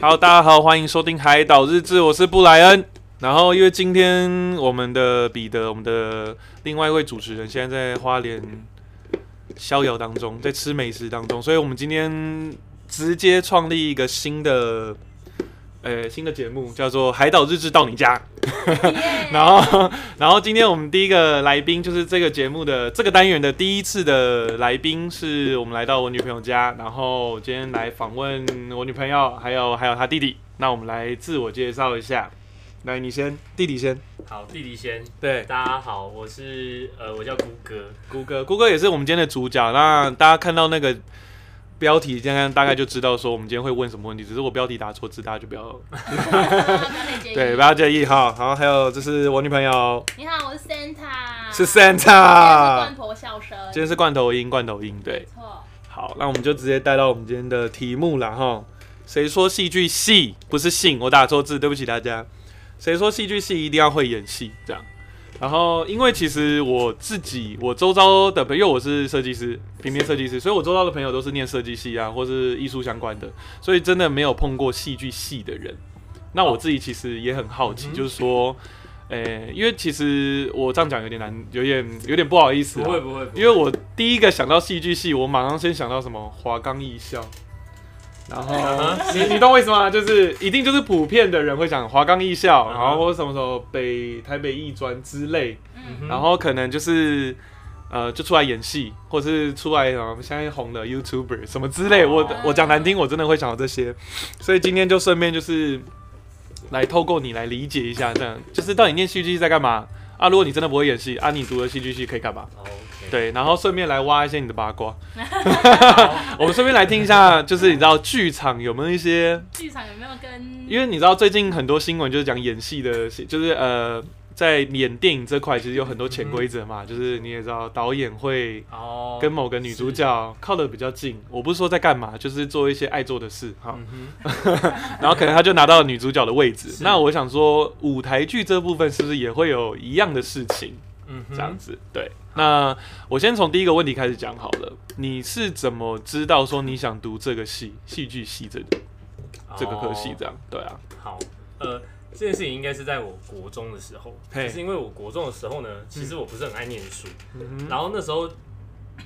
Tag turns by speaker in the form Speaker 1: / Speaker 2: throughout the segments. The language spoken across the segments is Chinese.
Speaker 1: Hello，大家好，欢迎收听《海岛日志》，我是布莱恩。然后，因为今天我们的彼得，我们的另外一位主持人现在在花莲逍遥当中，在吃美食当中，所以我们今天直接创立一个新的，呃，新的节目，叫做《海岛日志到你家》。 然后，然后今天我们第一个来宾就是这个节目的这个单元的第一次的来宾，是我们来到我女朋友家，然后今天来访问我女朋友，还有还有她弟弟。那我们来自我介绍一下，来你先，弟弟先，
Speaker 2: 好，弟弟先。
Speaker 1: 对，
Speaker 2: 大家好，我是呃，我叫谷歌。
Speaker 1: 谷歌，谷歌也是我们今天的主角。那大家看到那个标题，这样大概就知道说我们今天会问什么问题。只是我标题打错字，大家就不要对，不要介意哈。然后还有就是我女朋友
Speaker 3: 你好，我是 Santa，
Speaker 1: 是
Speaker 3: 我是
Speaker 1: Santa，
Speaker 3: 罐头笑声，
Speaker 1: 今天是罐头音，罐头音，对
Speaker 3: 没。错，
Speaker 1: 好，那我们就直接带到我们今天的题目了哈。谁说戏剧系不是性？我打错字，对不起大家。谁说戏剧系一定要会演戏？这样。然后，因为其实我自己，我周遭的朋友，因为我是设计师，平面设计师，所以我周遭的朋友都是念设计系啊，或是艺术相关的，所以真的没有碰过戏剧系的人。那我自己其实也很好
Speaker 2: 嗯
Speaker 1: 奇，就是说，呃、因为其实我这样讲有点难，有点有点不好意思、
Speaker 2: 不
Speaker 1: 啊，
Speaker 2: 会不会，不会
Speaker 1: 因为我第一个想到戏剧系，我马上先想到什么华冈艺校，然后
Speaker 2: 嗯
Speaker 1: 你你懂我意思吗？就是一定就是普遍的人会想华冈艺校，
Speaker 2: 嗯
Speaker 1: 然后或什么什么北台北艺专之类，
Speaker 3: 嗯，
Speaker 1: 然后可能就是呃就出来演戏，或是出来什么现在红的 YouTuber 什么之类。我
Speaker 2: 哦
Speaker 1: 我讲难听，我真的会想到这些，所以今天就顺便就是来透过你来理解一下，这样就是到底念戏剧系在干嘛啊？如果你真的不会演戏啊，你读了戏剧系可以干嘛？
Speaker 2: 哦 OK，
Speaker 1: 对，然后顺便来挖一些你的八 卦。我们顺便来听一下，就是你知道剧场有没有一些？
Speaker 3: 剧场有没有跟
Speaker 1: 因为你知道最近很多新闻就是讲演戏的，就是呃，在演电影这块其实有很多潜规则
Speaker 2: 嗯
Speaker 1: 嘛，就是你也知道导演会
Speaker 2: 哦，
Speaker 1: 跟某个女主角靠得比较近。我不是说在干嘛，就是做一些爱做的事哈。
Speaker 2: 嗯哼，
Speaker 1: 然后可能他就拿到了女主角的位置。
Speaker 2: 是
Speaker 1: 那我想说，舞台剧这部分是不是也会有一样的事情？
Speaker 2: 嗯哼，
Speaker 1: 这样子。对，那我先从第一个问题开始讲好了。你是怎么知道说你想读这个系，戏剧系这个
Speaker 2: 哦
Speaker 1: 这个科系这样？对啊，
Speaker 2: 好，呃，这件事情应该是在我国中的时候，
Speaker 1: 嘿
Speaker 2: 就是因为我国中的时候呢，其实我不是很爱念书，
Speaker 1: 嗯
Speaker 2: 然后那时候，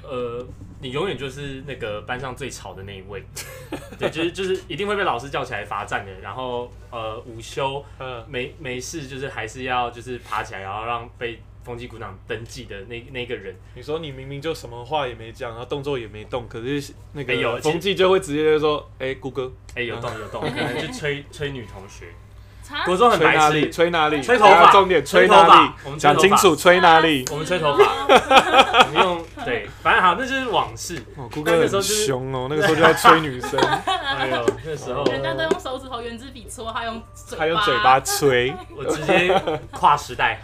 Speaker 2: 呃，你永远就是那个班上最吵的那一 位，对，就是就是一定会被老师叫起来罚站的，然后呃，午休
Speaker 1: 嗯
Speaker 2: 没没事，就是还是要就是爬起来，然后让被风纪股长登记的那那个人，
Speaker 1: 你说你明明就什么话也没讲，然后动作也没动，可是那
Speaker 2: 哎有
Speaker 1: 个
Speaker 2: 其实
Speaker 1: 冯记就会直接就说：“哎，谷歌，
Speaker 2: 哎、有动有动，可能去吹吹女同学，
Speaker 3: 长
Speaker 2: 国中很
Speaker 1: 吹
Speaker 2: 白
Speaker 1: 哪里？
Speaker 2: 痴，
Speaker 1: 吹哪里？
Speaker 2: 吹头发
Speaker 1: 然后重点
Speaker 2: 吹头
Speaker 1: 哪里
Speaker 2: 发我？们吹
Speaker 1: 讲
Speaker 2: 头发
Speaker 1: 清楚，吹哪里？
Speaker 3: 啊
Speaker 2: 我们吹 头发，我们用对，反正好，那就是往事。
Speaker 1: 哦，谷
Speaker 2: 那
Speaker 1: 歌
Speaker 2: 个时
Speaker 1: 很
Speaker 2: 候就是
Speaker 1: 凶哦，那个时候就要吹女生，
Speaker 2: 哎呦，那时候
Speaker 3: 人家都用手指头、圆珠笔戳，他用嘴 巴，
Speaker 1: 还用嘴巴，吹。
Speaker 2: 我直接跨时代，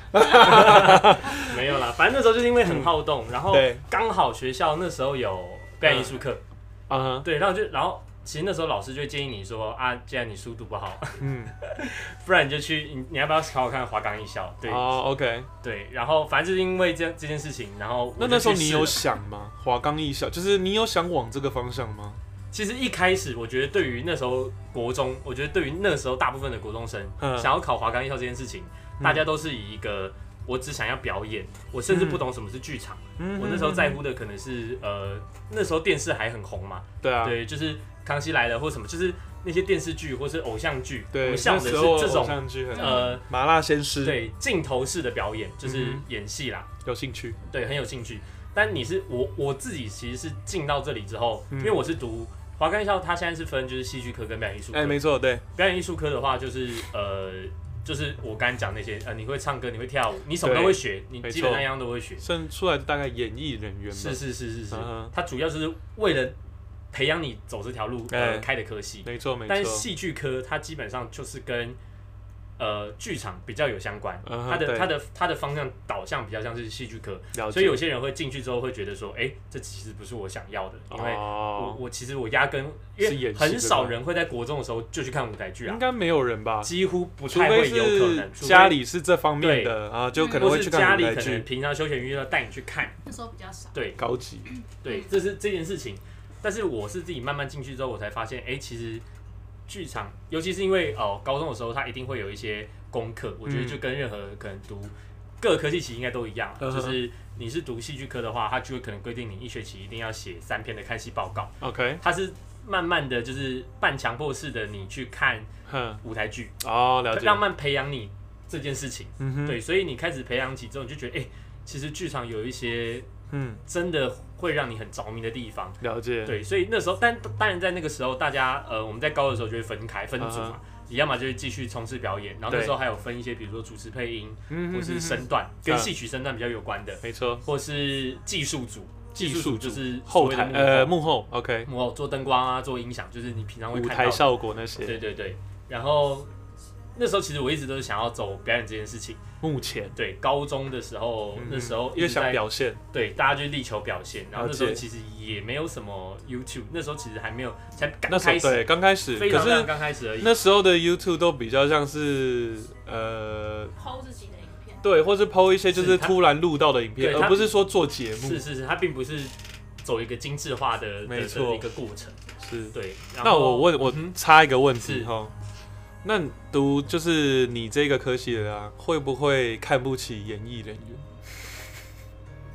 Speaker 2: 没有啦，反正那时候就是因为很好动，然后
Speaker 1: 对
Speaker 2: 刚好学校那时候有表演艺术课，
Speaker 1: 啊，
Speaker 2: 对，然后就然后其实那时候老师就会建议你说啊，既然你书读不好，
Speaker 1: 嗯，
Speaker 2: 不然你就去你你要不要考考看华冈艺校？对、
Speaker 1: 哦，OK。
Speaker 2: 对，然后反正就是因为这这件事情，然后我
Speaker 1: 那
Speaker 2: 就
Speaker 1: 那时候
Speaker 2: 去
Speaker 1: 你
Speaker 2: 试了
Speaker 1: 有想吗？华冈艺校，就是你有想往这个方向吗？
Speaker 2: 其实一开始，我觉得对于那时候国中，我觉得对于那时候大部分的国中生、
Speaker 1: 嗯
Speaker 2: 想要考华冈艺校这件事情，大家都是以一个我只想要表演，我甚至不懂什么是剧场。
Speaker 1: 嗯
Speaker 2: 我那时候在乎的可能是呃，那时候电视还很红嘛，
Speaker 1: 对啊，
Speaker 2: 对，就是《康熙来了》或什么，就是那些电视剧或是偶像剧，我
Speaker 1: 对，
Speaker 2: 们向
Speaker 1: 那
Speaker 2: 的是
Speaker 1: 时候
Speaker 2: 这
Speaker 1: 偶
Speaker 2: 种
Speaker 1: 像剧很
Speaker 2: 呃，
Speaker 1: 麻辣鲜师，，
Speaker 2: 对镜头式的表演，就是
Speaker 1: 嗯
Speaker 2: 演戏啦，
Speaker 1: 有兴趣，
Speaker 2: 对，很有兴趣。但你是我我自己其实是进到这里之后，
Speaker 1: 嗯
Speaker 2: 因为我是读华冈艺校，它现在是分就是戏剧科跟表演艺术科。
Speaker 1: 哎，没错，对，
Speaker 2: 表演艺术科的话，就是呃，就是我刚讲那些呃，你会唱歌，你会跳舞，你什么都
Speaker 1: 对
Speaker 2: 会学，你
Speaker 1: 没
Speaker 2: 基
Speaker 1: 错
Speaker 2: 本上一样都会学。
Speaker 1: 剩出来大概演艺人员
Speaker 2: 是
Speaker 1: 嘛，
Speaker 2: 是是是是
Speaker 1: 嗯哼，
Speaker 2: 它主要就是为了培养你走这条路
Speaker 1: 哎
Speaker 2: 呃开的科系。
Speaker 1: 没错没
Speaker 2: 但是
Speaker 1: 错，
Speaker 2: 戏剧科它基本上就是跟呃剧场比较有相关，
Speaker 1: 嗯哼
Speaker 2: 它的
Speaker 1: 对哦
Speaker 2: 它的它的方向导向比较像是戏剧科，
Speaker 1: 了解
Speaker 2: 所以有些人会进去之后会觉得说，哎，这其实不是我想要的，因为我
Speaker 1: 哦，
Speaker 2: 我其实我压根因
Speaker 1: 是演
Speaker 2: 为
Speaker 1: 戏
Speaker 2: 很少
Speaker 1: 的吗
Speaker 2: 人会在国中的时候就去看舞台剧啊
Speaker 1: 应，该没有人吧？
Speaker 2: 几乎不
Speaker 1: 嗯除
Speaker 2: 太
Speaker 1: 非
Speaker 2: 会有可
Speaker 1: 是
Speaker 2: 能，除非嗯
Speaker 1: 家里是这方面的啊，就可能
Speaker 2: 或
Speaker 1: 会
Speaker 2: 是
Speaker 1: 去
Speaker 2: 家
Speaker 1: 看舞
Speaker 2: 里
Speaker 1: 台
Speaker 2: 可能
Speaker 1: 剧，
Speaker 2: 平常休闲娱乐带你去看，
Speaker 3: 那时候比较少，
Speaker 2: 对
Speaker 1: 高级，
Speaker 2: 对，这是这件事情。但是我是自己慢慢进去之后，我才发现，哎、其实剧场，尤其是因为哦，高中的时候他一定会有一些功课，我觉得
Speaker 1: 嗯
Speaker 2: 就跟任何可能读各科系其实应该都一样，
Speaker 1: 嗯
Speaker 2: 就
Speaker 1: 哼
Speaker 2: 是你是读戏剧科的话，他就会可能规定你一学期一定要写三篇的看戏报告，
Speaker 1: OK，
Speaker 2: 他是慢慢的就是半强迫式的你去看
Speaker 1: 哼，
Speaker 2: 舞台剧，
Speaker 1: 哦，了解，
Speaker 2: 慢慢培养你这件事情，
Speaker 1: 嗯哼，
Speaker 2: 对，所以你开始培养起之后，你就觉得哎、其实剧场有一些
Speaker 1: 嗯，
Speaker 2: 真的会让你很着迷的地方。
Speaker 1: 了解，
Speaker 2: 对，所以那时候，但当然在那个时候，大家呃，我们在高的时候就会分开分组嘛，你要么就是继续从事表演，然后那
Speaker 1: 嗯对
Speaker 2: 时候还有分一些，比如说主持配音，
Speaker 1: 嗯，
Speaker 2: 或
Speaker 1: 嗯
Speaker 2: 是
Speaker 1: 嗯
Speaker 2: 声段，跟
Speaker 1: 嗯
Speaker 2: 戏曲声段比较有关的，
Speaker 1: 没错，
Speaker 2: 或是技术组，
Speaker 1: 技术
Speaker 2: 术
Speaker 1: 组
Speaker 2: 就是所
Speaker 1: 后
Speaker 2: 谓的
Speaker 1: 台
Speaker 2: 幕
Speaker 1: 呃
Speaker 2: 后
Speaker 1: 幕后 OK，
Speaker 2: 幕后做灯光啊，做音响，就是你平常会
Speaker 1: 舞
Speaker 2: 看到
Speaker 1: 台
Speaker 2: 的。
Speaker 1: 效果那些，
Speaker 2: 对对对，然后那时候其实我一直都是想要走表演这件事情。
Speaker 1: 目前
Speaker 2: 对，高中的时候，那时候
Speaker 1: 嗯因
Speaker 2: 一
Speaker 1: 为
Speaker 2: 直在
Speaker 1: 想表现，
Speaker 2: 对，大家就力求表现。然后
Speaker 1: 了
Speaker 2: 那
Speaker 1: 解
Speaker 2: 时候其实也没有什么 YouTube，那时候其实还没有，才刚
Speaker 1: 那时候
Speaker 2: 开始，
Speaker 1: 对刚开始，
Speaker 2: 非
Speaker 1: 可
Speaker 2: 常非常
Speaker 1: 是
Speaker 2: 刚开始而已。
Speaker 1: 那时候的 YouTube 都比较像是呃。
Speaker 3: 抛自己的影片，
Speaker 1: 对，或是剖一些就是
Speaker 2: 是它
Speaker 1: 突然录到的影片，
Speaker 2: 对
Speaker 1: 而
Speaker 2: 它
Speaker 1: 不是说做节目。
Speaker 2: 是是是，它并不是走一个精致化的
Speaker 1: 没
Speaker 2: 的
Speaker 1: 错
Speaker 2: 的一个过程。
Speaker 1: 是
Speaker 2: 对，然
Speaker 1: 那
Speaker 2: 后
Speaker 1: 我问，我
Speaker 2: 嗯哼
Speaker 1: 插一个问题
Speaker 2: 是
Speaker 1: 哈，那读就是你这个科系的啊，会不会看不起演艺人员？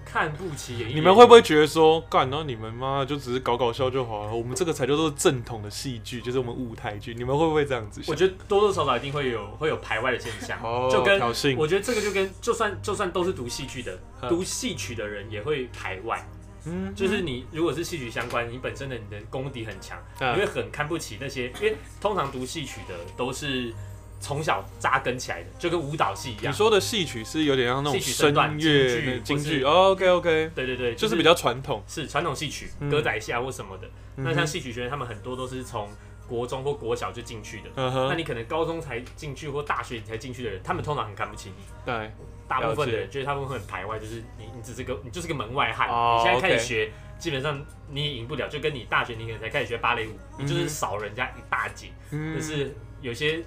Speaker 2: 看不起演艺，
Speaker 1: 你们会不会？觉得说，干，然后你们妈就只是搞搞笑就好了，我们这个才叫做正统的戏剧，就是我们舞台剧。你们会不会这样子
Speaker 2: 我
Speaker 1: 想？
Speaker 2: 觉得多多少少一定会有会有排外的现象，
Speaker 1: 哦，
Speaker 2: 就跟
Speaker 1: 挑衅，
Speaker 2: 我觉得这个就跟就算就算都是读戏剧的，
Speaker 1: 嗯
Speaker 2: 读戏曲的人也会排外。
Speaker 1: 嗯
Speaker 2: 就是你如果是戏曲相关，你本身的你的功底很强，
Speaker 1: 嗯
Speaker 2: 你会很看不起那些，因为通常读戏曲的都是从小扎根起来的，就跟舞蹈系一
Speaker 1: 啊你
Speaker 2: 样。
Speaker 1: 说的戏曲是有点像那种
Speaker 2: 戏曲身段
Speaker 1: 声乐、京
Speaker 2: 京剧或是
Speaker 1: 剧。OK OK，
Speaker 2: 对对对，
Speaker 1: 就是比较传统。
Speaker 2: 是传统戏曲
Speaker 1: 嗯、
Speaker 2: 歌仔戏啊或什么的。那
Speaker 1: 嗯
Speaker 2: 像
Speaker 1: 哼
Speaker 2: 戏曲学院，他们很多都是从国中或国小就进去的。
Speaker 1: 嗯
Speaker 2: 那
Speaker 1: 哼，
Speaker 2: 你可能高中才进去或大学你才进去的人，他们通常很看不起你。
Speaker 1: 对，
Speaker 2: 大部分的
Speaker 1: 了
Speaker 2: 人就是他们会很排外，就是你你只是个你就是个门外汉，
Speaker 1: 哦
Speaker 2: 你现在开
Speaker 1: OK
Speaker 2: 始学，基本上你也赢不了。就跟你大学你可能才开始学芭蕾舞，你就
Speaker 1: 嗯哼
Speaker 2: 是少人家一大截。
Speaker 1: 嗯
Speaker 2: 就，是有些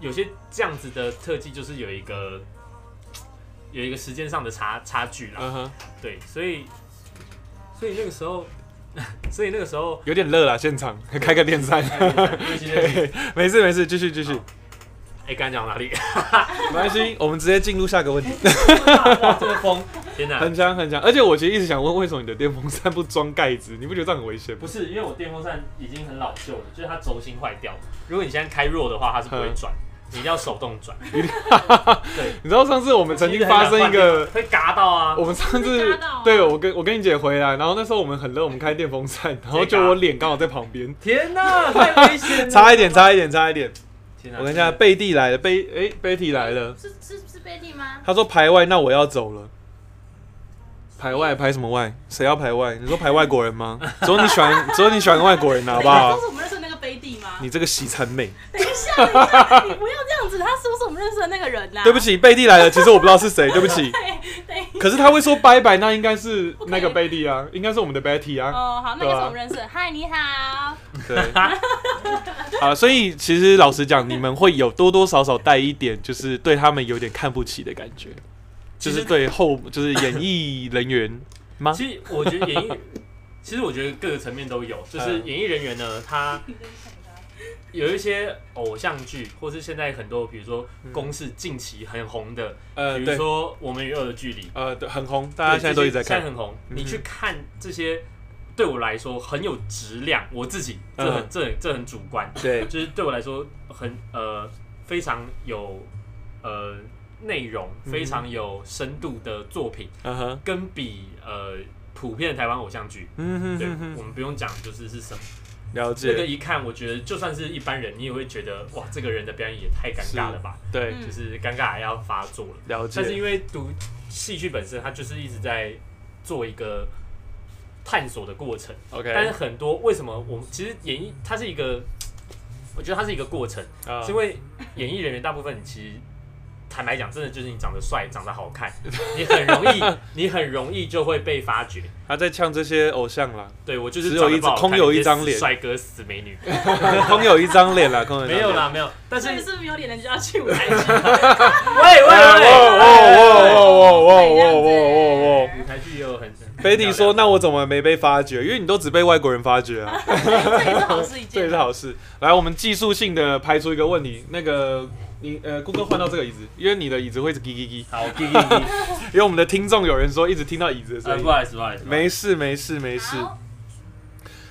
Speaker 2: 有些这样子的特技，就是有一个有一个时间上的差差距啦。
Speaker 1: 嗯哼，
Speaker 2: 对，所以所以那个时候， 所以那个时候，
Speaker 1: 有点热啦，现场开个电扇。
Speaker 2: 尤其是
Speaker 1: 没事没事，继续继续，
Speaker 2: 好哎，刚才讲到哪里？
Speaker 1: 没关系，我们直接进入下个问题。
Speaker 2: 哇，这个风，天 哪！
Speaker 1: 很强很强，而且我其实一直想问，为什么你的电风扇不装盖子？你不觉得这样很危险吗？
Speaker 2: 不是，因为我电风扇已经很老旧了，就是它轴心坏掉了。如果你现在开弱的话，它是不
Speaker 1: 嗯
Speaker 2: 会转，你一定要手动 转。
Speaker 1: 你知道上次我们曾经发生一个，
Speaker 2: 会嘎到啊，
Speaker 1: 我们上
Speaker 3: 会
Speaker 1: 次
Speaker 3: 嘎到啊
Speaker 1: 对我跟我跟你姐回来，然后那时候我们很热，我们开电风扇，然后就我脸刚好在旁边，
Speaker 2: 天哪，太危险了！
Speaker 1: 差一点，差一点，差一点。
Speaker 2: 天哪！
Speaker 1: 我看一下，
Speaker 2: 真的
Speaker 1: 贝蒂来了，贝哎贝蒂来了，
Speaker 3: 是是是贝蒂吗？
Speaker 1: 他说排外，那我要走了。排外排什么外？谁要排外？你说排外国人吗？只有你喜欢，只有你喜欢外国人啊，好不
Speaker 3: 哎
Speaker 1: 好
Speaker 3: 都？是我们认识的那个贝蒂吗？
Speaker 1: 你这个洗残美。
Speaker 3: 等一下，等一下，你不要这样子，他是不是我们认识的那个人啊哎呐、
Speaker 1: 对不，起，贝蒂来了，其实我不知道是谁，对不起。
Speaker 3: 对，
Speaker 1: 可是他会说拜拜，那应该是那个贝蒂啊，应该是我们的 Betty 啊。
Speaker 3: 哦，好，那个是我们认识的。嗨，你好，
Speaker 1: 对， 好，所以其实老实讲，你们会有多多少少带一点，就是对他们有点看不起的感觉，就
Speaker 2: 其
Speaker 1: 是
Speaker 2: 实
Speaker 1: 对后就是演艺人 员吗？
Speaker 2: 其实我觉得演艺， 其实我觉得各个层面都有，就是
Speaker 1: 嗯
Speaker 2: 演艺人员呢，他有一些偶像剧，或是现在很多，比如说公式近期很红的，
Speaker 1: 嗯呃，
Speaker 2: 比如
Speaker 1: 对，
Speaker 2: 说《我们与恶的距离》，
Speaker 1: 呃，对很红，大家现在都一
Speaker 2: 对
Speaker 1: 直在
Speaker 2: 这些现
Speaker 1: 看
Speaker 2: 在。很红。
Speaker 1: 嗯哼
Speaker 2: 你去看这些，对我来说很有质量，我自己这
Speaker 1: 嗯
Speaker 2: 很这很这很主观，
Speaker 1: 对，
Speaker 2: 就是对我来说很呃非常有呃内容，
Speaker 1: 嗯哼
Speaker 2: 非常有深度的作品，
Speaker 1: 嗯哼，
Speaker 2: 跟比呃普遍的台湾偶像剧。
Speaker 1: 嗯哼
Speaker 2: 对
Speaker 1: 哼，哼
Speaker 2: 我们不用讲，就是是什么，
Speaker 1: 了
Speaker 2: 这个
Speaker 1: 解。
Speaker 2: 一看，我觉得就算是一般人，你也会觉得哇，这个人的表演也太尴尬了吧，
Speaker 1: 对，
Speaker 3: 嗯
Speaker 2: 就是尴尬还要发作了。
Speaker 1: 了解
Speaker 2: 但。是因为读戏剧本身，它就是一直在做一个探索的过程。但是
Speaker 1: OK，
Speaker 2: 很多为什么我们其实演艺它是一个，我觉得它是一个过程，
Speaker 1: 啊
Speaker 2: 是因为演艺人员大部分其实。坦白讲，真的就是你长得帅、长得好看，你很容易，你很容易就会被发掘。
Speaker 1: 他在呛这些偶像啦，
Speaker 2: 对我就是
Speaker 1: 只有一
Speaker 2: 长得不好看
Speaker 1: 空有一张脸
Speaker 2: 死帅哥死美 女，
Speaker 1: 空有一张脸啦，空有一张
Speaker 2: 没有
Speaker 1: 脸。
Speaker 2: 啦，没有。但是
Speaker 3: 所以
Speaker 2: 喂
Speaker 3: 是不是有脸的就要去舞台剧？
Speaker 2: 喂喂，
Speaker 1: 啊哦哦哦哦哦哦哦哦哦哦
Speaker 2: 舞台剧也有很
Speaker 1: Betty 说：“那我怎么没被发觉？因为你都只被外国人发觉啊，
Speaker 3: 这也是好事一
Speaker 1: 这也
Speaker 3: 件
Speaker 1: 是。好事。”来，我们技术性的排除一个问题，那个你呃，Google 换到这个椅子，因为你的椅子会一直叽叽叽，
Speaker 2: 好，滴滴滴，
Speaker 1: 因为我们的听众有人说一直听到椅子的
Speaker 2: 呃，
Speaker 1: 声音
Speaker 2: 不。好意思，不好意思，
Speaker 1: 没事，没事，没事。
Speaker 3: 好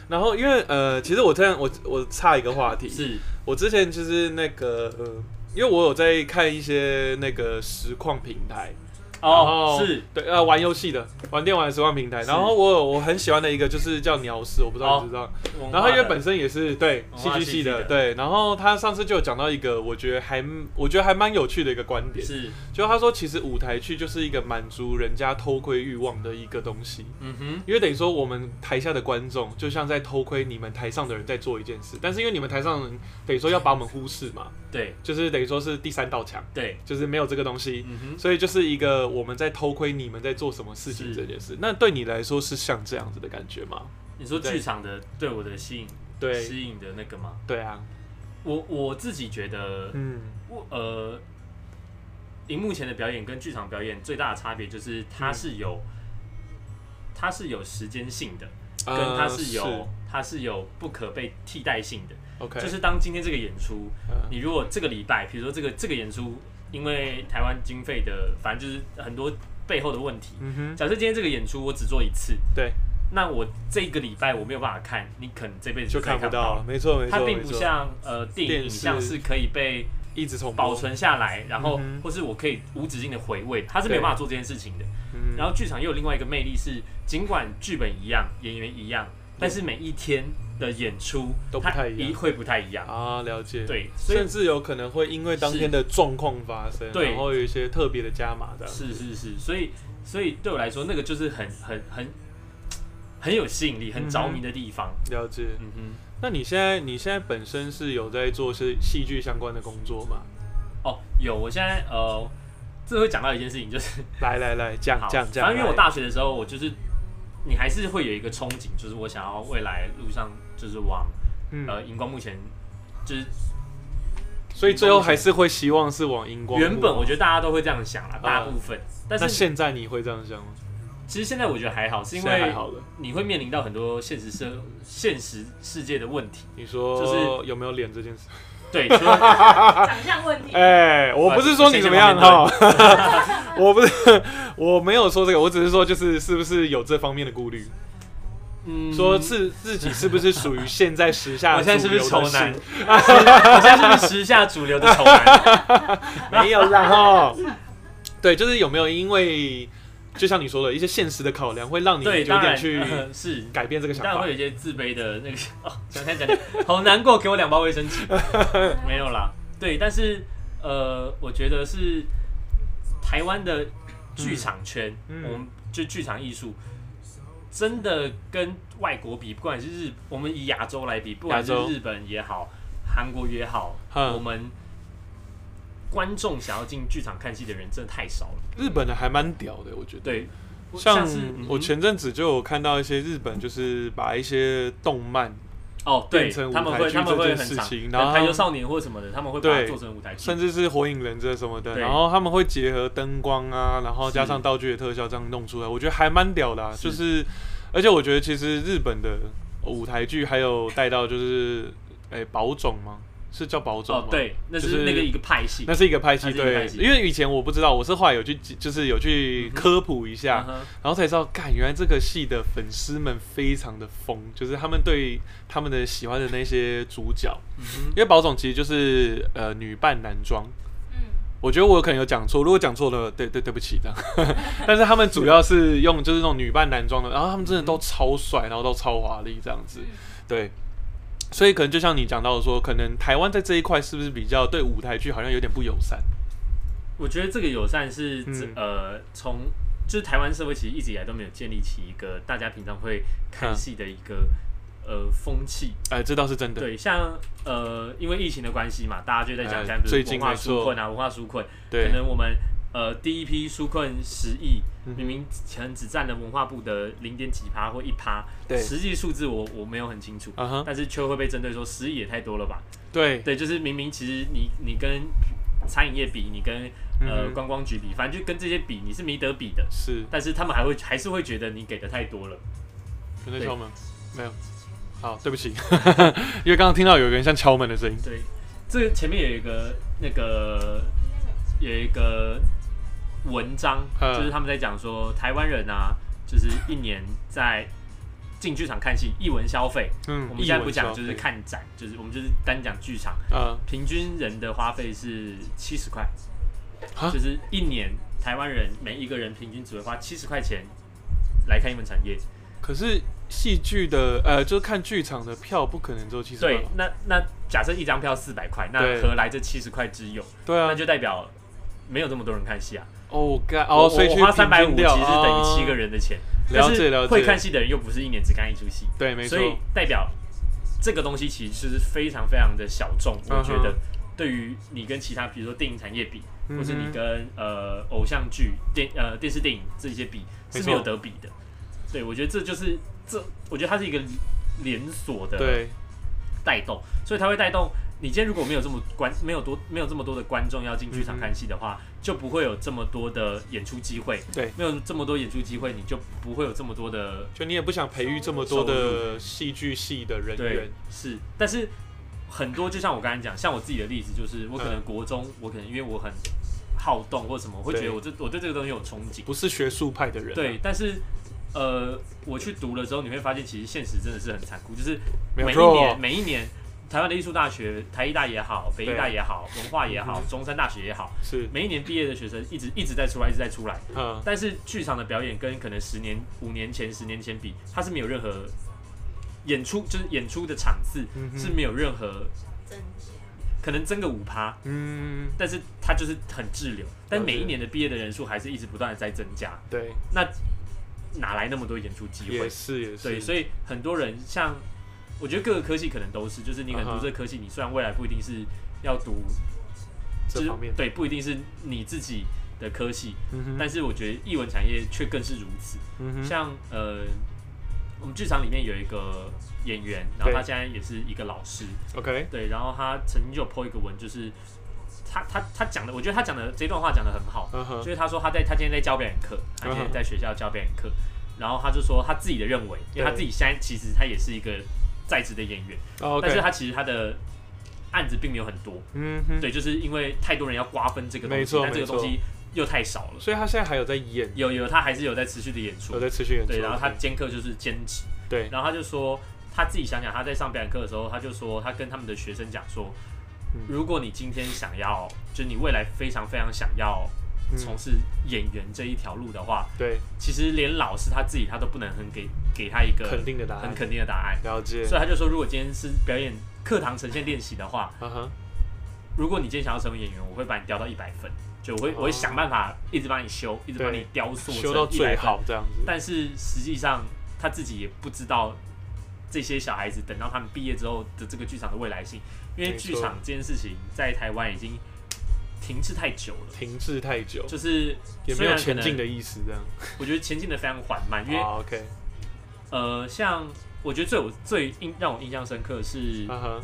Speaker 1: 然后因为呃，其实我这样，我我岔一个话题，
Speaker 2: 是
Speaker 1: 我之前就是那个呃，因为我有在看一些那个实况平台，
Speaker 2: 哦，
Speaker 1: 然后
Speaker 2: 是
Speaker 1: 对，呃，玩游戏的，玩电玩的实况平台。然后我有我很喜欢的一个就是叫鸟屎，我不知道你知不知道。然后他因为本身也是对
Speaker 2: 文
Speaker 1: 戏
Speaker 2: 化
Speaker 1: 剧
Speaker 2: 戏
Speaker 1: 系
Speaker 2: 剧
Speaker 1: 的，
Speaker 2: 的
Speaker 1: 对。然后他上次就有讲到一个，我觉得还我觉得还蛮有趣的一个观点，
Speaker 2: 是，
Speaker 1: 就他说其实舞台剧就是一个满足人家偷窥欲望的一个东西。
Speaker 2: 嗯哼，
Speaker 1: 因为等于说我们台下的观众就像在偷窥你们台上的人在做一件事，但是因为你们台上的人等于说要把我们忽视嘛，
Speaker 2: 对
Speaker 1: 就是等于说是第三道墙，
Speaker 2: 对，
Speaker 1: 就是没有这个东西，
Speaker 2: 嗯哼，
Speaker 1: 所以就是一个我们在偷窥你们在做什么事情
Speaker 2: 是
Speaker 1: 这件事。那对你来说是像这样子的感觉吗？
Speaker 2: 你说
Speaker 1: 对
Speaker 2: 剧场的对我的吸引，
Speaker 1: 对，
Speaker 2: 吸引的那个吗？
Speaker 1: 对啊，
Speaker 2: 我我自己觉得，
Speaker 1: 嗯，
Speaker 2: 我呃，荧幕前的表演跟剧场表演最大的差别就是它
Speaker 1: 嗯
Speaker 2: 是有，它是有时间性的，跟它
Speaker 1: 呃
Speaker 2: 是有、它是有不可被替代性的。
Speaker 1: OK，
Speaker 2: 就是当今天这个演出，
Speaker 1: 嗯
Speaker 2: 你如果这个礼拜，比如说这个这个演出，因为台湾经费的，反正就是很多背后的问题。
Speaker 1: 嗯哼，
Speaker 2: 假设今天这个演出我只做一次，
Speaker 1: 对，
Speaker 2: 那我这个礼拜我没有办法看，你可能这辈子
Speaker 1: 就
Speaker 2: 再
Speaker 1: 看
Speaker 2: 也看
Speaker 1: 不
Speaker 2: 到
Speaker 1: 到了，。没错没错，
Speaker 2: 它并
Speaker 1: 没
Speaker 2: 不
Speaker 1: 错
Speaker 2: 像呃电影
Speaker 1: 电
Speaker 2: 影
Speaker 1: 视
Speaker 2: 像是可以被
Speaker 1: 一直重播
Speaker 2: 保，存下来，然后
Speaker 1: 嗯哼
Speaker 2: 或是我可以无止境的回味，它是没有办法做这件事情的。
Speaker 1: 嗯
Speaker 2: 然后剧场又有另外一个魅力是，尽管剧本一样，演员一样，但是每一天的演出
Speaker 1: 都不太一样
Speaker 2: 它会不太一样。
Speaker 1: 啊，了解，。
Speaker 2: 对，所以
Speaker 1: 甚至有可能会因为当天的状况发生，
Speaker 2: 对
Speaker 1: 然后有一些特别的加码的，
Speaker 2: 是是是，所以所以对我来说，那个就是很很很很有吸引力、很着迷的地方。
Speaker 1: 了解。
Speaker 2: 嗯哼，
Speaker 1: 那你现在你现在本身是有在做是戏剧相关的工作吗？
Speaker 2: 哦，有，我现在呃，这会讲到一件事情，就是
Speaker 1: 来来来，讲
Speaker 2: 好，
Speaker 1: 讲
Speaker 2: 反
Speaker 1: 讲，
Speaker 2: 正因为
Speaker 1: 来
Speaker 2: 我大学的时候，我就是你还是会有一个憧憬，就是我想要未来路上就是往、呃
Speaker 1: 嗯，
Speaker 2: 荧光幕前，就是
Speaker 1: 所以最后还是会希望是往荧光。
Speaker 2: 原本我觉得大家都会这样想啦，大部分。但
Speaker 1: 嗯那
Speaker 2: 是
Speaker 1: 现在你会这样想吗？
Speaker 2: 其实现在我觉得还好，是因
Speaker 1: 现在还
Speaker 2: 为
Speaker 1: 好了。
Speaker 2: 你会面临到很多现实社现实世界的问题。
Speaker 1: 你说
Speaker 2: 就
Speaker 1: 有没有脸这件事？
Speaker 2: 对，除了
Speaker 3: 长相问题，
Speaker 1: 哎、我不是说你怎么样哈， 我不是，我没有说这个，我只是说就是是不是有这方面的顾虑，
Speaker 2: 嗯，
Speaker 1: 说是啊自己是不是属于现在时下，
Speaker 2: 我现在是不是
Speaker 1: 丑
Speaker 2: 丑 男？？我现在是不是时下主流的丑男？
Speaker 1: 没有啦哈。对，就是有没有因为，就像你说的一些现实的考量，会让 你
Speaker 2: 对，
Speaker 1: 有
Speaker 2: 当
Speaker 1: 点
Speaker 2: 然
Speaker 1: 去
Speaker 2: 呃 是。
Speaker 1: 改变这个想
Speaker 2: 当然
Speaker 1: 法
Speaker 2: 会。有一些自卑的那个，哦，讲讲讲讲， 好难过，给我两包卫生纸。没有啦，对，但是呃，我觉得是台湾的剧场圈，
Speaker 1: 嗯嗯
Speaker 2: 我们就剧场艺术，真的跟外国比，不管是日，我们以亚洲来比，不管是
Speaker 1: 亚洲
Speaker 2: 日本也好，韩国也好，
Speaker 1: 嗯
Speaker 2: 我们观众想要进剧场看戏的人真的太少了。
Speaker 1: 日本的还蛮屌的，我觉得。
Speaker 2: 对，
Speaker 1: 像
Speaker 2: 是
Speaker 1: 我
Speaker 2: 嗯
Speaker 1: 前阵子就有看到一些日本，就是把一些动漫，
Speaker 2: 哦，对
Speaker 1: 变成，
Speaker 2: 他们
Speaker 1: 舞台
Speaker 2: 会
Speaker 1: 剧
Speaker 2: 他们
Speaker 1: 这
Speaker 2: 会
Speaker 1: 件
Speaker 2: 很
Speaker 1: 事
Speaker 2: 常，
Speaker 1: 情然后
Speaker 2: 像台球少年或什么的，他们会把它
Speaker 1: 对
Speaker 2: 做成舞台剧哦
Speaker 1: 甚。至是火影忍者什么的，
Speaker 2: 对
Speaker 1: 然后他们会结合灯光啊，然后加上
Speaker 2: 是
Speaker 1: 道具的特效这样弄出来，我觉得还蛮屌的、啊。
Speaker 2: 是
Speaker 1: 就是，而且我觉得其实日本的舞台剧还有带到就是，哎、宝冢吗？是叫宝冢吗
Speaker 2: 哦，？对，那
Speaker 1: 就是是
Speaker 2: 那个一个派系
Speaker 1: 那。是一个拍戏，
Speaker 2: 它是一个
Speaker 1: 对
Speaker 2: 拍，戏
Speaker 1: 因为以前我不知道，我是后来有去就是有去科普一下
Speaker 2: 嗯，哼
Speaker 1: 然后才知道，干，原来这个戏的粉丝们非常的疯，就是他们对他们的喜欢的那些主角，
Speaker 2: 嗯
Speaker 1: 因为宝总其实就是呃女扮男装。
Speaker 3: 嗯，
Speaker 1: 我觉得我有可能有讲错，如果讲错了，对对对不起这样。 但是他们主要是用就是那种女扮男装的，然后他们真的都超帅，然后都超华丽这样子。对，所以可能就像你讲到的说，可能台湾在这一块是不是比较对舞台剧好像有点不友善？
Speaker 2: 我觉得这个友善是
Speaker 1: 嗯
Speaker 2: 这呃，从就是台湾社会其实一直以来都没有建立起一个大家平常会
Speaker 1: 嗯
Speaker 2: 看戏的一个呃风气。
Speaker 1: 哎、这倒是真的。
Speaker 2: 对，像呃，因为疫情的关系嘛，大家就在讲
Speaker 1: 哎
Speaker 2: 像比如
Speaker 1: 最近
Speaker 2: 文化
Speaker 1: 没错
Speaker 2: 纾困啊，文化纾困，
Speaker 1: 对
Speaker 2: 可能我们呃第一批纾困十亿
Speaker 1: 嗯，
Speaker 2: 明明可能只占了文化部的零点几趴或一趴，
Speaker 1: 对
Speaker 2: 实际数字我我没有很清楚，
Speaker 1: 啊哈，
Speaker 2: 但是却会被针对说十亿也太多了吧？
Speaker 1: 对，
Speaker 2: 对，就是明明其实你你跟餐饮业比，你跟呃
Speaker 1: 嗯哼
Speaker 2: 观光局比，反正就跟这些比，你是没得比的。
Speaker 1: 是
Speaker 2: 但是他们还会还是会觉得你给的太多了。
Speaker 1: 有在
Speaker 2: 对
Speaker 1: 敲门没有？好，对不起， 因为刚刚听到有一个人像敲门的声音。
Speaker 2: 对，这前面有一个那个有一个文章，
Speaker 1: 嗯
Speaker 2: 就是他们在讲说台湾人啊，就是一年在进剧场看戏，艺文消费。
Speaker 1: 嗯，
Speaker 2: 我们现在
Speaker 1: 译
Speaker 2: 不
Speaker 1: 文
Speaker 2: 讲
Speaker 1: 消
Speaker 2: 就是
Speaker 1: 费，
Speaker 2: 看展，就是我们就是单讲剧场，
Speaker 1: 呃，
Speaker 2: 平均人的花费是七十块
Speaker 1: 啊，
Speaker 2: 就是一年台湾人每一个人平均只会花七十块钱来看一门产业。
Speaker 1: 可是戏剧的呃，就是看剧场的票不可能只有七十
Speaker 2: 对
Speaker 1: 块，
Speaker 2: 那那假设一张票四百块，那
Speaker 1: 对
Speaker 2: 何来这七十块之有？
Speaker 1: 对啊
Speaker 2: 那，就代表没有这么多人看戏啊。
Speaker 1: 哦，干
Speaker 2: 我
Speaker 1: 哦，所以
Speaker 2: 我
Speaker 1: 去
Speaker 2: 花三百
Speaker 1: 平
Speaker 2: 五
Speaker 1: 均
Speaker 2: 其
Speaker 1: 掉
Speaker 2: 实等于七个
Speaker 1: 啊
Speaker 2: 人的钱，
Speaker 1: 了
Speaker 2: 哦但是
Speaker 1: 解了解，
Speaker 2: 会看戏的人又不是一年只看一出戏，
Speaker 1: 对，没错
Speaker 2: 所，以代表这个东西其实是非常非常的小众。
Speaker 1: 嗯哼
Speaker 2: 我觉得对于你跟其他比如说电影产业比，
Speaker 1: 嗯哼
Speaker 2: 或是你跟呃偶像剧、电呃电视电影这些比
Speaker 1: 没错
Speaker 2: 是没有得比的。对，我觉得这就是这，我觉得它是一个连锁的
Speaker 1: 对，
Speaker 2: 带动，所以它会带动。你今天如果没有这么观，没有多没有这么多的观众要进剧
Speaker 1: 嗯
Speaker 2: 场看戏的话，就不会有这么多的演出机会。
Speaker 1: 对，
Speaker 2: 没有这么多演出机会，你就不会有这么多的
Speaker 1: 就你也不想培育这么多的戏剧系的人
Speaker 2: 对
Speaker 1: 员，
Speaker 2: 是。但是很多就像我刚才讲，像我自己的例子，就是我可
Speaker 1: 嗯
Speaker 2: 能国中，我可能因为我很好动或什么，我会觉
Speaker 1: 对
Speaker 2: 得我这我对这个东西有憧憬。
Speaker 1: 不是学术派的人啊，
Speaker 2: 对，但是呃，我去读了之后，你会发现其实现实真的是很残酷，就是
Speaker 1: 没有
Speaker 2: 每一
Speaker 1: 错
Speaker 2: 年每一年，台湾的艺术大学，台艺大也好，北艺大
Speaker 1: 对嗯
Speaker 2: 也好，文化也好，中山大学也好，
Speaker 1: 是，
Speaker 2: 每一年毕业的学生一直一直在出来，一直在出来。
Speaker 1: 嗯，
Speaker 2: 但是剧场的表演跟可能十年、五年前、十年前比，它是没有任何演出，就是演出的场次
Speaker 1: 嗯哼
Speaker 2: 是没有任何
Speaker 3: 真
Speaker 2: 可能增个五趴，
Speaker 1: 嗯，
Speaker 2: 但是它就是很滞留。但
Speaker 1: 了解
Speaker 2: 每一年的毕业的人数还是一直不断的在增加，
Speaker 1: 对，
Speaker 2: 那哪来那么多演出机
Speaker 1: 也
Speaker 2: 会？
Speaker 1: 是也是，
Speaker 2: 对，所以很多人像我觉得各个科系可能都是，就是你可能
Speaker 1: 嗯
Speaker 2: 读
Speaker 1: 哼
Speaker 2: 这个科系，你虽然未来不一定是要读，就
Speaker 1: 这
Speaker 2: 是
Speaker 1: 方面，
Speaker 2: 对，不一定是你自己的科系，
Speaker 1: 嗯哼，
Speaker 2: 但是我觉得艺文产业却更是如此。
Speaker 1: 嗯哼，
Speaker 2: 像呃，我们剧场里面有一个演员，然后
Speaker 1: 对
Speaker 2: 他现在也是一个老师，
Speaker 1: OK，
Speaker 2: 对，然后他曾经就有 po 一个文，就是他他他讲的，我觉得他讲的这段话讲的很好，
Speaker 1: 嗯哼，
Speaker 2: 就是他说他在他今天在教表演课，他今
Speaker 1: 嗯
Speaker 2: 天
Speaker 1: 哼
Speaker 2: 在学校教表演课，然后他就说他自己的认为，因为他
Speaker 1: 对
Speaker 2: 自己现在其实他也是一个在职的演员，
Speaker 1: 哦
Speaker 2: 但是
Speaker 1: OK，
Speaker 2: 他其实他的案子并没有很多，
Speaker 1: 嗯哼，
Speaker 2: 对，就是因为太多人要瓜分这个
Speaker 1: 没
Speaker 2: 东西
Speaker 1: 错，
Speaker 2: 但这个
Speaker 1: 没错
Speaker 2: 东西又太少了。
Speaker 1: 所以他现在还有在演，
Speaker 2: 有有，他还是有在持续的演出
Speaker 1: 有，在持续演出，
Speaker 2: 对，然后他
Speaker 1: OK，
Speaker 2: 兼课就是兼职，
Speaker 1: 对，
Speaker 2: 然后他就说他自己想想，他在上表演课的时候，他就说他跟他们的学生讲说
Speaker 1: 嗯，
Speaker 2: 如果你今天想要，就是你未来非常非常想要
Speaker 1: 嗯
Speaker 2: 从事演员这一条路的话，
Speaker 1: 对，
Speaker 2: 其实连老师他自己他都不能很给给他一个
Speaker 1: 肯定的答
Speaker 2: 很
Speaker 1: 案，
Speaker 2: 肯定的答案，
Speaker 1: 了解，
Speaker 2: 所以他就说，如果今天是表演课堂呈现练习的话，
Speaker 1: 嗯哼，
Speaker 2: 如果你今天想要成为演员，我会把你雕到一百分，就我会、我会想办法一直帮你修，一直帮你
Speaker 1: 哦对
Speaker 2: 雕塑
Speaker 1: 修到
Speaker 2: 成100
Speaker 1: 最
Speaker 2: 分
Speaker 1: 好这样子，
Speaker 2: 但是实际上他自己也不知道这些小孩子等到他们毕业之后的这个剧场的未来性，因为
Speaker 1: 没错
Speaker 2: 剧场这件事情在台湾已经停滞太久了，
Speaker 1: 停滞太久，
Speaker 2: 就是
Speaker 1: 也没
Speaker 2: 虽
Speaker 1: 有
Speaker 2: 然可
Speaker 1: 前进
Speaker 2: 能
Speaker 1: 的意思这样，
Speaker 2: 我觉得前进的非常缓慢，因为、
Speaker 1: 啊 OK，
Speaker 2: 呃，像我觉得最我最印让我印象深刻的是
Speaker 1: 嗯哼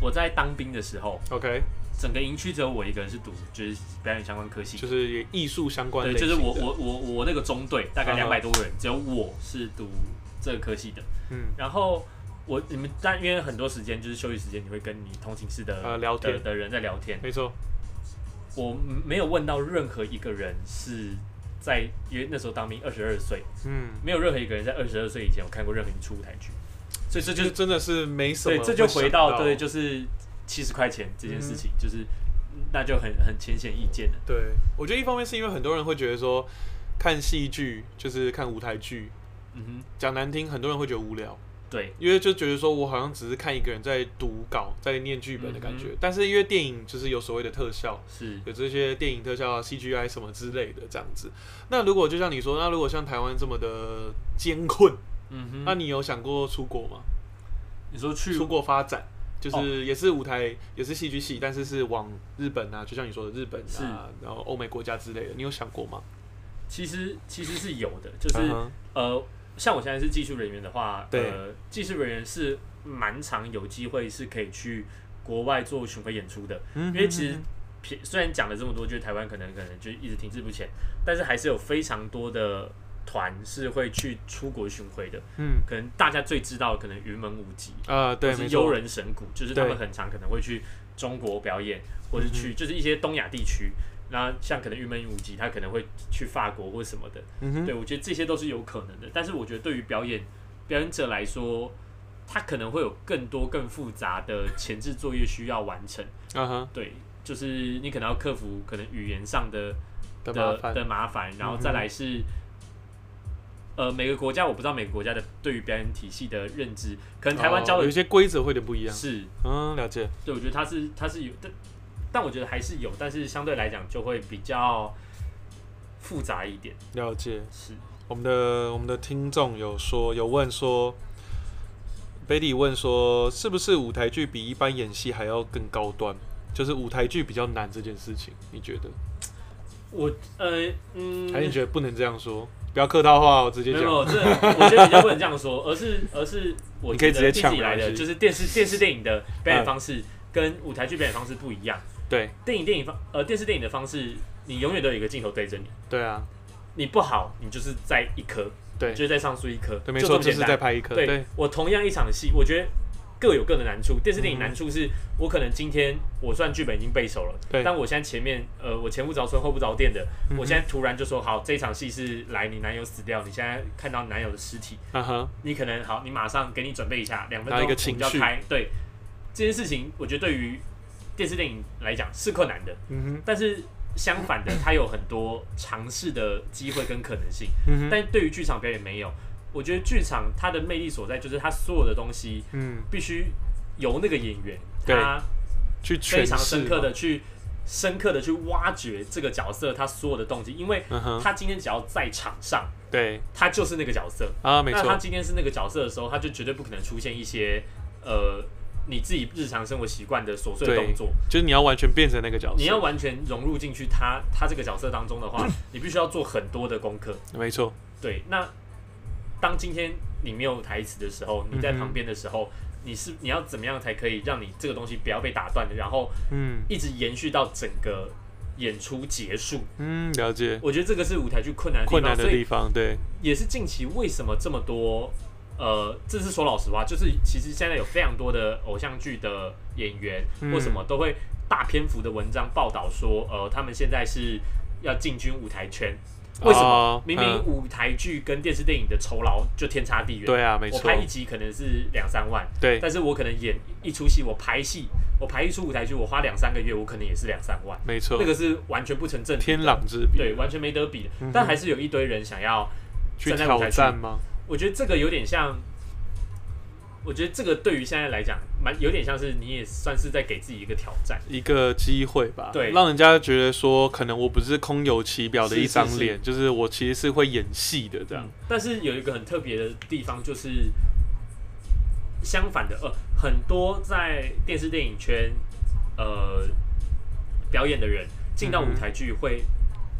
Speaker 2: 我在当兵的时候，
Speaker 1: ，OK，
Speaker 2: 整个营区只有我一个人是读就是表演相关科系
Speaker 1: 就。是艺术相关
Speaker 2: 对，
Speaker 1: 类
Speaker 2: 就
Speaker 1: 型
Speaker 2: 是
Speaker 1: 的，
Speaker 2: 我我我我那个中队大
Speaker 1: 嗯
Speaker 2: 概
Speaker 1: 哼
Speaker 2: 两百多个人，只有我是读这个科系的。
Speaker 1: 嗯，
Speaker 2: 然后我你们但因为很多时间就是休息时间，你会跟你同寝室的
Speaker 1: 呃聊天
Speaker 2: 的的人在聊天。
Speaker 1: 没错，
Speaker 2: 我没有问到任何一个人是在因为那时候当兵二十二岁，
Speaker 1: 嗯。
Speaker 2: 没有任何一个人在二十二岁以前有看过任何一出舞台剧，所以这
Speaker 1: 就
Speaker 2: 就是
Speaker 1: 真的是没什么
Speaker 2: 对，
Speaker 1: 会想。
Speaker 2: 这就回到嗯对就是七十块钱这件事情，就是那就很很浅显易见了。
Speaker 1: 对，我觉得一方面是因为很多人会觉得说，看戏剧就是看舞台剧，
Speaker 2: 嗯
Speaker 1: 讲难听，很多人会觉得无聊，
Speaker 2: 哼，对，
Speaker 1: 因为就觉得说我好像只是看一个人在读稿、在念剧本的感觉。
Speaker 2: 嗯
Speaker 1: 但是因为电影就是有所谓的特效，
Speaker 2: 是
Speaker 1: 有这些电影特效啊、CGI 什么之类的这样子。那如果就像你说，那如果像台湾这么的艰困，
Speaker 2: 嗯哼，
Speaker 1: 那你有想过出国吗？
Speaker 2: 你说去
Speaker 1: 出国发展，就
Speaker 2: 哦
Speaker 1: 是也是舞台，也是戏剧系，但是是往日本啊，就像你说的日本
Speaker 2: 是
Speaker 1: 啊，然后欧美国家之类的，你有想过吗？
Speaker 2: 其实其实是有的，就是。
Speaker 1: 嗯哼
Speaker 2: 呃，像我现在是技术人员的话，
Speaker 1: 对
Speaker 2: 呃，技术人员是蛮常有机会是可以去国外做巡回演出的，
Speaker 1: 因
Speaker 2: 嗯因为其实撇虽然讲了这么多，就是台湾可能可能就一直停滞不前，但是还是有非常多的团是会去出国巡回的。
Speaker 1: 嗯
Speaker 2: 可能大家最知道的可能云门舞集，
Speaker 1: 啊，对，
Speaker 2: 或
Speaker 1: 没
Speaker 2: 是
Speaker 1: 错
Speaker 2: 悠，人神谷，就是他们很常可能会去中国表演，或是去就是一些东亚地区。那像可能云门舞集，他可能会去法国或什么的。
Speaker 1: 嗯哼，
Speaker 2: 对，我觉得这些都是有可能的。但是我觉得对于表演表演者来说，他可能会有更多更复杂的前置作业需要完成。
Speaker 1: 啊哈
Speaker 2: 对，就是你可能要克服可能语言上的
Speaker 1: 的麻烦，嗯
Speaker 2: 的麻烦，然后再来是、呃每个国家我不知道每个国家的对于表演体系的认知，可能台湾
Speaker 1: 哦
Speaker 2: 教
Speaker 1: 有
Speaker 2: 的
Speaker 1: 一些规则会有点不一样。
Speaker 2: 是，
Speaker 1: 嗯，了解。
Speaker 2: 对，我觉得它是它是有，但但我觉得还是有，但是相对来讲就会比较复杂一点。
Speaker 1: 了解，
Speaker 2: 是，
Speaker 1: 我们的我们的听众有说有问说，Betty 问说，是不是舞台剧比一般演戏还要更高端？就是舞台剧比较难这件事情，你觉得？
Speaker 2: 我呃嗯，
Speaker 1: 还是你觉得不能这样说？不要客套话哦，我直接
Speaker 2: 没有，没
Speaker 1: 讲。
Speaker 2: 有这我觉得比较不能这样说，而是而是我
Speaker 1: 你可以
Speaker 2: 觉
Speaker 1: 直接
Speaker 2: 得
Speaker 1: 呛
Speaker 2: 一直以来
Speaker 1: 没
Speaker 2: 的，
Speaker 1: 关系
Speaker 2: 就是电视电视电影的
Speaker 1: 嗯
Speaker 2: 表演方式跟舞台剧表演方式不一样。
Speaker 1: 对
Speaker 2: 电影电影方呃电视电影的方式，你永远都有一个镜头对着你，
Speaker 1: 对啊，
Speaker 2: 你不好，你就是在一颗，
Speaker 1: 对
Speaker 2: 你就是在上诉一颗，
Speaker 1: 对，没
Speaker 2: 就这
Speaker 1: 错，
Speaker 2: 么
Speaker 1: 就
Speaker 2: 简
Speaker 1: 是
Speaker 2: 单
Speaker 1: 在拍一颗。
Speaker 2: 对
Speaker 1: 对，
Speaker 2: 我同样一场戏，我觉得各有各的难处。电视电
Speaker 1: 嗯
Speaker 2: 影难处是、我可能今天我算剧本已经背熟了，
Speaker 1: 对
Speaker 2: 但我现在前面呃我前不着村后不着店的，
Speaker 1: 嗯哼
Speaker 2: 我现在突然就说好这一场戏是来你男友死掉，你现在看到男友的尸体，
Speaker 1: 啊哈，
Speaker 2: 你可能好你马上给你准备一下，两分
Speaker 1: 拿
Speaker 2: 钟
Speaker 1: 一个
Speaker 2: 我
Speaker 1: 情
Speaker 2: 们就要
Speaker 1: 绪
Speaker 2: 开。对这件事情，我觉得对于电视电影来讲是困难的，
Speaker 1: 嗯哼，
Speaker 2: 但是。相反的，它有很多尝试的机会跟可能性。
Speaker 1: 嗯哼，
Speaker 2: 但对于剧场表演没有。我觉得剧场它的魅力所在就是它所有的东西
Speaker 1: 嗯，
Speaker 2: 必须由那个演员
Speaker 1: 对
Speaker 2: 他
Speaker 1: 去
Speaker 2: 非
Speaker 1: 诠
Speaker 2: 常
Speaker 1: 释
Speaker 2: 深刻
Speaker 1: 嘛，
Speaker 2: 的去深刻的去挖掘这个角色他所有的动机，因为
Speaker 1: 嗯哼，
Speaker 2: 他今天只要在场上，
Speaker 1: 对
Speaker 2: 他就是那个角色。
Speaker 1: 啊，没
Speaker 2: 那他
Speaker 1: 错，
Speaker 2: 今天是那个角色的时候，他就绝对不可能出现一些呃你自己日常生活习惯的琐碎的
Speaker 1: 对
Speaker 2: 动作。
Speaker 1: 就是你要完全变成那个角色，
Speaker 2: 你要完全融入进去他他这个角色当中的话，你必须要做很多的功课。
Speaker 1: 没错，
Speaker 2: 对，那当今天你没有台词的时候，你在旁边的时候，你是你要怎么样才可以让你这个东西不要被打断的，然后
Speaker 1: 嗯
Speaker 2: 一直延续到整个演出结束？
Speaker 1: 嗯，了解，
Speaker 2: 我觉得这个是舞台剧困难的地方，
Speaker 1: 困难的
Speaker 2: 所
Speaker 1: 地
Speaker 2: 以
Speaker 1: 方，对，
Speaker 2: 也是近期为什么这么多。呃，这是说老实话，就是其实现在有非常多的偶像剧的演员
Speaker 1: 嗯
Speaker 2: 或什么都会大篇幅的文章报道说，呃，他们现在是要进军舞台圈，为什么？
Speaker 1: 哦
Speaker 2: 明
Speaker 1: 嗯
Speaker 2: 明舞台剧跟电视电影的酬劳就天差地远。，
Speaker 1: 对啊，没
Speaker 2: 我
Speaker 1: 错，
Speaker 2: 拍一集可能是两三万，
Speaker 1: 对，
Speaker 2: 但是我可能演一出戏，我排戏，我排一出舞台剧，我花两三个月，我可能也是两三万，
Speaker 1: 没错，
Speaker 2: 那个是完全不成正比，
Speaker 1: 天壤之别，
Speaker 2: 对，完全没得比的
Speaker 1: 嗯哼。
Speaker 2: 但还是有一堆人想要，
Speaker 1: 去
Speaker 2: 站在舞
Speaker 1: 挑
Speaker 2: 台
Speaker 1: 战吗？
Speaker 2: 我觉得这个有点像，我觉得这个对于现在来讲，蛮有点像是你也算是在给自己一个挑战。
Speaker 1: 一个机会吧，
Speaker 2: 对
Speaker 1: 让人家觉得说，可能我不是空有其表的
Speaker 2: 是
Speaker 1: 一张
Speaker 2: 是是
Speaker 1: 脸，就是我其实是会演戏的这样
Speaker 2: 嗯。但是有一个很特别的地方，就是相反的，呃，很多在电视电影圈呃表演的人进到
Speaker 1: 嗯哼
Speaker 2: 舞台剧会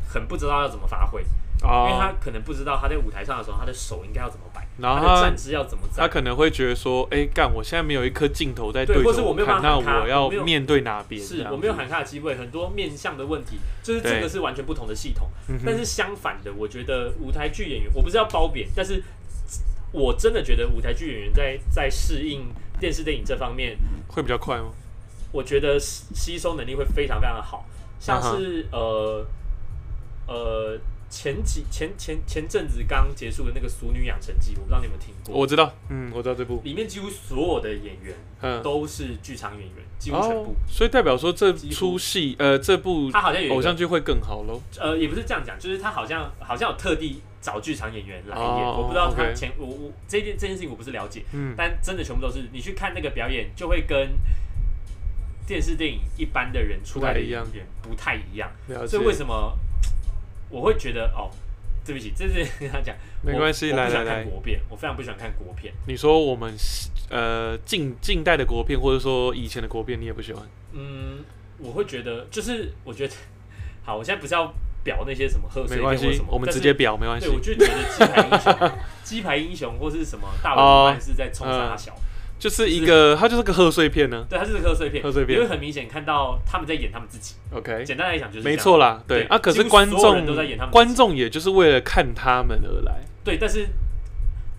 Speaker 2: 很不知道要怎么发挥，嗯因为他
Speaker 1: 哦，
Speaker 2: 可能不知道他在舞台上的时候，他的手应该要怎么摆，
Speaker 1: 然后
Speaker 2: 他的
Speaker 1: 他
Speaker 2: 站姿要怎么
Speaker 1: 啊他
Speaker 2: 站。
Speaker 1: 可能会觉得说，哎，干，我现在没有一颗镜头在
Speaker 2: 对
Speaker 1: 着
Speaker 2: 或是我
Speaker 1: 我
Speaker 2: 没有
Speaker 1: 看，
Speaker 2: 办法
Speaker 1: 那
Speaker 2: 喊卡
Speaker 1: 我要
Speaker 2: 我没有
Speaker 1: 面对哪边？这
Speaker 2: 是
Speaker 1: 样
Speaker 2: 我没有
Speaker 1: 子，
Speaker 2: 喊卡的机会，很多面向的问题，就是
Speaker 1: 对
Speaker 2: 这个是完全不同的系统。
Speaker 1: 嗯哼
Speaker 2: 但是相反的，我觉得舞台剧演员，我不是要褒贬，但是我真的觉得舞台剧演员在在适应电视电影这方面，
Speaker 1: 会比较快吗？
Speaker 2: 我觉得吸吸收能力会非常非常的好，
Speaker 1: 嗯
Speaker 2: 像是、呃呃前几前前前阵子刚结束的那个《俗女养成记》，我不知道你有没有听过，
Speaker 1: 我知道，嗯，我知道这部，
Speaker 2: 里面几乎所有的演员
Speaker 1: 嗯，
Speaker 2: 都是剧场演员，几乎全部
Speaker 1: 哦。所以代表说这
Speaker 2: 几乎
Speaker 1: 出戏，呃，这部
Speaker 2: 他好像有一个
Speaker 1: 偶像剧会更好喽。
Speaker 2: 呃，也不是这样讲，就是他好像好像有特地找剧场演员来演，
Speaker 1: 哦
Speaker 2: 我不知道他
Speaker 1: OK
Speaker 2: 前我我这件这件事情我不是了解，
Speaker 1: 嗯，
Speaker 2: 但真的全部都是你去看那个表演，就会跟电视电影一般的人出来的
Speaker 1: 不太一样
Speaker 2: 演员不太一样，
Speaker 1: 了解
Speaker 2: 所以，为什么我会觉得哦，对不起，这是 跟他讲，
Speaker 1: 没关系，
Speaker 2: 我我
Speaker 1: 来
Speaker 2: 不喜
Speaker 1: 来
Speaker 2: 欢看
Speaker 1: 来，
Speaker 2: 国片，我非常不喜欢看国片，
Speaker 1: 你说我们呃近近代的国片，或者说以前的国片，你也不喜欢？
Speaker 2: 嗯，我会觉得就是我觉得 好，我现在不是要表那些什么贺岁
Speaker 1: 没
Speaker 2: 片或
Speaker 1: 关
Speaker 2: 什
Speaker 1: 系
Speaker 2: 么，，
Speaker 1: 我们
Speaker 2: 但
Speaker 1: 直
Speaker 2: 是
Speaker 1: 接表没关系哦嗯
Speaker 2: 对，。我就觉得鸡排英雄、鸡排英雄或是什么大碗饭是在冲杀小，
Speaker 1: 就是一个，它就是个贺岁片呢、
Speaker 2: 对，它就是贺岁片，
Speaker 1: 贺岁片
Speaker 2: 你会很明显看到他们在演他们自己。
Speaker 1: OK，
Speaker 2: 简单来讲就是这
Speaker 1: 没
Speaker 2: 样
Speaker 1: 错啦，对
Speaker 2: 对
Speaker 1: 啊，可
Speaker 2: 几
Speaker 1: 是
Speaker 2: 乎
Speaker 1: 观
Speaker 2: 所有人
Speaker 1: 众
Speaker 2: 都在演他们自己
Speaker 1: 观众也就是为了看他们而来，
Speaker 2: 对，但是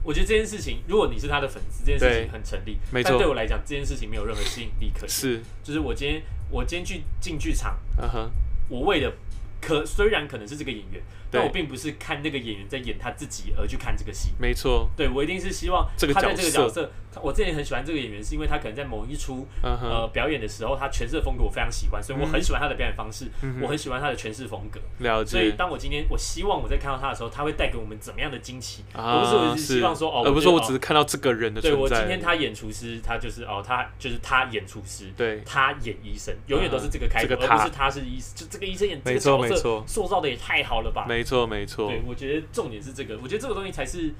Speaker 2: 我觉得这件事情，如果你是他的粉丝，这件事
Speaker 1: 对
Speaker 2: 情很成立。
Speaker 1: 没
Speaker 2: 但
Speaker 1: 错
Speaker 2: 对我来讲，这件事情没有任何吸引力可言。
Speaker 1: 是，
Speaker 2: 就是我今天我今天去进剧场，
Speaker 1: 嗯哼，
Speaker 2: 我为了可虽然可能是这个演员，但
Speaker 1: 对
Speaker 2: 我并不是看那个演员在演他自己而去看这个戏。
Speaker 1: 没错，
Speaker 2: 对我一定是希望
Speaker 1: 这个
Speaker 2: 他在
Speaker 1: 角
Speaker 2: 这个
Speaker 1: 色
Speaker 2: 角色，我之前很喜欢这个演员，是因为他可能在某一出
Speaker 1: 嗯
Speaker 2: 呃
Speaker 1: 哼，
Speaker 2: 表演的时候，他诠释的风格我非常喜欢，所以我很喜欢他的表演方式，
Speaker 1: 嗯哼
Speaker 2: 我很喜欢他的诠释风格。
Speaker 1: 了
Speaker 2: 所以
Speaker 1: 解
Speaker 2: 当我今天我希望我在看到他的时候，他会带给我们怎么样的惊奇？
Speaker 1: 啊，
Speaker 2: 我不是我只是希望说哦，
Speaker 1: 而不是
Speaker 2: 觉
Speaker 1: 说
Speaker 2: 得
Speaker 1: 我只
Speaker 2: 哦
Speaker 1: 是看到这个人的
Speaker 2: 对
Speaker 1: 存
Speaker 2: 我今
Speaker 1: 在，
Speaker 2: 天他演厨师，他就是哦，他就是他演厨师，
Speaker 1: 对
Speaker 2: 他演医生，永远都是这个开
Speaker 1: 嗯啊这
Speaker 2: 头，
Speaker 1: 个
Speaker 2: 而
Speaker 1: 他
Speaker 2: 不是他是医，就这个医生演这
Speaker 1: 没
Speaker 2: 个
Speaker 1: 错
Speaker 2: 角
Speaker 1: 没
Speaker 2: 色
Speaker 1: 错
Speaker 2: 塑造的也太好了吧？
Speaker 1: 没错没错
Speaker 2: 对，，我觉得重点是这个，我觉得这个东西才是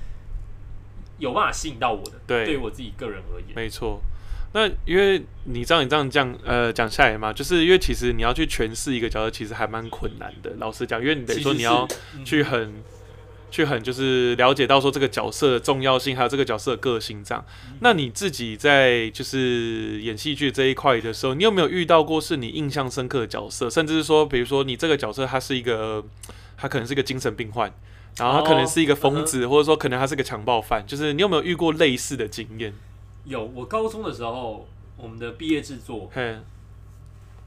Speaker 2: 有办法吸引到我的，
Speaker 1: 对
Speaker 2: 对于我自己个人而言，
Speaker 1: 没错。那因为你知道你这样讲呃讲下来嘛，就是因为其实你要去诠释一个角色，其实还蛮困难的。老实讲，因为你等于说
Speaker 2: 其实是嗯
Speaker 1: 你要去很、去很就是了解到说这个角色的重要性，还有这个角色的个性这样。
Speaker 2: 嗯
Speaker 1: 那你自己在就是演戏剧这一块的时候，你有没有遇到过是你印象深刻的角色，甚至是说，比如说你这个角色他是一个，他可能是一个精神病患。然后他可能是一个疯
Speaker 2: 哦
Speaker 1: 子，或者说可能他是个强暴犯，就是你有没有遇过类似的经验？
Speaker 2: 有我高中的时候，我们的毕业制作
Speaker 1: 嘿，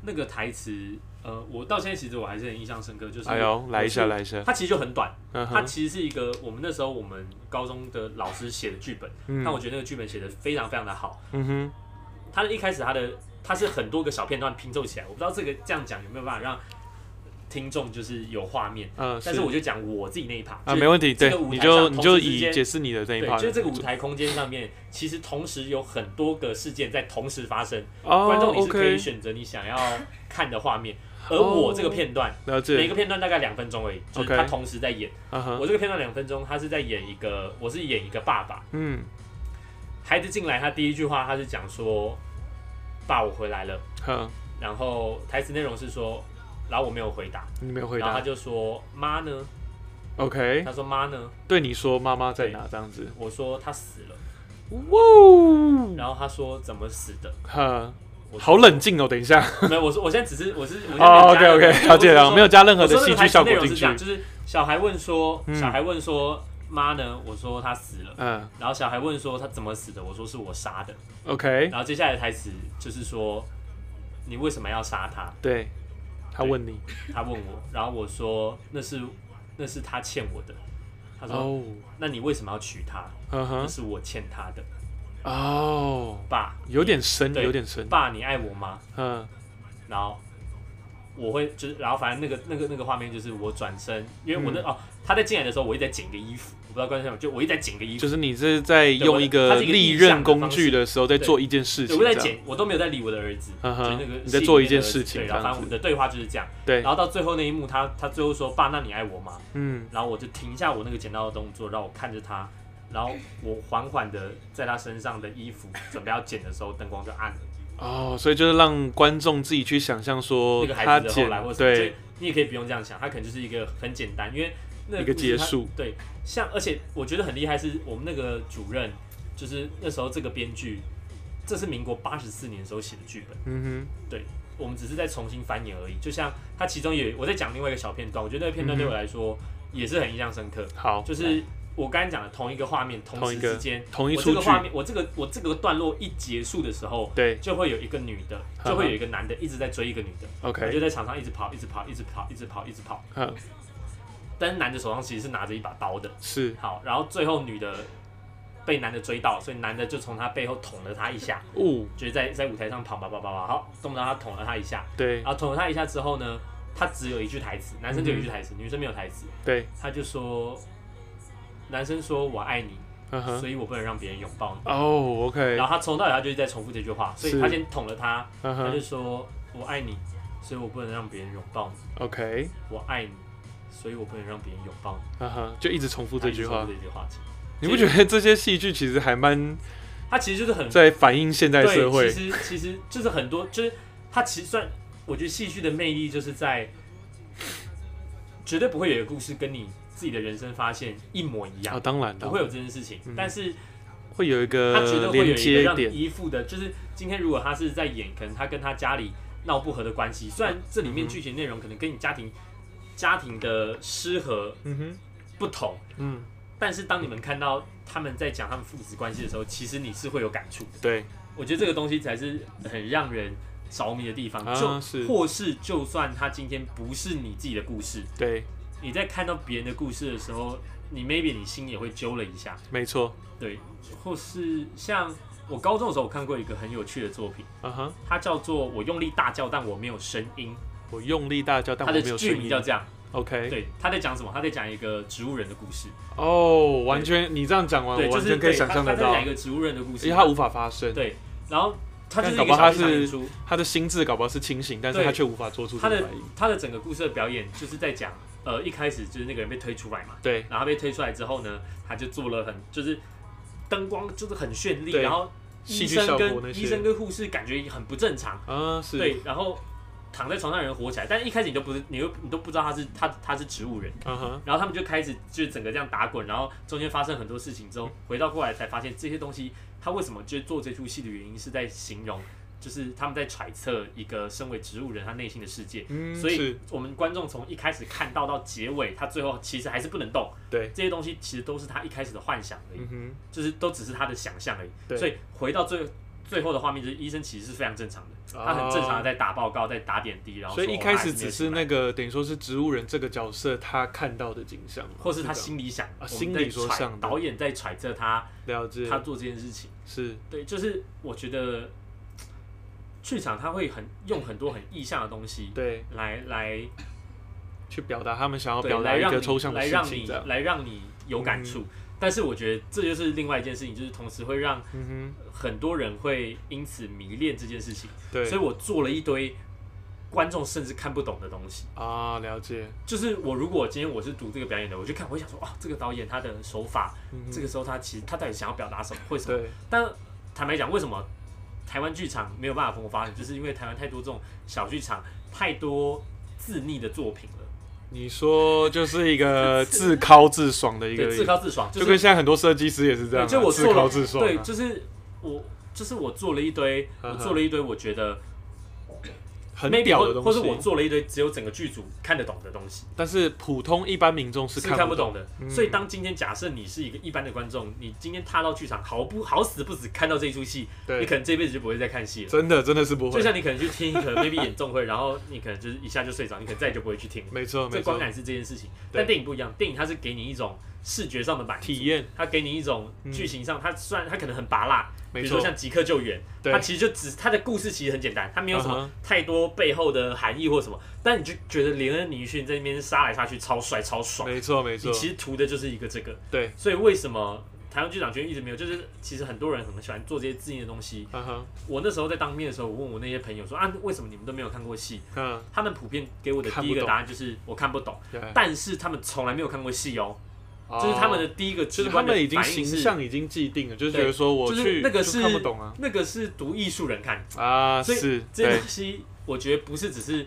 Speaker 2: 那个台词，呃，我到现在其实我还是很印象深刻，就是
Speaker 1: 哎呦，来一下，
Speaker 2: 我是
Speaker 1: 来一下，
Speaker 2: 它其实就很短。
Speaker 1: 嗯
Speaker 2: 它
Speaker 1: 哼，
Speaker 2: 其实是一个我们那时候我们高中的老师写的剧本，
Speaker 1: 嗯
Speaker 2: 那我觉得那个剧本写的非常非常的好。
Speaker 1: 嗯哼，
Speaker 2: 它的一开始它的它是很多个小片段拼凑起来，我不知道这个这样讲有没有办法让听众就是有画面，
Speaker 1: 嗯，
Speaker 2: 但是我就讲我自己那一趴
Speaker 1: 啊，没问题，对
Speaker 2: 这个舞，台
Speaker 1: 你就
Speaker 2: 上
Speaker 1: 你
Speaker 2: 同
Speaker 1: 就
Speaker 2: 时之
Speaker 1: 以
Speaker 2: 间
Speaker 1: 解释你的那一
Speaker 2: 对，
Speaker 1: 趴，
Speaker 2: 就是这个舞台空间上面，其实同时有很多个事件在同时发生，
Speaker 1: 哦
Speaker 2: 观众你是可以
Speaker 1: ，OK，
Speaker 2: 选择你想要看的画 面，而
Speaker 1: 哦
Speaker 2: 我这个片段，
Speaker 1: 了
Speaker 2: 每
Speaker 1: 解
Speaker 2: 一个，片段大概两分钟而已，就是它
Speaker 1: OK
Speaker 2: 同时在演。
Speaker 1: 啊哈，
Speaker 2: 我这个片段两分钟，他是在演一个，我是演一个爸爸。
Speaker 1: 嗯，
Speaker 2: 孩子进来，他第一句话他是讲说：“爸，我回来了。
Speaker 1: 好，”
Speaker 2: 然后台词内容是说，然后我没有回答，
Speaker 1: 你没有回
Speaker 2: 然后他
Speaker 1: 答
Speaker 2: 就说：“妈呢？”
Speaker 1: ，OK，
Speaker 2: 他说：“妈呢
Speaker 1: 对你说妈妈在哪这样子？”，
Speaker 2: 我说：“她死了。
Speaker 1: 哇哦，”
Speaker 2: 然后他说：“怎么死的
Speaker 1: 哈，？”
Speaker 2: 我说
Speaker 1: 好，冷静哦，等一下，
Speaker 2: 没有，我说我现在只是我是我现在
Speaker 1: 哦，OK
Speaker 2: 没有
Speaker 1: OK，
Speaker 2: 加
Speaker 1: 了解了，没有。加任何
Speaker 2: 我
Speaker 1: 的
Speaker 2: 说那
Speaker 1: 戏
Speaker 2: 个
Speaker 1: 剧
Speaker 2: 台词
Speaker 1: 效
Speaker 2: 内
Speaker 1: 果
Speaker 2: 容
Speaker 1: 进
Speaker 2: 是
Speaker 1: 去
Speaker 2: 这样，，就是小孩问说，
Speaker 1: 嗯
Speaker 2: 小孩问说妈呢？我说她死了。
Speaker 1: 嗯
Speaker 2: 然后小孩问说他怎么死的？我说是我杀的。
Speaker 1: ，OK，
Speaker 2: 然后接下来的台词就是说，你为什么要杀他？
Speaker 1: 对，他
Speaker 2: 对
Speaker 1: 问你，
Speaker 2: 他问我，然后我说那是那是他欠我的。他说、
Speaker 1: 哦，
Speaker 2: 那你为什么要娶她？
Speaker 1: 嗯
Speaker 2: 那
Speaker 1: 哼，
Speaker 2: 是我欠他的。
Speaker 1: 哦，
Speaker 2: 爸
Speaker 1: 有点深，
Speaker 2: 对
Speaker 1: 有点深，
Speaker 2: 爸，你爱我吗？
Speaker 1: 嗯，
Speaker 2: 然后我会就是，然后反正那个那个那个画面就是我转身，因
Speaker 1: 嗯
Speaker 2: 为我那、哦他在进来的时候，我一直在剪个衣服，我不知道观众有没有就我一直在剪个衣服
Speaker 1: 就。是你是在用一
Speaker 2: 它
Speaker 1: 个
Speaker 2: 是一个
Speaker 1: 利
Speaker 2: 逆向的
Speaker 1: 刃工
Speaker 2: 方式
Speaker 1: 具的时候，在
Speaker 2: 对
Speaker 1: 做一件事情，
Speaker 2: 对，我在
Speaker 1: 这样
Speaker 2: 剪，我都没有在理我的儿子，
Speaker 1: 嗯哼
Speaker 2: 就是那个
Speaker 1: 你在
Speaker 2: 戏
Speaker 1: 做
Speaker 2: 里
Speaker 1: 一
Speaker 2: 面的
Speaker 1: 件事
Speaker 2: 儿子
Speaker 1: 情
Speaker 2: 对，然后
Speaker 1: 这样子
Speaker 2: 反正我们的对话就是这样，
Speaker 1: 对
Speaker 2: 然，后到最后那一幕，他他最后说：“爸，那你爱我吗
Speaker 1: 嗯？”，
Speaker 2: 然后我就停下我那个剪刀的动作，让我看着他，然后我缓缓的在他身上的衣服准备要剪的时候，灯光就暗了。
Speaker 1: 哦，所以就是让观众自己去想象说
Speaker 2: 那个
Speaker 1: 哦他
Speaker 2: 孩子的后
Speaker 1: 剪
Speaker 2: 来或者什么，就
Speaker 1: 对
Speaker 2: 是你也可以不用这样想，他可能就是一个很简单，因为那
Speaker 1: 一个结束。
Speaker 2: 对，像而且我觉得很厉害是我们那个主任，就是那时候这个编剧，这是民国八十四年的时候写的剧本。
Speaker 1: 嗯
Speaker 2: 我们只是在重新翻演而已。就像它其中也我在讲另外一个小片段，我觉得那个片
Speaker 1: 嗯
Speaker 2: 段对我来说也是很印象深刻。
Speaker 1: 哼，好，
Speaker 2: 就是我刚才讲的同一个画面，同
Speaker 1: 同一
Speaker 2: 时
Speaker 1: 个
Speaker 2: 之间，
Speaker 1: 同一
Speaker 2: 我这
Speaker 1: 出
Speaker 2: 个
Speaker 1: 剧，
Speaker 2: 画面，我这个我这个段落一结束的时候，
Speaker 1: 对
Speaker 2: 就会有一个女的，
Speaker 1: 哈
Speaker 2: 就会有一个男的一直在追一个女的，
Speaker 1: 嗯
Speaker 2: 我
Speaker 1: ，OK，
Speaker 2: 就在场上一直跑，一直跑，一直跑，一直跑，一直跑。
Speaker 1: 嗯，
Speaker 2: 但是男的手上其实是拿着一把刀的。
Speaker 1: 是，
Speaker 2: 好，然后最后女的被男的追到，所以男的就从她背后捅了她一下，
Speaker 1: 哦，
Speaker 2: 就是在在舞台上跑跑跑跑跑，好，动不到她捅了她一下。
Speaker 1: 对
Speaker 2: 然后捅了他一下之后呢，他只有一句台词，男生只
Speaker 1: 嗯
Speaker 2: 有一句台词，女生没有台词，
Speaker 1: 对，
Speaker 2: 他就说，男生说我爱你，
Speaker 1: 嗯哼，
Speaker 2: 所以我不能让别人拥抱你。
Speaker 1: 哦，OK，
Speaker 2: 然后他从头到尾他就是在重复这句话，所以
Speaker 1: 是
Speaker 2: 他先捅了他，
Speaker 1: 嗯
Speaker 2: 他就
Speaker 1: 哼
Speaker 2: 说我爱你，所以我不能让别人拥抱你，
Speaker 1: ，OK，
Speaker 2: 我爱你，所以我不能让别人拥抱你。
Speaker 1: 嗯哼，就一直重复这句
Speaker 2: 他
Speaker 1: 话
Speaker 2: 一直重复，这句话，
Speaker 1: 你不觉得这些戏剧其实还蛮
Speaker 2: 他其实就是很
Speaker 1: 在反映现代
Speaker 2: 对，
Speaker 1: 社会？
Speaker 2: 其实其实就是很多，就是它其实算，我觉得戏剧的魅力就是在，绝对不会有一个故事跟你自己的人生发现一模一样，
Speaker 1: 啊，当然
Speaker 2: 不
Speaker 1: 的
Speaker 2: 会，有这件事情。
Speaker 1: 嗯
Speaker 2: 但是
Speaker 1: 会有一
Speaker 2: 他绝对
Speaker 1: 个
Speaker 2: 会有
Speaker 1: 连
Speaker 2: 一个
Speaker 1: 接
Speaker 2: 让
Speaker 1: 点，
Speaker 2: 依附的，就是今天如果他是在演，可能他跟他家里闹不和的关系，虽然这里
Speaker 1: 嗯
Speaker 2: 面
Speaker 1: 哼
Speaker 2: 剧情内容可能跟你家庭家庭的失和
Speaker 1: 嗯哼，
Speaker 2: 不同，
Speaker 1: 嗯，
Speaker 2: 但是当你们看到他们在讲他们父子关系的时候，其实你是会有感触的。
Speaker 1: 对，
Speaker 2: 我觉得这个东西才是很让人着迷的地方，
Speaker 1: 啊
Speaker 2: 就是或是就算他今天不是你自己的故事，
Speaker 1: 对，
Speaker 2: 你在看到别人的故事的时候，你 maybe 你心也会揪了一下，
Speaker 1: 没错，
Speaker 2: 对，或是像我高中的时候，我看过一个很有趣的作品，
Speaker 1: 啊哈，
Speaker 2: 它叫做《我用力大叫，但我没有声音
Speaker 1: 我用力大叫，》，但
Speaker 2: 它
Speaker 1: 我
Speaker 2: 的
Speaker 1: 没有
Speaker 2: 剧
Speaker 1: 声
Speaker 2: 名
Speaker 1: 音
Speaker 2: 叫这样。
Speaker 1: ，OK，
Speaker 2: 对，他在讲什么？他在讲一个植物人的故事。
Speaker 1: 哦，完全，你这样讲完，
Speaker 2: 对，
Speaker 1: 我
Speaker 2: 就
Speaker 1: 完
Speaker 2: 是
Speaker 1: 全可以
Speaker 2: 对
Speaker 1: 想
Speaker 2: 他
Speaker 1: 象得
Speaker 2: 他在
Speaker 1: 到
Speaker 2: 讲一，个植物人的故事，
Speaker 1: 因为它无法发声，
Speaker 2: 对，然后他就是
Speaker 1: 但
Speaker 2: 一
Speaker 1: 搞
Speaker 2: 个
Speaker 1: 不好他
Speaker 2: 小剧场演
Speaker 1: 是
Speaker 2: 出。
Speaker 1: 他的心智搞不好是清醒，但是
Speaker 2: 对
Speaker 1: 他却无法做出
Speaker 2: 他
Speaker 1: 这个
Speaker 2: 的
Speaker 1: 反应，
Speaker 2: 他的整个故事的表演就是在讲，呃，一开始就是那个人被推出来嘛，
Speaker 1: 对，
Speaker 2: 然后他被推出来之后呢，他就做了很就是灯光就是很绚丽，
Speaker 1: 对
Speaker 2: 然后医
Speaker 1: 戏剧
Speaker 2: 生
Speaker 1: 效果那
Speaker 2: 跟医生
Speaker 1: 些，
Speaker 2: 跟护士感觉很不正常，
Speaker 1: 啊，是，
Speaker 2: 对，然后躺在床上的人活起来，但一开始你都不是，你又你都不知道他是他他是植物人，
Speaker 1: 嗯哼，
Speaker 2: 然后他们就开始就整个这样打滚，然后中间发生很多事情之后，回到过来才发现这些东西，他为什么就做这出戏的原因是在形容，就是他们在揣测一个身为植物人他内心的世界。
Speaker 1: 嗯，
Speaker 2: 所以
Speaker 1: 是，
Speaker 2: 我们观众从一开始看到到结尾，他最后其实还是不能动，
Speaker 1: 对，
Speaker 2: 这些东西其实都是他一开始的幻想而已，
Speaker 1: 嗯哼，
Speaker 2: 就是都只是他的想象而已。
Speaker 1: 对
Speaker 2: 所以回到最最后的画面，就是医生其实是非常正常的。他很正常的在打报告，在打点滴，然后
Speaker 1: 啊所以
Speaker 2: 说哦
Speaker 1: 一
Speaker 2: 我
Speaker 1: 开
Speaker 2: 还
Speaker 1: 始
Speaker 2: 没
Speaker 1: 只
Speaker 2: 有
Speaker 1: 是
Speaker 2: 醒来
Speaker 1: 那个等于说是植物人这个角色他看到的景象嘛，
Speaker 2: 或是他
Speaker 1: 这样
Speaker 2: 心里想，我们在
Speaker 1: 啊心里所
Speaker 2: 揣
Speaker 1: 想的
Speaker 2: 导演在揣测他
Speaker 1: 了解
Speaker 2: 他做这件事情。
Speaker 1: 是
Speaker 2: 对，就是我觉得剧场他会很用很多很意象的东西
Speaker 1: 对
Speaker 2: 来来
Speaker 1: 去表达他们想要
Speaker 2: 对
Speaker 1: 表达
Speaker 2: 来
Speaker 1: 一
Speaker 2: 让
Speaker 1: 个
Speaker 2: 你
Speaker 1: 抽象的
Speaker 2: 来
Speaker 1: 事
Speaker 2: 让
Speaker 1: 情
Speaker 2: 你
Speaker 1: 这样，
Speaker 2: 来让你有感触。但是我觉得这就是另外一件事情，就是同时会让
Speaker 1: 嗯
Speaker 2: 很多人会因此迷恋这件事情
Speaker 1: 哼，，对
Speaker 2: 所以我做了一堆观众甚至看不懂的东西。
Speaker 1: 啊，了解，
Speaker 2: 就是我如果今天我是读这个表演的，我就看，我会想说，哇，这个导演他的手法，
Speaker 1: 嗯哼
Speaker 2: 这个时候他其实他到底想要表达什么，为什么？
Speaker 1: 对
Speaker 2: 但坦白讲，为什么台湾剧场没有办法蓬勃发展，就是因为台湾太多这种小剧场，太多自溺的作品了，
Speaker 1: 你说就是一个自高自爽的一个
Speaker 2: 对，，自高自爽，
Speaker 1: 就
Speaker 2: 就
Speaker 1: 跟
Speaker 2: 是
Speaker 1: 现在很多设计师也是这样啊，
Speaker 2: 对就我
Speaker 1: 自
Speaker 2: 做了
Speaker 1: 高自爽啊，
Speaker 2: 对，就是我就是我做了一堆，
Speaker 1: 呵呵
Speaker 2: 我做了一堆，我觉得
Speaker 1: 嗯很
Speaker 2: maybe
Speaker 1: 屌
Speaker 2: 或
Speaker 1: 的东
Speaker 2: 或者我
Speaker 1: 西，
Speaker 2: 做了一堆只有整个剧组看得懂的东西，
Speaker 1: 但是普通一般民众是
Speaker 2: 是
Speaker 1: 看
Speaker 2: 看
Speaker 1: 不
Speaker 2: 不
Speaker 1: 懂
Speaker 2: 懂的。
Speaker 1: 嗯
Speaker 2: 所以当今天假设你是一个一般的观众，你今天踏到剧场，好不好死不死看到这一出戏，你
Speaker 1: 对
Speaker 2: 可，能这辈子就不会再看戏了。
Speaker 1: 真的真的是不
Speaker 2: 就
Speaker 1: 会，
Speaker 2: 像你可能去听一个 maybe 演奏会，然后你可能就是一下就睡着，你可能再也就不会去听了。
Speaker 1: 没错
Speaker 2: 这
Speaker 1: 没
Speaker 2: 观
Speaker 1: 错，
Speaker 2: 感是这件事情，
Speaker 1: 对
Speaker 2: 但电影不一样，电影它是给你一种视觉上的满足
Speaker 1: 体，验
Speaker 2: 它给你一种
Speaker 1: 嗯
Speaker 2: 剧情上，它虽然它可能很拔辣，比
Speaker 1: 没
Speaker 2: 如说
Speaker 1: 错，
Speaker 2: 像《即刻救援》，
Speaker 1: 对
Speaker 2: 它其实就只它的故事其实很简单，它没有什
Speaker 1: 嗯
Speaker 2: 么
Speaker 1: 哼
Speaker 2: 太多背后的含义或什么，但你就觉得连恩尼逊在那边杀来杀去超帅超爽，
Speaker 1: 没错没错
Speaker 2: 你，其实图的就是一个这个，
Speaker 1: 对，
Speaker 2: 所以为什么台湾剧场圈一直没有？就是其实很多人很喜欢做这些自营的东西。
Speaker 1: 嗯哼，
Speaker 2: 我那时候在当面的时候，我问我那些朋友说啊，为什么你们都没有看过戏？
Speaker 1: 嗯，
Speaker 2: 他们普遍给我的
Speaker 1: 看
Speaker 2: 第一
Speaker 1: 不
Speaker 2: 个
Speaker 1: 懂
Speaker 2: 答案就是我看不懂，
Speaker 1: 对
Speaker 2: 但是他们从来没有看过戏哦，
Speaker 1: 哦
Speaker 2: 就是他们的第一个直
Speaker 1: 就是他
Speaker 2: 观的
Speaker 1: 们已经
Speaker 2: 反
Speaker 1: 形
Speaker 2: 应是
Speaker 1: 象已经既定了，就是
Speaker 2: 对
Speaker 1: 觉得说我
Speaker 2: 就是
Speaker 1: 去
Speaker 2: 那个
Speaker 1: 就是看不懂啊
Speaker 2: 那个是读艺术人看，
Speaker 1: 啊
Speaker 2: 所以
Speaker 1: 是
Speaker 2: 这些
Speaker 1: 对
Speaker 2: 东西我觉得不是只是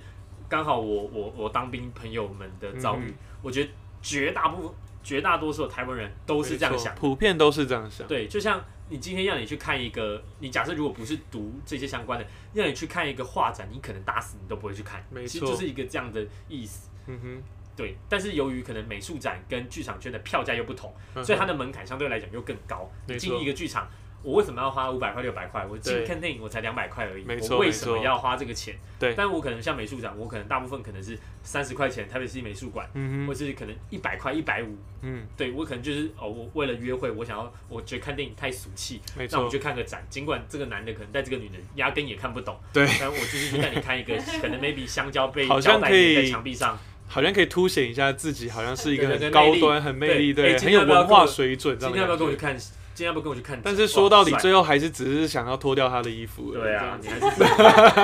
Speaker 2: 刚好我我我当兵朋友们的遭遇，
Speaker 1: 嗯
Speaker 2: 我觉得绝大部分绝大多数的台湾人都是这样
Speaker 1: 没错
Speaker 2: 想的。
Speaker 1: 普遍都是这样想，
Speaker 2: 对，就像你今天让你去看一个，你假设如果不是读这些相关的，让你去看一个画展，你可能打死你都不会去看，
Speaker 1: 没
Speaker 2: 其实
Speaker 1: 错
Speaker 2: 就是一个这样的意思。
Speaker 1: 嗯
Speaker 2: 对，但是由于可能美术展跟剧场圈的票价又不同，
Speaker 1: 嗯哼，
Speaker 2: 所以它的门槛相对来讲又更高。
Speaker 1: 没
Speaker 2: 你进
Speaker 1: 错
Speaker 2: 一个剧场，我为什么要花五百块六百块？我进
Speaker 1: 对
Speaker 2: 看电影我才两百块而已，
Speaker 1: 没
Speaker 2: 我
Speaker 1: 错
Speaker 2: 为
Speaker 1: 没
Speaker 2: 什么
Speaker 1: 错
Speaker 2: 要花这个钱？
Speaker 1: 对
Speaker 2: 但我可能像美术展，我可能大部分可能是三十块钱，台北市立美术馆，
Speaker 1: 嗯
Speaker 2: 或
Speaker 1: 哼，
Speaker 2: 是可能一百块一百五，
Speaker 1: 嗯，
Speaker 2: 对我可能就是哦，我为了约会，我想要，我觉得看电影太俗气，
Speaker 1: 没
Speaker 2: 那
Speaker 1: 错
Speaker 2: 我们去，看个展，尽管这个男的可能带这个女的压根也看不懂，
Speaker 1: 对，
Speaker 2: 但我就是去带 你看一个可能 maybe 香蕉被
Speaker 1: 好
Speaker 2: 胶
Speaker 1: 像
Speaker 2: 带
Speaker 1: 可以
Speaker 2: 粘在墙壁上，
Speaker 1: 好像可以凸显一下自己，好像是一个
Speaker 2: 对对
Speaker 1: 很
Speaker 2: 对
Speaker 1: 高
Speaker 2: 魅力
Speaker 1: 端、很魅力，
Speaker 2: 对哎
Speaker 1: 对，
Speaker 2: 今
Speaker 1: 很
Speaker 2: 天
Speaker 1: 有
Speaker 2: 要不要
Speaker 1: 文
Speaker 2: 跟我
Speaker 1: 化水准这样
Speaker 2: 今天要不要
Speaker 1: 的
Speaker 2: 跟
Speaker 1: 感
Speaker 2: 我去
Speaker 1: 觉。
Speaker 2: 看？今天要不要跟我去看展？
Speaker 1: 但是说到底，
Speaker 2: 哇帅
Speaker 1: 最后还是只是想要脱掉他的衣服而已，
Speaker 2: 对啊，
Speaker 1: 这
Speaker 2: 你
Speaker 1: 样
Speaker 2: 还
Speaker 1: 子
Speaker 2: 是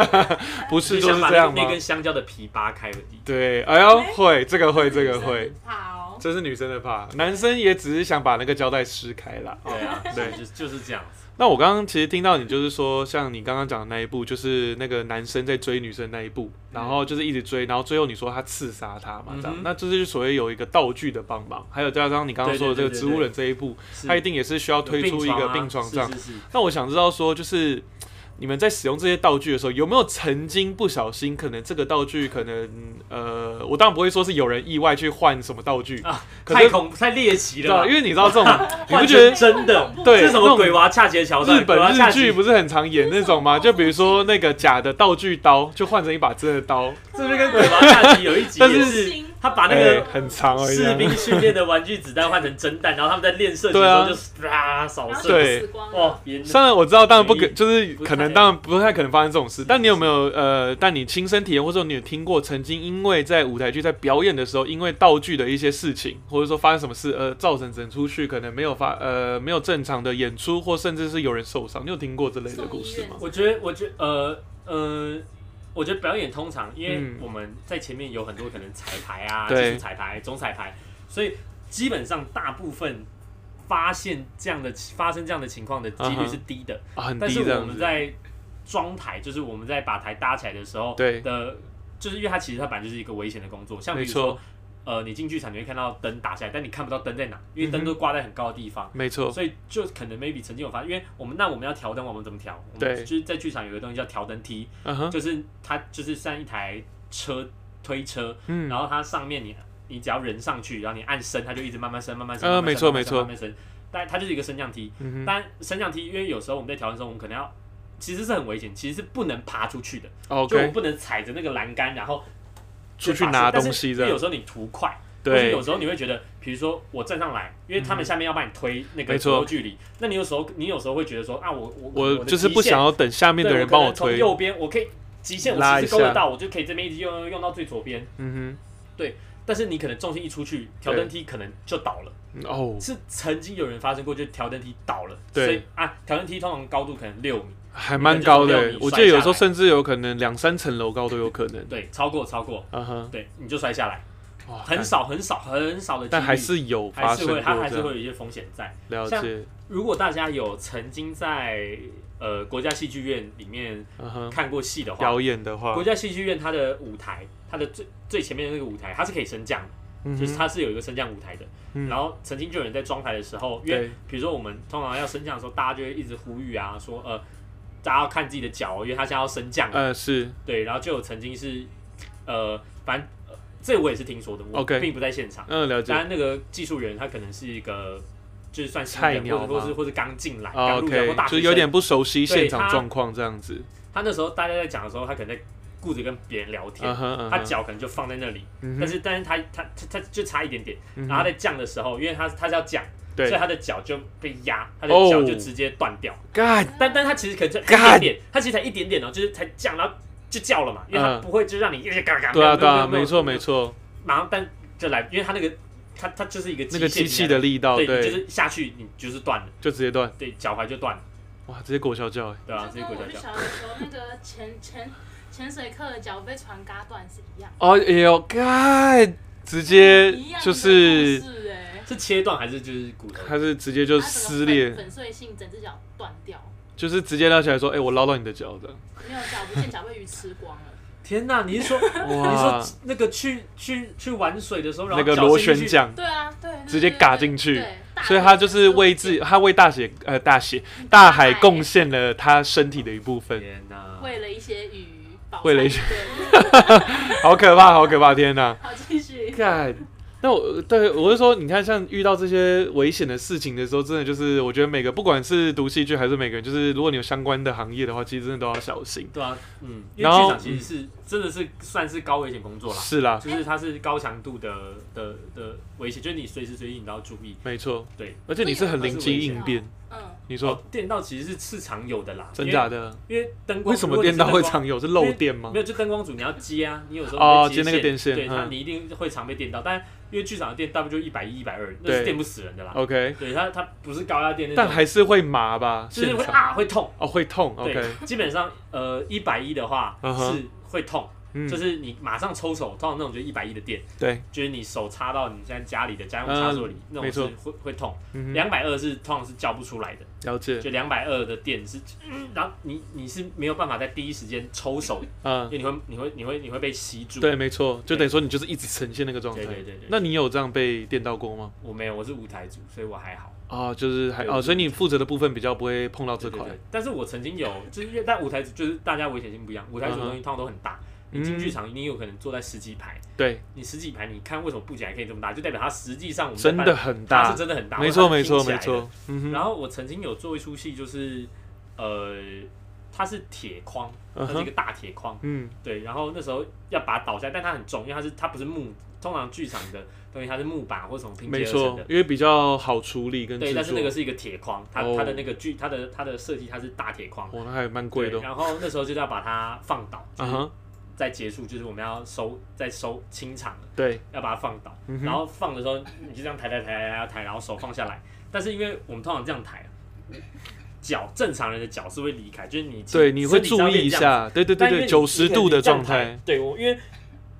Speaker 1: 不
Speaker 2: 你
Speaker 1: 是就
Speaker 2: 想
Speaker 1: 是
Speaker 2: 把
Speaker 1: 这
Speaker 2: 那
Speaker 1: 样
Speaker 2: 那
Speaker 1: 吗
Speaker 2: 根？香蕉的皮扒开而已。
Speaker 1: 对，哎呦，
Speaker 3: 哎
Speaker 1: 会这个会这个会，
Speaker 3: 好，
Speaker 1: 这是女生的怕，男生也只是想把那个胶带撕开啦。
Speaker 2: 对啊，
Speaker 1: 对
Speaker 2: 对，就是就是这样子。
Speaker 1: 那我刚刚其实听到你就是说，像你刚刚讲的那一部，就是那个男生在追女生那一部，然后就是一直追，然后最后你说他刺杀她嘛，这样
Speaker 2: 嗯，哼
Speaker 1: 那这就是所谓有一个道具的帮忙，还有加上你刚刚说的这个
Speaker 2: 对对对对
Speaker 1: 植物人这一部，
Speaker 2: 是
Speaker 1: 他一定也是需要
Speaker 2: 有
Speaker 1: 推出一
Speaker 2: 床
Speaker 1: 个
Speaker 2: 啊
Speaker 1: 病床这样。
Speaker 2: 是是是
Speaker 1: 那我想知道说，就是你们在使用这些道具的时候，有没有曾经不小心，可能这个道具可能呃，我当然不会说是有人意外去换什么道具，
Speaker 2: 啊，
Speaker 1: 可
Speaker 2: 太
Speaker 1: 是
Speaker 2: 恐太猎奇
Speaker 1: 对啊，
Speaker 2: 了吧，
Speaker 1: 因为你知道 这种，你不
Speaker 2: 换
Speaker 1: 觉得
Speaker 2: 成真的
Speaker 3: 很恐怖
Speaker 1: 对
Speaker 2: 这是什
Speaker 1: 那
Speaker 2: 么
Speaker 1: 种
Speaker 2: 鬼娃恰节桥段？
Speaker 1: 日本
Speaker 2: 鬼娃恰
Speaker 1: 日
Speaker 2: 节
Speaker 1: 剧不是很常演那种吗？就比如说那个假的道具刀，就换成一把真的刀，
Speaker 2: 是不是跟鬼娃恰集有一集
Speaker 1: 但是
Speaker 2: 也
Speaker 3: 恶
Speaker 2: 是
Speaker 3: 心
Speaker 2: 他啊把那
Speaker 1: 哎
Speaker 2: 个
Speaker 1: 很长而已
Speaker 2: 士
Speaker 1: 啊。
Speaker 2: 兵训练的玩具子弹换成真弹，然后他们在练射击
Speaker 1: 对
Speaker 2: 的时
Speaker 1: 啊
Speaker 2: 候就是啊扫
Speaker 3: 然后
Speaker 2: 射，
Speaker 1: 对
Speaker 3: 全部死光了
Speaker 2: 哇，，别人
Speaker 1: 虽然我知道，当然不可，
Speaker 2: 回忆
Speaker 1: 就是
Speaker 2: 哎不
Speaker 1: 可能，
Speaker 2: 太
Speaker 1: 当然不太可能发生这种事。但你有没有呃，但你亲身体验，或者说你有听过曾经因为在舞台剧在表演的时候，因为道具的一些事情，或者说发生什么事，呃，造成整出去可能没有发呃没有正常的演出，或甚至是有人受伤，你有听过这类的故事吗？
Speaker 2: 我觉得，我觉得，呃呃，我觉得表演通常，因为
Speaker 1: 嗯
Speaker 2: 我们在前面有很多可能彩排啊、
Speaker 1: 对
Speaker 2: 技术彩排、总彩排，所以基本上大部分发现这样的发生这样的情况的几
Speaker 1: 嗯哼
Speaker 2: 率是低的。
Speaker 1: 啊，很
Speaker 2: 但
Speaker 1: 低
Speaker 2: 是
Speaker 1: 这
Speaker 2: 我
Speaker 1: 样
Speaker 2: 们
Speaker 1: 子。
Speaker 2: 在装台，就是我们在把台搭起来的时候，
Speaker 1: 对
Speaker 2: 的，就是因为它其实它本来就是一个危险的工作，像比
Speaker 1: 没
Speaker 2: 如
Speaker 1: 错
Speaker 2: 说，呃，你进剧场你会看到灯打下来，但你看不到灯在哪，因为
Speaker 1: 嗯
Speaker 2: 灯
Speaker 1: 哼
Speaker 2: 都挂在很高的地方。
Speaker 1: 没错，
Speaker 2: 所以就可能 maybe 曾经有发，因为我们那我们要调灯，我们怎么调？我们
Speaker 1: 对
Speaker 2: 就是在剧场有个东西叫调灯梯，
Speaker 1: 嗯哼，
Speaker 2: 就是它就是像一台车推车，
Speaker 1: 嗯
Speaker 2: 然后它上面你你只要人上去，然后你按升，它就一直慢慢升，慢慢升，
Speaker 1: 呃
Speaker 2: 慢慢
Speaker 1: 没错
Speaker 2: 升慢
Speaker 1: 没
Speaker 2: 慢升
Speaker 1: 错
Speaker 2: 慢慢升。但它就是一个升降梯，
Speaker 1: 嗯哼
Speaker 2: 但升降梯因为有时候我们在调灯的时候，我们可能要其实是很危险，其实是不能爬出去的，就我
Speaker 1: 嗯
Speaker 2: 们
Speaker 1: ，OK，
Speaker 2: 不能踩着那个栏杆，然后
Speaker 1: 出去
Speaker 2: 就爬
Speaker 1: 拿
Speaker 2: 但是
Speaker 1: 东西
Speaker 2: 因
Speaker 1: 这
Speaker 2: 为
Speaker 1: 样
Speaker 2: 有时候你图快，或是
Speaker 1: 对
Speaker 2: 有，时候你会觉得，比如说我站上来，因为他们下面要帮你推
Speaker 1: 没
Speaker 2: 那个
Speaker 1: 错
Speaker 2: 左右距离，那你有时候你有时候会觉得说啊，我我
Speaker 1: 我
Speaker 2: 的
Speaker 1: 就是
Speaker 2: 极
Speaker 1: 不想
Speaker 2: 限
Speaker 1: 要等下面的
Speaker 2: 对
Speaker 1: 人帮我
Speaker 2: 可能
Speaker 1: 推
Speaker 2: 从，右边我可以极限
Speaker 1: 拉
Speaker 2: 我
Speaker 1: 一
Speaker 2: 其实勾得
Speaker 1: 下
Speaker 2: 到，我就可以这边一直用用用到最左边，
Speaker 1: 嗯
Speaker 2: 但是你可能重心一出去，调灯梯可能就倒了。
Speaker 1: 哼，哦，
Speaker 2: 是曾经有人发生过，就调灯梯倒了，
Speaker 1: 对
Speaker 2: 所以啊，调灯梯通常高度可能六米，
Speaker 1: 还蛮高
Speaker 2: 你可能
Speaker 1: 的
Speaker 2: 就，
Speaker 1: 我记
Speaker 2: 摔
Speaker 1: 得
Speaker 2: 下
Speaker 1: 有时候
Speaker 2: 来
Speaker 1: 甚至有可能两三层楼高都有可能。
Speaker 2: 对，超过超过，
Speaker 1: 嗯哼，
Speaker 2: 对，你就摔下来，
Speaker 1: 哇
Speaker 2: 很，少很少很少的几率，
Speaker 1: 啊但但还是有发
Speaker 2: 还
Speaker 1: 生
Speaker 2: 是
Speaker 1: 过
Speaker 2: 会它还
Speaker 1: 这
Speaker 2: 是会
Speaker 1: 样。
Speaker 2: 有一些风险在。
Speaker 1: 了
Speaker 2: 像
Speaker 1: 解，
Speaker 2: 如果大家有曾经在呃国家戏剧院里面
Speaker 1: 嗯哼，
Speaker 2: 看过戏的话，
Speaker 1: 表演的话
Speaker 2: 国，家戏剧院它的舞台，它的最最前面的那个舞台，它是可以升降的，
Speaker 1: 嗯
Speaker 2: 就是
Speaker 1: 哼
Speaker 2: 它是有一个升降舞台的。
Speaker 1: 嗯
Speaker 2: 然后曾经就有人在装台的时候，因为
Speaker 1: 对，
Speaker 2: 比如说我们通常要升降的时候，大家就会一直呼吁啊，说呃，大家要看自己的脚哦，因为它现在要升降了。
Speaker 1: 呃，是
Speaker 2: 对，然后就有曾经是呃，反正、呃这我也是听说的，我
Speaker 1: OK
Speaker 2: 并不在现场。
Speaker 1: 嗯，了
Speaker 2: 当
Speaker 1: 解，
Speaker 2: 然，那个技术人他可能是一个就是算新
Speaker 1: 菜
Speaker 2: 人，
Speaker 1: 鸟
Speaker 2: 或者或
Speaker 1: 吗
Speaker 2: 是或是刚进来、
Speaker 1: 哦
Speaker 2: 刚入人或
Speaker 1: OK，
Speaker 2: 大
Speaker 1: 就
Speaker 2: 学
Speaker 1: 是有
Speaker 2: 生
Speaker 1: 点不熟悉
Speaker 2: 对
Speaker 1: 现场
Speaker 2: 他
Speaker 1: 状况这样子。
Speaker 2: 他那时候大家在讲的时候，他可能在顾着跟别人聊天，
Speaker 1: 嗯哼，嗯
Speaker 2: 他
Speaker 1: 哼，
Speaker 2: 脚可能就放在那里，
Speaker 1: 嗯哼
Speaker 2: 但是但是他他他他就差一点点，
Speaker 1: 嗯哼
Speaker 2: 然后他在降的时候，因为他他是要降，所以
Speaker 1: 对
Speaker 2: 他的脚就被压，他的
Speaker 1: 哦
Speaker 2: 脚就直接断掉。
Speaker 1: ，God，
Speaker 2: 但但他其实可能就一
Speaker 1: 干
Speaker 2: 点点，他其实才一点点哦，就是才降，然后就叫了嘛，因为他
Speaker 1: 嗯
Speaker 2: 不会就让你一直嘎嘎。
Speaker 1: 对啊，对啊，没错，
Speaker 2: 有
Speaker 1: 没，错，
Speaker 2: 马上但就来，因为他那个他他就是一个
Speaker 1: 那个机器
Speaker 2: 器
Speaker 1: 的力道，
Speaker 2: 对，你就
Speaker 1: 哦对，
Speaker 2: 是下去你就是断了，
Speaker 1: 就直接断，
Speaker 2: 对，脚踝就断了，
Speaker 1: 哇，直接裹小脚，哎
Speaker 2: 对啊，直
Speaker 3: 就
Speaker 2: 接
Speaker 3: 跟
Speaker 2: 滚下
Speaker 3: 我去
Speaker 2: 去。
Speaker 3: 小的时候那个潜潜潜水课的脚被船嘎断是一样，
Speaker 1: 哦，哎呦，God，直接
Speaker 3: 一样的
Speaker 1: 就
Speaker 3: 故
Speaker 1: 是
Speaker 3: 事哎，
Speaker 2: 是切断还是就是骨头？
Speaker 1: 它是直接就
Speaker 3: 它整个
Speaker 1: 撕
Speaker 3: 粉
Speaker 1: 裂，
Speaker 3: 粉碎性整只脚断掉，
Speaker 1: 就是直接拉起来说，哎，我捞到你的脚的，
Speaker 3: 没有脚不见脚被鱼吃光了。
Speaker 2: 天呐，你是说你
Speaker 1: 哇
Speaker 2: 说，那个去去去玩水的时候，然
Speaker 1: 那
Speaker 2: 后
Speaker 1: 个
Speaker 2: 脚
Speaker 1: 螺
Speaker 2: 伸
Speaker 1: 旋
Speaker 2: 进去，
Speaker 1: 桨。
Speaker 3: 对啊，对，对
Speaker 1: 直接
Speaker 3: 对
Speaker 1: 嘎
Speaker 3: 对
Speaker 1: 进去
Speaker 3: 对大
Speaker 1: 所以
Speaker 3: 海
Speaker 1: 他就是
Speaker 3: 中
Speaker 1: 为自，他为大写呃大写大海贡献了他身体的一部 分，
Speaker 2: 天呐，
Speaker 3: 为了一些鱼，饱
Speaker 1: 为啊了一
Speaker 3: 餐对
Speaker 1: 好可怕，好可怕！天哪
Speaker 3: 好继续。
Speaker 1: ，God！那我对我是说，你看，像遇到这些危险的事情的时候，真的就是，我觉得每个不管是读戏剧还是每个人，就是如果你有相关的行业的话，其实真的都要小心。
Speaker 2: 对啊，嗯，因为
Speaker 1: 然后
Speaker 2: 剧场其实是真的是算是高危险工作啦，
Speaker 1: 是啦，
Speaker 2: 就是它是高强度的的的危险，就是你随时随地你都要注意。
Speaker 1: 没错，
Speaker 2: 对，
Speaker 1: 而且你是很灵机应变。
Speaker 3: 嗯，
Speaker 1: 你
Speaker 2: 哦
Speaker 1: 说，
Speaker 2: 电到其实是是常有的啦，
Speaker 1: 真假的？
Speaker 2: 因为？因为灯光
Speaker 1: 为什
Speaker 2: 如
Speaker 1: 么
Speaker 2: 果你
Speaker 1: 电
Speaker 2: 是
Speaker 1: 到会
Speaker 2: 灯光
Speaker 1: 常有？是漏电吗
Speaker 2: 没？有，就灯光组你要接啊，你有时候
Speaker 1: 哦
Speaker 2: 你在
Speaker 1: 接那个电线
Speaker 2: 对，它
Speaker 1: 嗯
Speaker 2: 你一定会常被电到，但因为剧场的电大部就一百一、一百二，那
Speaker 1: 对
Speaker 2: 是电不死人的啦。
Speaker 1: ？OK，
Speaker 2: 对，它它不是高压电那种，
Speaker 1: 但还是会麻吧？
Speaker 2: 就是
Speaker 1: 现
Speaker 2: 会
Speaker 1: 场
Speaker 2: 啊会痛。
Speaker 1: 哦，会痛。
Speaker 2: 对
Speaker 1: OK，
Speaker 2: 基本上呃一百一的话
Speaker 1: 嗯哼
Speaker 2: 是会痛，
Speaker 1: 嗯
Speaker 2: 就是你马上抽手，通常那种就一百一的电，
Speaker 1: 对，
Speaker 2: 就是你手插到你现在家里的家用插座里，
Speaker 1: 嗯
Speaker 2: 那
Speaker 1: 没
Speaker 2: 种
Speaker 1: 错
Speaker 2: 是会会痛。
Speaker 1: 嗯哼，
Speaker 2: 两百二是通常是叫不出来的，
Speaker 1: 了解，
Speaker 2: 就两百二的电是，嗯然后你你是没有办法在第一时间抽手的，
Speaker 1: 嗯
Speaker 2: 因，为你会你会你会你会被吸住。
Speaker 1: 对，没错，就等于说你就是一直呈现那个状态。
Speaker 2: 对对对对
Speaker 1: 那你有这样被电到过吗？
Speaker 2: 我没有，我是舞台组，所以我还好。
Speaker 1: 啊，就是还
Speaker 2: 对
Speaker 1: 哦，
Speaker 2: 我
Speaker 1: 所以你负责的部分比较不会碰到这
Speaker 2: 对对
Speaker 1: 块。
Speaker 2: 对，但是我曾经有，就是因为但舞台组就是大家危险性不一样，舞台组的东西通常都很大。
Speaker 1: 嗯
Speaker 2: 你进剧场，你有可能坐在十几排，
Speaker 1: 对，
Speaker 2: 你十几排，你看为什么布景还可以这么大，就代表它实际上我们在
Speaker 1: 真
Speaker 2: 办
Speaker 1: 的很
Speaker 2: 它
Speaker 1: 大
Speaker 2: 是，真的很大，
Speaker 1: 没错
Speaker 2: 或者
Speaker 1: 没
Speaker 2: 它是
Speaker 1: 错
Speaker 2: 拼起来
Speaker 1: 没
Speaker 2: 的。
Speaker 1: 错。嗯哼，
Speaker 2: 然后我曾经有做一出戏，就是呃，它是铁框，它
Speaker 1: 嗯
Speaker 2: 是一
Speaker 1: 哼
Speaker 2: 个大铁框，
Speaker 1: 嗯，
Speaker 2: 对。然后那时候要把它倒下来，但它很重，因为它是它不是木，通常剧场的东西它是木板或什么拼接
Speaker 1: 没
Speaker 2: 而成
Speaker 1: 错
Speaker 2: 的，，
Speaker 1: 因为比较好处理跟
Speaker 2: 对。
Speaker 1: 制
Speaker 2: 但是那
Speaker 1: 作
Speaker 2: 个。是一个铁框，它
Speaker 1: 哦
Speaker 2: 它的那个剧它的它的设计它是大铁框，
Speaker 1: 哇，那还蛮贵的
Speaker 2: 对。
Speaker 1: 哦。
Speaker 2: 然后那时候就是要把它放倒，就
Speaker 1: 啊
Speaker 2: 是
Speaker 1: 哈，
Speaker 2: 在结束，就是我们要收再收清场了。
Speaker 1: 对，
Speaker 2: 要把它放倒，
Speaker 1: 嗯哼
Speaker 2: 然后放的时候你就这样抬抬抬抬抬抬，然后手放下来。但是因为我们通常这样抬，啊脚正常人的脚是会离开，就是你
Speaker 1: 对，你会注意一，下，对对
Speaker 2: 身体是
Speaker 1: 对
Speaker 2: 要变这样子但因为
Speaker 1: 对，
Speaker 2: 你
Speaker 1: 九十度的状。
Speaker 2: 你可
Speaker 1: 态
Speaker 2: 能你，这样抬对我，因为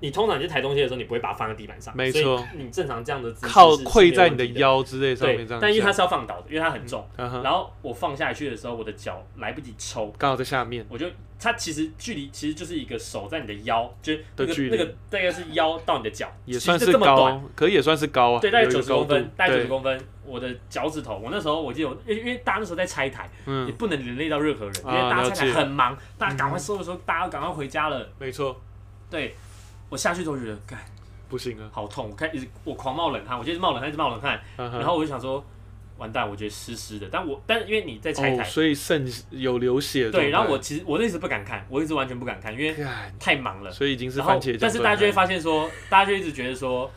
Speaker 2: 你通常你去抬东西的时候，你不会把它放在地板上，
Speaker 1: 没错
Speaker 2: 所以你正常这样的姿势
Speaker 1: 靠
Speaker 2: 是
Speaker 1: 跪在你
Speaker 2: 是没
Speaker 1: 的
Speaker 2: 有问题
Speaker 1: 腰之类上面
Speaker 2: 对
Speaker 1: 这样。，
Speaker 2: 但因为它，是要放倒的，因为它很重。
Speaker 1: 啊哈，
Speaker 2: 然后我放下去的时候，我的脚来不及抽，
Speaker 1: 刚好在下面，
Speaker 2: 我就它其实距离其实就是一个手在你的腰，就是那
Speaker 1: 的
Speaker 2: 个
Speaker 1: 距离
Speaker 2: 那个大概是腰到你的脚，
Speaker 1: 也算
Speaker 2: 其
Speaker 1: 是
Speaker 2: 实这么短。
Speaker 1: 高，可也算是高啊，
Speaker 2: 对，大概
Speaker 1: 有一个
Speaker 2: 九十
Speaker 1: 高
Speaker 2: 公分
Speaker 1: 度，
Speaker 2: 大概九十
Speaker 1: 对，
Speaker 2: 公分。我的脚趾头，我那时候我记得我，因为因为大家那时候在拆台，也
Speaker 1: 嗯，
Speaker 2: 不能连累到任何人，因
Speaker 1: 啊
Speaker 2: 为大家拆
Speaker 1: 了
Speaker 2: 台
Speaker 1: 解
Speaker 2: 很忙，大家赶快收的时候，大家赶快回家了。
Speaker 1: 没错，
Speaker 2: 对，我下去之后觉得，干
Speaker 1: 不行了，
Speaker 2: 好痛，我看一直我狂冒冷汗，我就一直冒冷汗，一直冒冷汗，
Speaker 1: 啊哈
Speaker 2: 然后我就想说，完蛋，我觉得湿湿的，但我但因为你在拆
Speaker 1: 哦，
Speaker 2: 台，
Speaker 1: 所以肾有流血的状态，
Speaker 2: 对，然后我其实我一直不敢看，我一直完全不敢看，因为
Speaker 1: 干，
Speaker 2: 太忙了。
Speaker 1: 所以已经是
Speaker 2: 然后
Speaker 1: 番茄酱，
Speaker 2: 但是大家就会，发现说，大家就一直觉得说，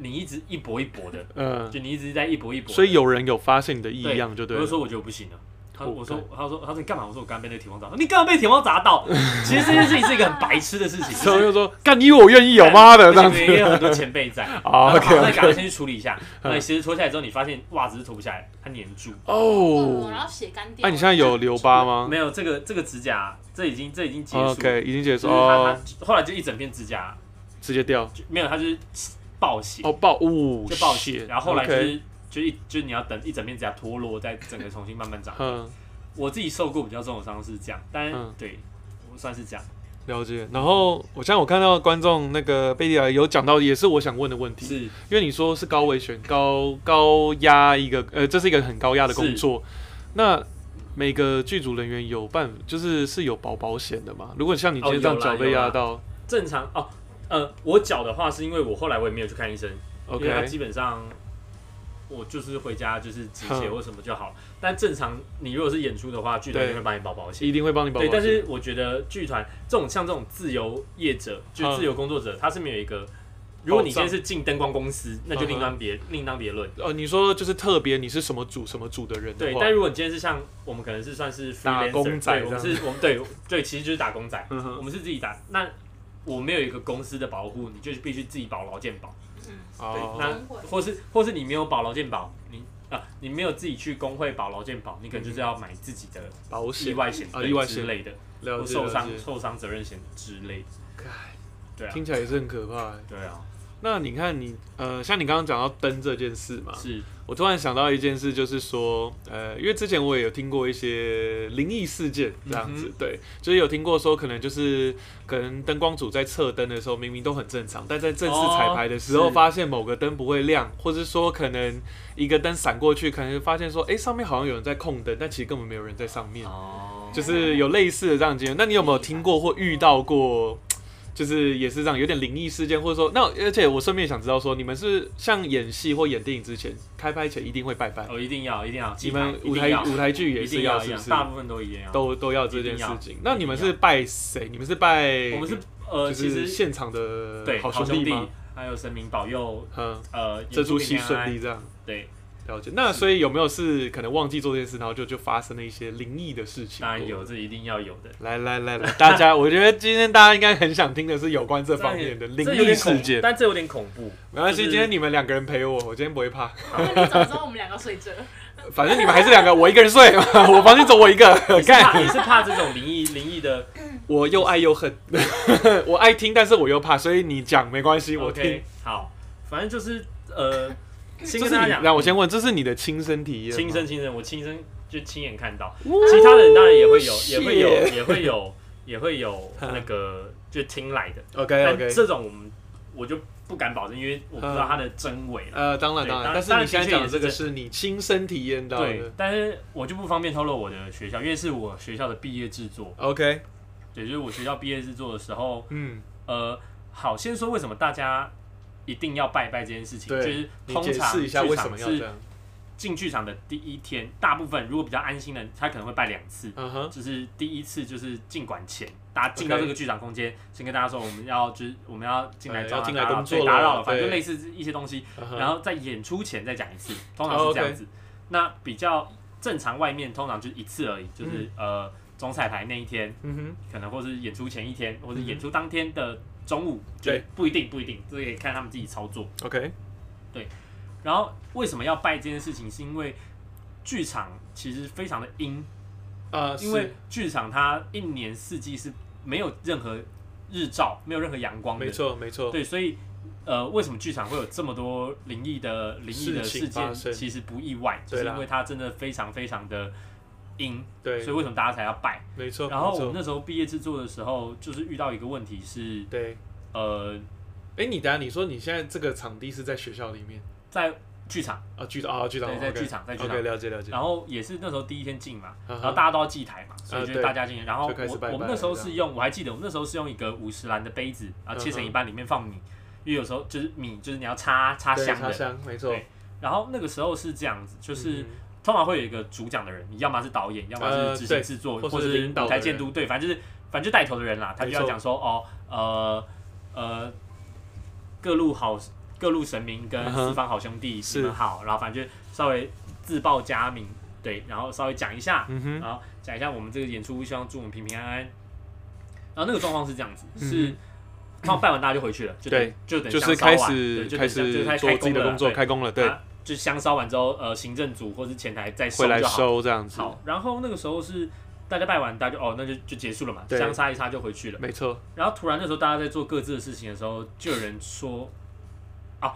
Speaker 2: 你一直一搏一搏的，
Speaker 1: 嗯，
Speaker 2: 就你一直在一搏一搏的，
Speaker 1: 所以有人有发现你的异
Speaker 2: 对
Speaker 1: 样就对
Speaker 2: 我就
Speaker 1: 了，
Speaker 2: 说我觉得我不行了。他
Speaker 1: 我
Speaker 2: 我说他说他说你干嘛？我说我刚刚被那个铁矿砸到。你干嘛被铁矿 砸到？其实这件事情是一个很白痴的事情。
Speaker 1: 所以我就 说干你以为我愿意有妈 的这样
Speaker 2: 因
Speaker 1: 子
Speaker 2: 为因为有很多前 辈在，
Speaker 1: 啊
Speaker 2: 然后
Speaker 3: 哦
Speaker 1: ，OK，嗯
Speaker 2: 那赶快先去处理一下。那你鞋子脱下来之后，你发现袜子是脱不下来，它粘住。
Speaker 3: 哦，然
Speaker 1: 哦，
Speaker 3: 后血干掉。
Speaker 1: 那你现在有留疤吗哦
Speaker 2: 没有这个这个指甲，这已经这已经结束。
Speaker 1: ？OK，已经结
Speaker 2: 就是
Speaker 1: 束
Speaker 2: 他
Speaker 1: 哦，
Speaker 2: 他后来就一整片指甲
Speaker 1: 直接掉，
Speaker 2: 就没有，他就是爆血，
Speaker 1: 哦爆，呜，
Speaker 2: 就爆血。
Speaker 1: shit，
Speaker 2: 然后后来就
Speaker 1: OK，
Speaker 2: 是就一就是你要等一整片指甲脱落，再整个重新慢慢 长。
Speaker 1: 嗯，
Speaker 2: 我自己受过比较重的伤是这样，但
Speaker 1: 嗯
Speaker 2: 对我算是这样。
Speaker 1: 了解。然后我像我看到观众那个贝蒂尔有讲到，也是我想问的问题，
Speaker 2: 是
Speaker 1: 因为你说是高危选高高压一个，呃，这是一个很高压的工作。那每个剧组人员有办，就是是有保保险的嘛？如果像你今天这样
Speaker 2: 哦有啦
Speaker 1: 脚被压到、
Speaker 2: 正常哦。呃，我脚的话是因为我后来我也没有去看医生因
Speaker 1: o
Speaker 2: 为它
Speaker 1: k
Speaker 2: 基本上我就是回家就是止血
Speaker 1: 哼
Speaker 2: 或什么就好。但正常你如果是演出的话，剧团
Speaker 1: 对
Speaker 2: 就会帮你保保
Speaker 1: 一
Speaker 2: 险。
Speaker 1: 定会帮你保保
Speaker 2: 对，
Speaker 1: 险。
Speaker 2: 但是我觉得剧团这种像这种自由业者，就
Speaker 1: 嗯
Speaker 2: 是自由工作者，他是没有一个。如果你今天是进灯光公司，那就另当别另当别论。
Speaker 1: 哦，你说就是特别你是什么组什么组的人的
Speaker 2: 对，
Speaker 1: 话，
Speaker 2: 但如果你今天是像我们可能是算是 freelancer，
Speaker 1: 打工仔
Speaker 2: 对我们是我们对对，其实就是打工仔。
Speaker 1: 嗯哼
Speaker 2: 我们是自己打，那我没有一个公司的保护，你就是必须自己保劳健保。
Speaker 3: 嗯，
Speaker 2: 对，
Speaker 1: 哦，
Speaker 2: 那或是或是你没有保劳健保，你啊你没有自己去工会保劳健保，你可能就是要买自己的
Speaker 1: 保
Speaker 2: 意
Speaker 1: 险
Speaker 2: 外险
Speaker 1: 啊意外险
Speaker 2: 之类的，
Speaker 1: 了
Speaker 2: 或
Speaker 1: 解
Speaker 2: 受
Speaker 1: 了
Speaker 2: 伤
Speaker 1: 解
Speaker 2: 受伤责任险之类的。对啊，
Speaker 1: 听起来也是很可怕欸。
Speaker 2: 对啊，
Speaker 1: 那你看你呃，像你刚刚讲到灯这件事嘛，
Speaker 2: 是
Speaker 1: 我突然想到一件事，就是说，呃，因为之前我也有听过一些灵异事件这样子，
Speaker 2: 嗯
Speaker 1: 对，就是有听过说，可能就是可能灯光组在测灯的时候，明明都很正常，但在正式彩排的时候，
Speaker 2: 哦是
Speaker 1: 发现某个灯不会亮，或者说可能一个灯闪过去，可能发现说，哎、上面好像有人在控灯，但其实根本没有人在上面，
Speaker 2: 哦，
Speaker 1: 就是有类似的这样的经验。那你有没有听过或遇到过？就是也是这样，有点灵异事件，或者说，那而且我顺便想知道说，你们是像演戏或演电影之前，开拍前一定会拜拜，
Speaker 2: 哦一定要一定要，
Speaker 1: 哎你们
Speaker 2: 一
Speaker 1: 舞
Speaker 2: 定
Speaker 1: 台
Speaker 2: 要
Speaker 1: 舞台剧也
Speaker 2: 一
Speaker 1: 是
Speaker 2: 定要一
Speaker 1: 是不
Speaker 2: 样，
Speaker 1: 是？
Speaker 2: 大部分都一定要。
Speaker 1: 都都要这件事
Speaker 2: 一定
Speaker 1: 情
Speaker 2: 要。
Speaker 1: 那你们是拜谁？你们是拜
Speaker 2: 我们是
Speaker 1: 就
Speaker 2: 呃，其
Speaker 1: 是
Speaker 2: 实
Speaker 1: 现场的
Speaker 2: 对
Speaker 1: 好
Speaker 2: 好
Speaker 1: 兄
Speaker 2: 兄
Speaker 1: 弟吗？
Speaker 2: 还有神明保佑，
Speaker 1: 嗯，
Speaker 2: 呃，
Speaker 1: 这
Speaker 2: 演
Speaker 1: 出
Speaker 2: 出
Speaker 1: 戏
Speaker 2: 平安
Speaker 1: 顺利。这样
Speaker 2: 对，
Speaker 1: 了解。那所以有没有是可能忘记做这件事，然后就就发生了一些灵异的事情？
Speaker 2: 当然有，。这一定要有的。
Speaker 1: 来来来来，大家，我觉得今天大家应该很想听的是有关这方面的灵
Speaker 2: 这有
Speaker 1: 异
Speaker 2: 点恐
Speaker 1: 事件。
Speaker 2: 但这有点恐怖。
Speaker 1: 没关系，
Speaker 2: 就是
Speaker 1: 今天你们两个人陪我，我今天不会怕。
Speaker 3: 那你怎么知道我们两个睡着？
Speaker 1: 反正你们还是两个，我一个人睡，我房间走我一个，
Speaker 2: 你是
Speaker 1: 干，
Speaker 2: 怕你是怕这种灵异灵异的
Speaker 1: 我又爱又恨， 我爱听，但是我又怕，所以你讲没关系， 我听
Speaker 2: OK，。好，反正就是 呃，
Speaker 1: 这
Speaker 2: 先跟
Speaker 1: 是
Speaker 2: 大
Speaker 1: 你
Speaker 2: 家，
Speaker 1: 那
Speaker 2: 讲，
Speaker 1: 我先问，这是你的亲身体验吗？
Speaker 2: 亲身亲身，我亲身就亲眼看到，其他人当然也会
Speaker 1: 啊
Speaker 2: 有，也会有，
Speaker 1: shit
Speaker 2: 也会有，也会 有那个就听来的，
Speaker 1: OK
Speaker 2: 但
Speaker 1: 哎 OK，
Speaker 2: 这种我们我就不敢保证，因为我不知道它的真伪 了。
Speaker 1: 呃，当然
Speaker 2: 对
Speaker 1: 当然，
Speaker 2: 当
Speaker 1: 但是
Speaker 2: 当
Speaker 1: 你
Speaker 2: 然
Speaker 1: 现在
Speaker 2: 的确
Speaker 1: 讲
Speaker 2: 也
Speaker 1: 的
Speaker 2: 是
Speaker 1: 这个
Speaker 2: 这
Speaker 1: 是你亲身体验到
Speaker 2: 对
Speaker 1: 的，。
Speaker 2: 但是我就不方便透露我的学校，因为是我学校的毕业制作。
Speaker 1: OK，
Speaker 2: 对，就是我学校毕业制作的时候，
Speaker 1: 嗯，
Speaker 2: 呃，好，先说为什么大家一定要拜拜这件事情，就
Speaker 1: 对
Speaker 2: 是
Speaker 1: 你
Speaker 2: 通
Speaker 1: 解
Speaker 2: 常
Speaker 1: 释一下
Speaker 2: 剧
Speaker 1: 为
Speaker 2: 场
Speaker 1: 什么要
Speaker 2: 是
Speaker 1: 这样？
Speaker 2: 进剧场的第一天，大部分如果比较安心的，他可能会拜两次。
Speaker 1: 嗯哼，
Speaker 2: 就是第一次就是进馆前，大家进到
Speaker 1: OK
Speaker 2: 这个剧场空间先跟大家说我们要就是我们要进来
Speaker 1: 呃
Speaker 2: 找
Speaker 1: 要进来
Speaker 2: 打扰，
Speaker 1: 工作
Speaker 2: 对打扰
Speaker 1: 了
Speaker 2: 了，反正
Speaker 1: 对
Speaker 2: 就类似一些东西，
Speaker 1: 嗯
Speaker 2: 然
Speaker 1: 哼，
Speaker 2: 后在演出前再讲一次，通常是这样
Speaker 1: 哦
Speaker 2: 子。那比较正常，外面通常就是一次而已，就是、呃中彩排那一天，
Speaker 1: 嗯哼，
Speaker 2: 可能或是演出前一天，或是
Speaker 1: 嗯哼
Speaker 2: 演出当天的中午，
Speaker 1: 对
Speaker 2: 就不一定不一定，这个也看他们自己操作。
Speaker 1: OK，
Speaker 2: 然后为什么要拜这件事情，是因为剧场其实非常的阴，
Speaker 1: 呃，
Speaker 2: 因为剧场它一年四季是没有任何日照，没有任何阳
Speaker 1: 是
Speaker 2: 光的，
Speaker 1: 没错没错，
Speaker 2: 对，所以呃，为什么剧场会有这么多灵异的灵异的
Speaker 1: 事
Speaker 2: 事
Speaker 1: 情发
Speaker 2: 件？
Speaker 1: 生
Speaker 2: 其实不意外，就
Speaker 1: 对
Speaker 2: 是
Speaker 1: 啦
Speaker 2: 因为它真的非常非常的阴，
Speaker 1: 对
Speaker 2: 所以为什么大家才要拜？
Speaker 1: 没错。
Speaker 2: 然后
Speaker 1: 没
Speaker 2: 我
Speaker 1: 错
Speaker 2: 们那时候毕业制作的时候，就是遇到一个问题是，
Speaker 1: 对，
Speaker 2: 呃，
Speaker 1: 哎，你等下你说你现在这个场地是在学校里面
Speaker 2: 在剧场，
Speaker 1: 啊？剧场啊，剧场
Speaker 2: 对，在剧场，在剧场
Speaker 1: OK，了解了解。
Speaker 2: 然后也是那时候第一天进嘛，
Speaker 1: 嗯哼
Speaker 2: 然后大家都要祭台嘛，所以
Speaker 1: 啊
Speaker 2: 就
Speaker 1: 对
Speaker 2: 是大家进。然后
Speaker 1: 就开始
Speaker 2: 我
Speaker 1: 拜拜
Speaker 2: 我们那时候是用，我还记得我们那时候是用一个五十兰的杯子，然
Speaker 1: 嗯
Speaker 2: 后切成一半，里面放米，因为有时候就是米就是你要插插
Speaker 1: 对
Speaker 2: 香
Speaker 1: 插
Speaker 2: 的。
Speaker 1: 香，没嗯错，
Speaker 2: 对然后那个时候是这样子，就
Speaker 1: 就是
Speaker 2: 通常会有一个主讲的人，你要么是导演，要么
Speaker 1: 呃
Speaker 2: 是执行制作，
Speaker 1: 对
Speaker 2: 或
Speaker 1: 或是领导
Speaker 2: 舞
Speaker 1: 的人
Speaker 2: 台监督，对，反正就是反正就带头的人啦，他就
Speaker 1: 没
Speaker 2: 要
Speaker 1: 错
Speaker 2: 讲说哦，呃呃，各路好各路神明跟
Speaker 1: 嗯哼
Speaker 2: 四方好兄弟、
Speaker 1: 是
Speaker 2: 你们好，然后反正就稍微自报家名，对，然后稍微讲一下，
Speaker 1: 嗯哼，
Speaker 2: 然后讲一下我们这个演出，希望祝我们平平安安。然后那个状况是这样子，
Speaker 1: 嗯哼
Speaker 2: 是通常办完大家就回去了，就等
Speaker 1: 对，
Speaker 2: 就等
Speaker 1: 就是
Speaker 2: 香烧
Speaker 1: 开
Speaker 2: 完
Speaker 1: 始
Speaker 2: 对就等
Speaker 1: 开
Speaker 2: 香
Speaker 1: 始
Speaker 2: 就开
Speaker 1: 做
Speaker 2: 开
Speaker 1: 自己
Speaker 2: 工
Speaker 1: 的
Speaker 2: 了
Speaker 1: 工作，
Speaker 2: 对
Speaker 1: 开工了，对，
Speaker 2: 啊就香烧完之后，呃，行政组或是前台再收
Speaker 1: 回来
Speaker 2: 就好。
Speaker 1: 收这样子，
Speaker 2: 好，然后那个时候是大家拜完，大家就哦，那就就结束了嘛，
Speaker 1: 对
Speaker 2: 香插一插就回去了。
Speaker 1: 没错，
Speaker 2: 然后突然那时候大家在做各自的事情的时候，就有人说，啊，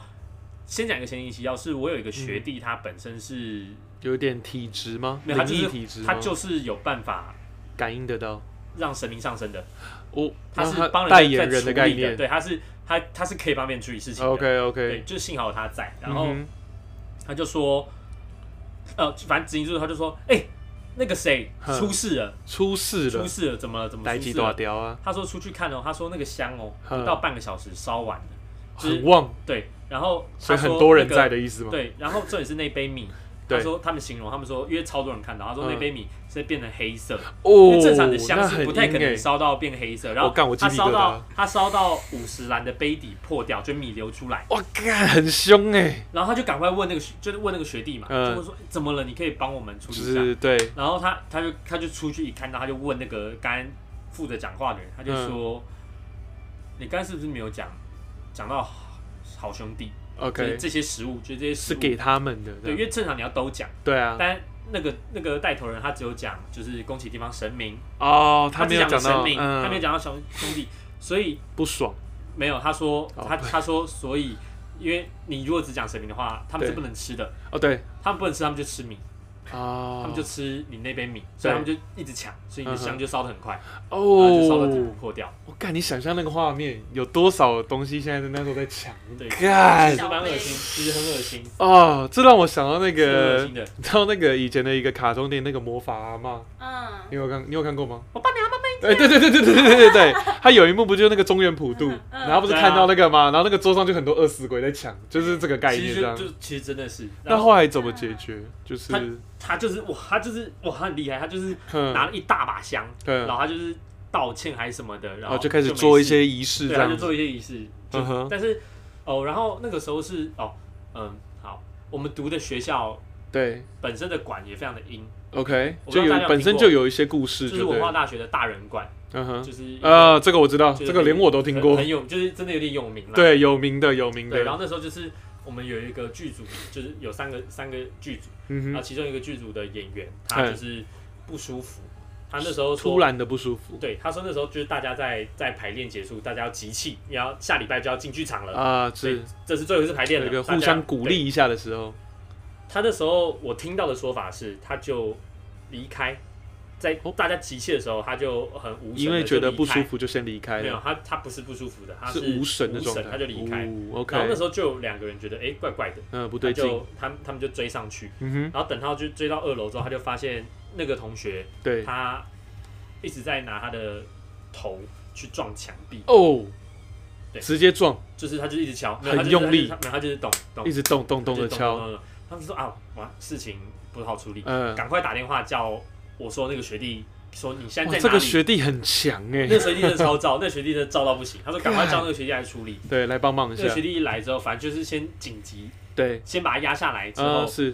Speaker 2: 先讲一个前提提要，是我有一个学
Speaker 1: 嗯
Speaker 2: 弟，他本身是、
Speaker 1: 有点体质吗？
Speaker 2: 没有他
Speaker 1: 灵
Speaker 2: 就是
Speaker 1: 异体质吗，
Speaker 2: 他就是有办法
Speaker 1: 感应得到，
Speaker 2: 让神明上身的，
Speaker 1: 我
Speaker 2: 他是
Speaker 1: 那
Speaker 2: 帮人家
Speaker 1: 代言
Speaker 2: 在
Speaker 1: 人
Speaker 2: 处
Speaker 1: 的
Speaker 2: 理
Speaker 1: 概
Speaker 2: 的
Speaker 1: 念
Speaker 2: 对，他是他他是可以帮别人处理事情的。
Speaker 1: ，OK
Speaker 2: 对，
Speaker 1: OK，
Speaker 2: 就幸好有他在，
Speaker 1: 嗯
Speaker 2: 然后。他就说，呃，反正执行就是他就说，哎、那个谁
Speaker 1: 哼
Speaker 2: 出事了，
Speaker 1: 出事
Speaker 2: 出
Speaker 1: 了，
Speaker 2: 事了，怎么了怎么
Speaker 1: 来嗯
Speaker 2: 出
Speaker 1: 几
Speaker 2: 事
Speaker 1: 大
Speaker 2: 了？
Speaker 1: 雕啊，
Speaker 2: 他说出去看哦，他说那个香哦，
Speaker 1: 哼
Speaker 2: 不到半个小时烧完了，就是
Speaker 1: 很旺，
Speaker 2: 对，然后
Speaker 1: 所
Speaker 2: 他
Speaker 1: 以很
Speaker 2: 说
Speaker 1: 多人
Speaker 2: 那个
Speaker 1: 在的意思吗？
Speaker 2: 对，然后重点是那杯米。
Speaker 1: 对
Speaker 2: 他说他们形容，他们说因为超多人看到，他说
Speaker 1: 嗯
Speaker 2: 那杯米是变成黑色，因
Speaker 1: 哦
Speaker 2: 为正常的香
Speaker 1: 那
Speaker 2: 是
Speaker 1: 很
Speaker 2: 不太
Speaker 1: 阴
Speaker 2: 可能
Speaker 1: 欸
Speaker 2: 烧到变黑色，然后
Speaker 1: 我干我鸡
Speaker 2: 他
Speaker 1: 皮
Speaker 2: 烧
Speaker 1: 疙瘩
Speaker 2: 到他烧到五十兰的杯底破掉，就米流出来，
Speaker 1: 哇，干很凶哎，
Speaker 2: 然后他就赶快问那个学，就是问那个学弟嘛，
Speaker 1: 嗯
Speaker 2: 就问说怎么了，你可以帮我们处
Speaker 1: 就
Speaker 2: 理一下。
Speaker 1: 是对，
Speaker 2: 然后他他就他就出去一看到，他就问那个刚刚负责讲话的人，他就
Speaker 1: 嗯
Speaker 2: 说、你刚刚是不是没有讲讲到好好兄弟就是
Speaker 1: OK，
Speaker 2: 这些食物，就是这些食
Speaker 1: 是
Speaker 2: 物
Speaker 1: 给他们的，
Speaker 2: 对，因为正常你要都讲，
Speaker 1: 对啊，
Speaker 2: 但那个那个带头人他只有讲就是宫崎地方神明，
Speaker 1: 哦，他没
Speaker 2: 只
Speaker 1: 有
Speaker 2: 讲
Speaker 1: 讲
Speaker 2: 神
Speaker 1: 到，
Speaker 2: 明，他没
Speaker 1: 嗯，
Speaker 2: 有讲到小兄弟，所以
Speaker 1: 不爽，
Speaker 2: 没有他说
Speaker 1: 哦
Speaker 2: 他他说所以因为你如果只讲神明的话，他们是
Speaker 1: 对
Speaker 2: 不能吃的。
Speaker 1: 哦对，
Speaker 2: 他们不能吃，他们就吃米，
Speaker 1: 哦，
Speaker 2: 他们就吃你那杯米，所以他们就一直抢，所以你的香就烧得很快，然后就烧到底部
Speaker 1: 哦，
Speaker 2: 破掉，
Speaker 1: 我干，你想象那个画面，有多少东西现在在那时候在抢，
Speaker 2: 对，其
Speaker 1: 干
Speaker 2: 实蛮恶心，其实很恶心，
Speaker 1: 哦，这让我想到那
Speaker 2: 这恶
Speaker 1: 个
Speaker 2: 心，的。
Speaker 1: 你知道那个以前的一个卡通电影，那个魔法阿嬷，
Speaker 3: 嗯
Speaker 1: 你有看，你有看过吗？
Speaker 2: 我爸娘妈
Speaker 1: 哎、对对对对对对对对对，他有一幕不就是那个中原普渡，
Speaker 3: 嗯嗯
Speaker 1: 然后不是看到那个吗？然后那个桌上就很多饿死鬼在抢，就是这个概
Speaker 2: 其
Speaker 1: 念
Speaker 2: 实
Speaker 1: 这样
Speaker 2: 就。就其实真的是，
Speaker 1: 那
Speaker 2: 然后
Speaker 1: 后来怎么解决？就是
Speaker 2: 他他就是哇，他就是哇，他很厉害，他就是
Speaker 1: 哼
Speaker 2: 拿了一大把香，
Speaker 1: 嗯
Speaker 2: 然后他就是道歉还是什么的，然
Speaker 1: 然
Speaker 2: 后
Speaker 1: 后就开始
Speaker 2: 没
Speaker 1: 做一
Speaker 2: 事，
Speaker 1: 些仪式
Speaker 2: 对，
Speaker 1: 这
Speaker 2: 他
Speaker 1: 样
Speaker 2: 就
Speaker 1: 子。
Speaker 2: 做一些仪式，就
Speaker 1: 嗯哼，
Speaker 2: 但是哦，然后那个时候是哦，嗯，好，我们读的学校
Speaker 1: 对
Speaker 2: 本身的馆也非常的阴，
Speaker 1: ，OK，
Speaker 2: 我不知
Speaker 1: 就
Speaker 2: 道大家
Speaker 1: 有
Speaker 2: 有听
Speaker 1: 本身
Speaker 2: 过
Speaker 1: 就有一些故事，就
Speaker 2: 就
Speaker 1: 是对
Speaker 2: 文化
Speaker 1: 了。
Speaker 2: 大学的大人馆，
Speaker 1: 嗯哼，
Speaker 2: 就是一个
Speaker 1: 呃，这个我知道，
Speaker 2: 就是
Speaker 1: 这个连我都听过
Speaker 2: 很。有，就是真的有点有名啦。
Speaker 1: 对，有名的有名
Speaker 2: 对，然
Speaker 1: 的
Speaker 2: 后那时候就是我们有一个剧组，就是有三个三个剧组，
Speaker 1: 嗯
Speaker 2: 那
Speaker 1: 哼，
Speaker 2: 其中一个剧组的演员他就是不舒服，他那时候说
Speaker 1: 突然的不舒服
Speaker 2: 对，他说那时候就是大家在在排练结束，大家要集气，要下礼拜就要进剧场了，
Speaker 1: 啊，
Speaker 2: 所以
Speaker 1: 是
Speaker 2: 这是最后一次排练
Speaker 1: 有
Speaker 2: 了，
Speaker 1: 一个
Speaker 2: 大家
Speaker 1: 互相鼓。
Speaker 2: 对
Speaker 1: 励一下的时候，
Speaker 2: 他那时候我听到的说法是，他就离开，在
Speaker 1: 哦
Speaker 2: 大家集气的时候，他就很无神地
Speaker 1: 因为觉得
Speaker 2: 就离开
Speaker 1: 不舒，服就先离开
Speaker 2: 没有
Speaker 1: 了，
Speaker 2: 他他不是不舒服的，他
Speaker 1: 是
Speaker 2: 无
Speaker 1: 无神的状态，
Speaker 2: 他就离
Speaker 1: 哦
Speaker 2: 开。然后那
Speaker 1: ，OK，
Speaker 2: 时候就有两个人觉得，哎、怪怪的，
Speaker 1: 嗯，不
Speaker 2: 他
Speaker 1: 对劲，
Speaker 2: 就他们他们就追上去，
Speaker 1: 嗯哼，
Speaker 2: 然后等他就追到二楼之后，他就发现那个同学
Speaker 1: 对，
Speaker 2: 他一直在拿他的头去撞墙壁，
Speaker 1: 哦，
Speaker 2: 对
Speaker 1: 直接撞，
Speaker 2: 就是他就一直敲，没有
Speaker 1: 很
Speaker 2: 他就
Speaker 1: 用力
Speaker 2: 他就他就他就是咚
Speaker 1: 一
Speaker 2: 咚
Speaker 1: 直咚咚咚
Speaker 2: 就
Speaker 1: 的
Speaker 2: 是
Speaker 1: 敲，。
Speaker 2: 咚他们就说啊，哇，事情不好处理，
Speaker 1: 嗯，
Speaker 2: 赶快打电话叫我说那个学弟说你现在
Speaker 1: 哇，
Speaker 2: 在
Speaker 1: 这
Speaker 2: 哪
Speaker 1: 个
Speaker 2: 里？
Speaker 1: 学弟很强哎
Speaker 2: 那，个学弟真的超燥，那个学弟真的燥到不行。他说赶快叫那个学弟来处 理。
Speaker 1: 对，来帮忙一
Speaker 2: 那
Speaker 1: 下
Speaker 2: 个，学弟一来之后，反正就是先紧急，
Speaker 1: 对，
Speaker 2: 先把他压下来之后，
Speaker 1: 啊，是，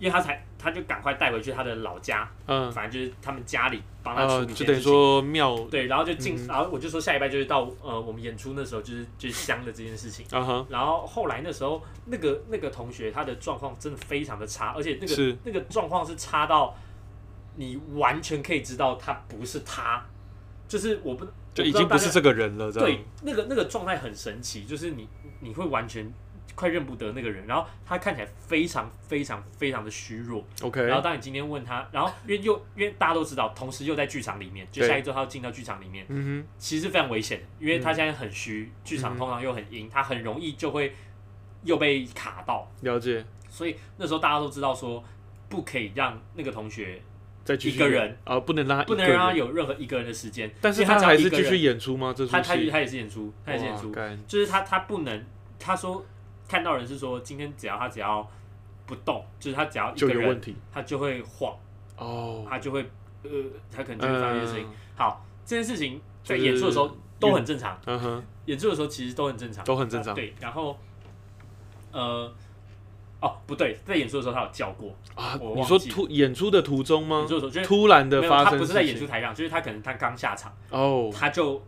Speaker 2: 因为他才他就赶快带回去他的老家，
Speaker 1: 嗯，
Speaker 2: 反正就是他们家里帮他处
Speaker 1: 啊，
Speaker 2: 理这
Speaker 1: 就
Speaker 2: 件
Speaker 1: 等
Speaker 2: 事
Speaker 1: 于
Speaker 2: 情。
Speaker 1: 说庙，
Speaker 2: 对，然后就进，
Speaker 1: 嗯
Speaker 2: 然后我就说下礼拜就是到呃我们演出那时候就是就是香的这件事情。
Speaker 1: 啊哈，
Speaker 2: 然后后来那时候那个那个同学他的状况真的非常的差，而且那个
Speaker 1: 是
Speaker 2: 那个状况是差到你完全可以知道他不是他，就是我不
Speaker 1: 就
Speaker 2: 我知
Speaker 1: 已
Speaker 2: 道
Speaker 1: 经
Speaker 2: 大
Speaker 1: 不
Speaker 2: 家
Speaker 1: 是这个人了，这样
Speaker 2: 对，那个那个状态很神奇，就是你你会完全快认不得那个人，然后他看起来非常非常非常的虚弱，然后
Speaker 1: ，OK，
Speaker 2: 当你今天问他，然后因为又因为大家都知道，同时又在剧场里面，就
Speaker 1: 对
Speaker 2: 下一周他要进到剧场里面，
Speaker 1: 嗯
Speaker 2: 其实是非常危险的，因为他现在很虚，剧场通常又很阴，他很容易就会又被卡到，
Speaker 1: 哼，了解，
Speaker 2: 所以那时候大家都知道说，不可以让那个同学
Speaker 1: 再继续
Speaker 2: 一个人
Speaker 1: 啊，不能让他
Speaker 2: 不
Speaker 1: 一个
Speaker 2: 能让他
Speaker 1: 人
Speaker 2: 有任何一个人的时间，
Speaker 1: 但是
Speaker 2: 因为他
Speaker 1: 他
Speaker 2: 只要
Speaker 1: 还
Speaker 2: 一
Speaker 1: 是
Speaker 2: 个
Speaker 1: 继续
Speaker 2: 人
Speaker 1: 演出吗？这出
Speaker 2: 他他
Speaker 1: 戏
Speaker 2: 他也是演出，他也是演出
Speaker 1: 哇，干
Speaker 2: 就是他他不能，他说看到人是说今天只要他只要不动，就是他只要一
Speaker 1: 就
Speaker 2: 个
Speaker 1: 有问
Speaker 2: 人，
Speaker 1: 题
Speaker 2: 他就会晃，
Speaker 1: 哦，
Speaker 2: 他就会呃，他可能就会发出一些声音。好，这件事情
Speaker 1: 嗯
Speaker 2: 在
Speaker 1: 就是
Speaker 2: 演出的时候都很正常。
Speaker 1: 嗯哼，
Speaker 2: 演出的时候其实都很正常，
Speaker 1: 都很正常
Speaker 2: 对，然后，呃，哦，不对，在演出的时候他有叫过，
Speaker 1: 啊，
Speaker 2: 我
Speaker 1: 你
Speaker 2: 忘
Speaker 1: 说
Speaker 2: 记
Speaker 1: 途演出的途中
Speaker 2: 演
Speaker 1: 吗
Speaker 2: 出？的时候就
Speaker 1: 嗯
Speaker 2: 是
Speaker 1: 突然的
Speaker 2: 没有，
Speaker 1: 发
Speaker 2: 他
Speaker 1: 生
Speaker 2: 不
Speaker 1: 事情，
Speaker 2: 是在演出台上，就是他可能他刚下场，
Speaker 1: 哦
Speaker 2: 他就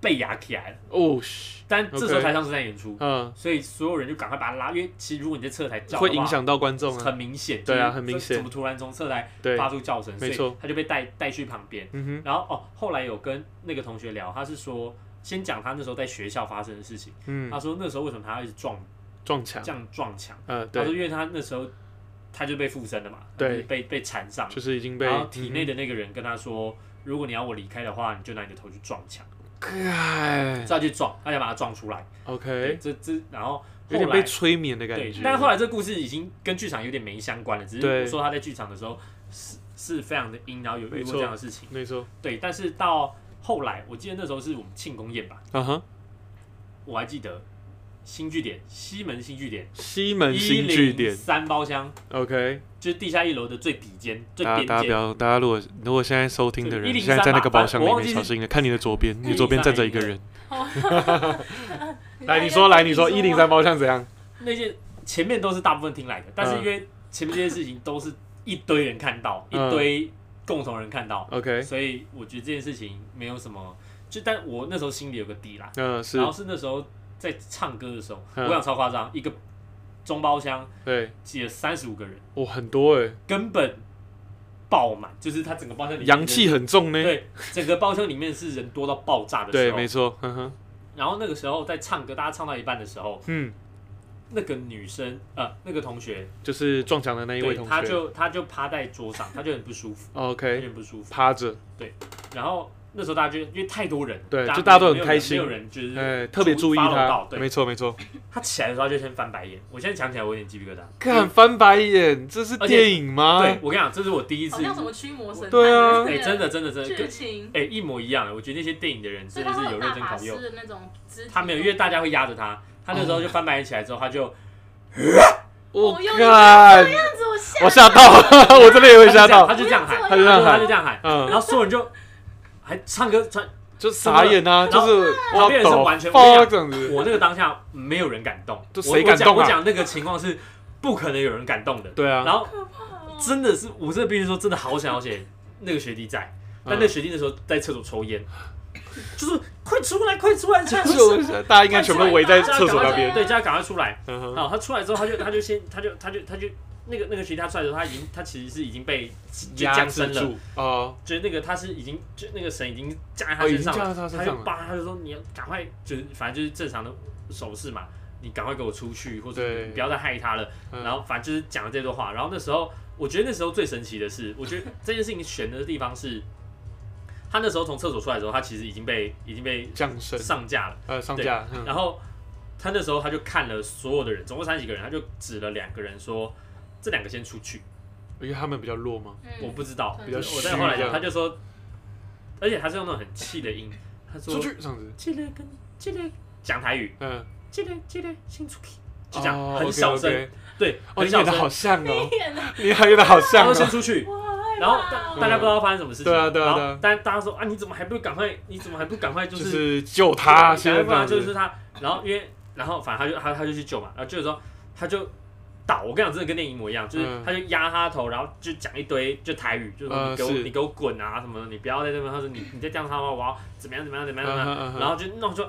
Speaker 2: 被压起来了，
Speaker 1: 哦，嘘
Speaker 2: 但这时候
Speaker 1: OK
Speaker 2: 台上是在演出，
Speaker 1: 嗯，
Speaker 2: 所以所有人就赶快把他拉，因为其实如果你在侧台叫的话，
Speaker 1: 会影响到观众啊，
Speaker 2: 很明显，
Speaker 1: 对啊
Speaker 2: 就是
Speaker 1: 很明显
Speaker 2: 怎么突然从侧台
Speaker 1: 对，
Speaker 2: 发出叫声，
Speaker 1: 没错
Speaker 2: 所以他就被带带去旁边，
Speaker 1: 嗯
Speaker 2: 然后哦，后来有跟那个同学聊，他是说先讲他那时候在学校发生的事情，
Speaker 1: 哼，嗯，
Speaker 2: 他说那时候为什么他要一直撞
Speaker 1: 撞墙，
Speaker 2: 这样撞墙。
Speaker 1: 呃，
Speaker 2: 他说，
Speaker 1: 对，
Speaker 2: 因为他那时候他就被附身了嘛，
Speaker 1: 对
Speaker 2: 就是被被缠上了，
Speaker 1: 就是已经被
Speaker 2: 然后体内
Speaker 1: 的，
Speaker 2: 的那个人跟他说，如果你要我离开的话，你就拿你的头去撞墙，
Speaker 1: 哎
Speaker 2: 所以他去撞，他想把他撞出来。对，
Speaker 1: ，OK，
Speaker 2: 这这然后
Speaker 1: 有
Speaker 2: 后
Speaker 1: 点被
Speaker 2: 来
Speaker 1: 催眠的感
Speaker 2: 对
Speaker 1: 觉，，
Speaker 2: 但是后来这故事已经跟剧场有点没相关了，只是
Speaker 1: 对
Speaker 2: 我说他在剧场的时候是是非常的阴，然后有遇
Speaker 1: 没错
Speaker 2: 过这样的事情。
Speaker 1: 没错，
Speaker 2: 对，但是到后来，我记得那时候是我们庆功宴吧，
Speaker 1: 啊哈，
Speaker 2: 我还记得新据点西门新据点
Speaker 1: 西门新据点
Speaker 2: 三包厢。
Speaker 1: ，OK，
Speaker 2: 就是地下一楼的最底尖、最
Speaker 1: 大家
Speaker 2: 边
Speaker 1: 大家不
Speaker 2: 界，
Speaker 1: 要，大家如果如果现在收听的人
Speaker 2: 103
Speaker 1: 现在在那个包厢里
Speaker 2: 吧反
Speaker 1: 面，
Speaker 2: 正
Speaker 1: 小心一点，看你的左边，
Speaker 2: 103
Speaker 1: 你左边站着一个人。来，
Speaker 3: 要
Speaker 1: 你说来，你
Speaker 3: 要
Speaker 1: 说
Speaker 3: 自
Speaker 1: 一
Speaker 3: 己
Speaker 1: 零三包厢怎样？
Speaker 2: 那些前面都是大部分听来的，但是
Speaker 1: 嗯
Speaker 2: 因为前面这些事情都是一堆人看到，
Speaker 1: 嗯
Speaker 2: 一堆共同人看到，
Speaker 1: OK，
Speaker 2: 所以我觉得这件事情没有什么。就但我那时候心里有个底啦，
Speaker 1: 嗯，是
Speaker 2: 然后是那时候在唱歌的时候，
Speaker 1: 嗯
Speaker 2: 我想超夸张，一个中包厢
Speaker 1: 对，
Speaker 2: 挤了三十五个人，
Speaker 1: 哇，很多哎，
Speaker 2: 根本爆满，就是它整个包厢里面
Speaker 1: 阳气很重呢。
Speaker 2: 对，整个包厢里面是人多到爆炸的时
Speaker 1: 对，
Speaker 2: 候。
Speaker 1: 没错，嗯哼，
Speaker 2: 然后那个时候在唱歌，大家唱到一半的时候，
Speaker 1: 嗯，
Speaker 2: 那个女生呃那个同学
Speaker 1: 就是撞墙的那一位
Speaker 2: 对，
Speaker 1: 同
Speaker 2: 他
Speaker 1: 学。
Speaker 2: 就他就趴在桌上，他就很不舒服，他就
Speaker 1: OK，
Speaker 2: 很不舒服。
Speaker 1: 趴着，
Speaker 2: 然后那时候大家就因为太多人，
Speaker 1: 对就
Speaker 2: 大
Speaker 1: 大家都很
Speaker 2: 没有
Speaker 1: 开心
Speaker 2: 没有人就是
Speaker 1: 哎，特别注意
Speaker 2: 发楼道
Speaker 1: 他，
Speaker 2: 对
Speaker 1: 没错没错。
Speaker 2: 他起来的时候他就先翻白眼。我现在想起来我有点鸡皮疙瘩。
Speaker 1: 看翻白眼，这是电影吗？
Speaker 2: 对，我跟你讲，这是我第一次
Speaker 3: 好，像什么驱魔神探
Speaker 1: 对啊
Speaker 2: 哎，真的真的真的
Speaker 3: 剧
Speaker 2: 跟
Speaker 3: 情，
Speaker 2: 哎一模一样。我觉得那些电影的人
Speaker 3: 所
Speaker 2: 真
Speaker 3: 以
Speaker 2: 的
Speaker 3: 他
Speaker 2: 是
Speaker 3: 会
Speaker 2: 有认
Speaker 3: 大
Speaker 2: 真
Speaker 3: 法
Speaker 2: 考究
Speaker 3: 师，的那种肢体
Speaker 2: 他没有，因为大家会压着他，他那时候就翻白眼起来之后，他就
Speaker 1: 我
Speaker 3: 哦我又
Speaker 1: 看，
Speaker 3: 这样子我吓
Speaker 1: 我吓到 了，我真的也会吓到
Speaker 2: 他，就这样
Speaker 3: 不要
Speaker 2: 喊，
Speaker 1: 他就这样
Speaker 2: 他就
Speaker 1: 喊，
Speaker 2: 这样喊，
Speaker 1: 嗯
Speaker 2: 然，后所有人就还唱歌穿。
Speaker 1: 就傻眼啊，
Speaker 2: 然后
Speaker 1: 就是
Speaker 2: 旁边人是完全不一样
Speaker 1: 哇这样子，
Speaker 2: 我那个当下没有人敢动，
Speaker 1: 这
Speaker 2: 我
Speaker 1: 谁敢动啊
Speaker 2: 我讲我讲那个情况是不可能有人敢动的。
Speaker 1: 对啊，
Speaker 2: 然后
Speaker 3: 哦
Speaker 2: 真的是，我真的必须说，真的好想要写那个学弟在，但那
Speaker 1: 嗯
Speaker 2: 学弟那时候在厕所抽烟， 就是快出来，快出来，这样子
Speaker 1: 就大家应该全部围在厕所那
Speaker 3: 边
Speaker 2: 对，叫他赶快出来。
Speaker 1: 嗯哼
Speaker 2: 好，他出来之后，他就他就先他就他就他就那个那个学弟他出来的时候，他已经他其实是已经被就
Speaker 1: 压
Speaker 2: 降
Speaker 1: 制
Speaker 2: 生了，
Speaker 1: 住哦，
Speaker 2: 就是那个他是已经就那个神已经降在他
Speaker 1: 哦，已
Speaker 2: 身
Speaker 1: 经
Speaker 2: 上
Speaker 1: 降
Speaker 2: 了，
Speaker 1: 到他
Speaker 2: 他
Speaker 1: 身
Speaker 2: 就
Speaker 1: 上了，
Speaker 2: 扒他就说你要赶快就是反正就是正常的手势嘛，你赶快给我出去，或者
Speaker 1: 对
Speaker 2: 你不要再害他了。
Speaker 1: 嗯
Speaker 2: 然后反正就是讲了这段话。然后那时候，我觉得那时候最神奇的是，我觉得这件事情悬的地方是，他那时候从厕所出来的时候，他其实已经被已经被
Speaker 1: 降生
Speaker 2: 上架了。
Speaker 1: 呃上
Speaker 2: 对
Speaker 1: 架，嗯
Speaker 2: 然后他那时候他就看了所有的人，总共三十几个人，他就指了两个人说：“这两个先出去。
Speaker 1: 因为他们比较弱嘛，
Speaker 3: 嗯
Speaker 2: 我不知道，
Speaker 3: 比较
Speaker 2: 我
Speaker 1: 虚
Speaker 2: 再后来
Speaker 1: 这
Speaker 2: 讲，
Speaker 1: 样
Speaker 2: 他就说，而且他是用那种很气的音，他说：“
Speaker 1: 出去这样子，
Speaker 2: 记得跟记得讲台语，
Speaker 1: 嗯，
Speaker 2: 记得记得先出去。”就这样、
Speaker 1: 哦
Speaker 2: 很
Speaker 1: OK，
Speaker 2: 小声
Speaker 1: OK
Speaker 2: 对，
Speaker 1: 哦，
Speaker 2: 很
Speaker 1: 你
Speaker 2: 小
Speaker 1: 演的
Speaker 2: 声，
Speaker 1: 好像哦，
Speaker 3: 天哪，
Speaker 1: 你演的好
Speaker 2: 然
Speaker 1: 像
Speaker 2: 后先
Speaker 1: 哦，
Speaker 2: 出去，
Speaker 3: 我害怕
Speaker 2: 然后
Speaker 3: 哦
Speaker 2: 大大家不知道发生什么事
Speaker 1: 嗯
Speaker 2: 情，
Speaker 1: 对啊对啊
Speaker 2: 然后
Speaker 1: 对啊
Speaker 2: 但大家说啊，你怎么还不赶快？你怎么还不赶快？就
Speaker 1: 就是是救他，
Speaker 2: 对
Speaker 1: 先
Speaker 2: 赶
Speaker 1: 这
Speaker 2: 快
Speaker 1: 样
Speaker 2: 就
Speaker 1: 子
Speaker 2: 是，他，然后因为然后反正他就他他就去救嘛，然后救的时候他就倒，我跟你讲，真的跟电影一模一样，就是
Speaker 1: 嗯
Speaker 2: 他就压他头，然后就讲一堆就台语，就是说
Speaker 1: 嗯
Speaker 2: 你给我
Speaker 1: 是
Speaker 2: 你给我滚啊什么的，你不要在这边，他说你你再这样他妈我要怎么样怎么样怎么样怎么
Speaker 1: 嗯
Speaker 2: 样，
Speaker 1: 哼嗯哼
Speaker 2: 然后就 弄说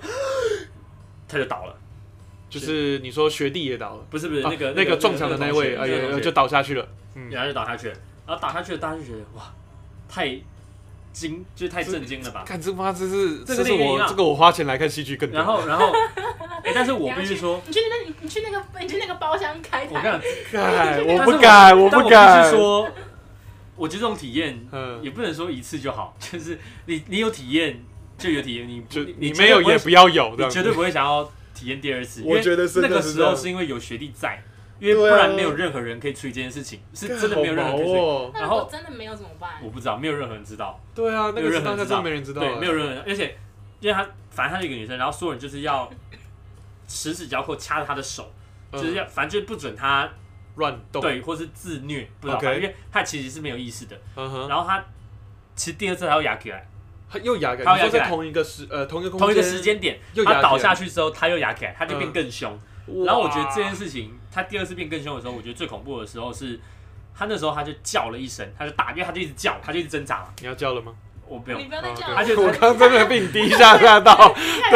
Speaker 2: 他就倒了，
Speaker 1: 就是你说学弟也倒了，
Speaker 2: 不是不是
Speaker 1: 啊
Speaker 2: 那个
Speaker 1: 那个撞墙的那
Speaker 2: 那
Speaker 1: 一
Speaker 2: 个
Speaker 1: 位，
Speaker 2: 同
Speaker 1: 哎
Speaker 2: 学那个
Speaker 1: 呀，
Speaker 2: 同学
Speaker 1: 就倒下去了，
Speaker 2: 然后就倒下去了，然后倒下去了，大家就觉得哇太惊，就是太震惊了吧。
Speaker 1: 看这妈这是这
Speaker 2: 这个
Speaker 1: 是
Speaker 2: 电影
Speaker 1: 我
Speaker 2: 啊
Speaker 1: 这个我花钱来看戏剧更屌，
Speaker 2: 然后，然后，哎，但是我必须说，
Speaker 3: 你去那，你去那个，你去那个包厢开
Speaker 2: 我跟你
Speaker 3: 台，
Speaker 2: 讲，
Speaker 1: 干我
Speaker 2: 但是
Speaker 1: 不敢，
Speaker 2: 我
Speaker 1: 我
Speaker 2: 但
Speaker 1: 不敢
Speaker 2: 必须，说，我觉得这种体验
Speaker 1: 嗯
Speaker 2: 也不能说一次就好， 就是你你有体验就有体验，你
Speaker 1: 就
Speaker 2: 你
Speaker 1: 你
Speaker 2: 绝
Speaker 1: 没
Speaker 2: 对
Speaker 1: 有
Speaker 2: 不会
Speaker 1: 也不要有，这
Speaker 2: 你
Speaker 1: 样
Speaker 2: 绝对不会想要体验第二次。
Speaker 4: 我觉得
Speaker 2: 因为
Speaker 4: 真的
Speaker 2: 那个
Speaker 4: 是
Speaker 2: 时
Speaker 4: 这样
Speaker 2: 候是因为有学弟在，因为不
Speaker 4: 对啊
Speaker 2: 然没有任何人可以处理这件事情，是真的没有任何人可以处理。
Speaker 1: 哦。
Speaker 3: 那如果真的没有怎么办
Speaker 2: 我？不知道，没有任何人知道，
Speaker 1: 对啊，那
Speaker 2: 没有
Speaker 1: 个是
Speaker 2: 任何
Speaker 1: 当
Speaker 2: 人
Speaker 1: 下真
Speaker 2: 知道，
Speaker 1: 的没人知道，啊
Speaker 2: 对，没有任何人，而且因为她反正她是一个女生，然后所有人就是要十指交扣掐着她的手，就是
Speaker 1: 嗯
Speaker 2: 要反正就是不准她
Speaker 1: 乱动，
Speaker 2: 对，或是自虐，不知道
Speaker 1: OK
Speaker 2: 反正因为他其实是没有意识的。
Speaker 1: 嗯哼，
Speaker 2: 然后他其实第二次他又压起来，
Speaker 1: 他又压感，
Speaker 2: 他
Speaker 1: 你
Speaker 2: 又
Speaker 1: 说
Speaker 2: 压起来
Speaker 1: 在同一个时呃同一个空
Speaker 2: 同一个时间点，
Speaker 1: 又压
Speaker 2: 他
Speaker 1: 起
Speaker 2: 倒
Speaker 1: 来嗯
Speaker 2: 下去之后他又压起来，他就变更凶。
Speaker 1: 哇
Speaker 2: 然后我觉得这件事情，他第二次变更凶的时候，我觉得最恐怖的时候是，他那时候他就叫了一声，他就打，因为他就一直叫，他就一直挣扎嘛。
Speaker 1: 你要叫了吗？
Speaker 2: 我不
Speaker 3: 你
Speaker 2: 用，
Speaker 3: 不要再叫
Speaker 1: 哦
Speaker 3: 了，
Speaker 2: 他就
Speaker 1: 我刚真的被你第一下吓到，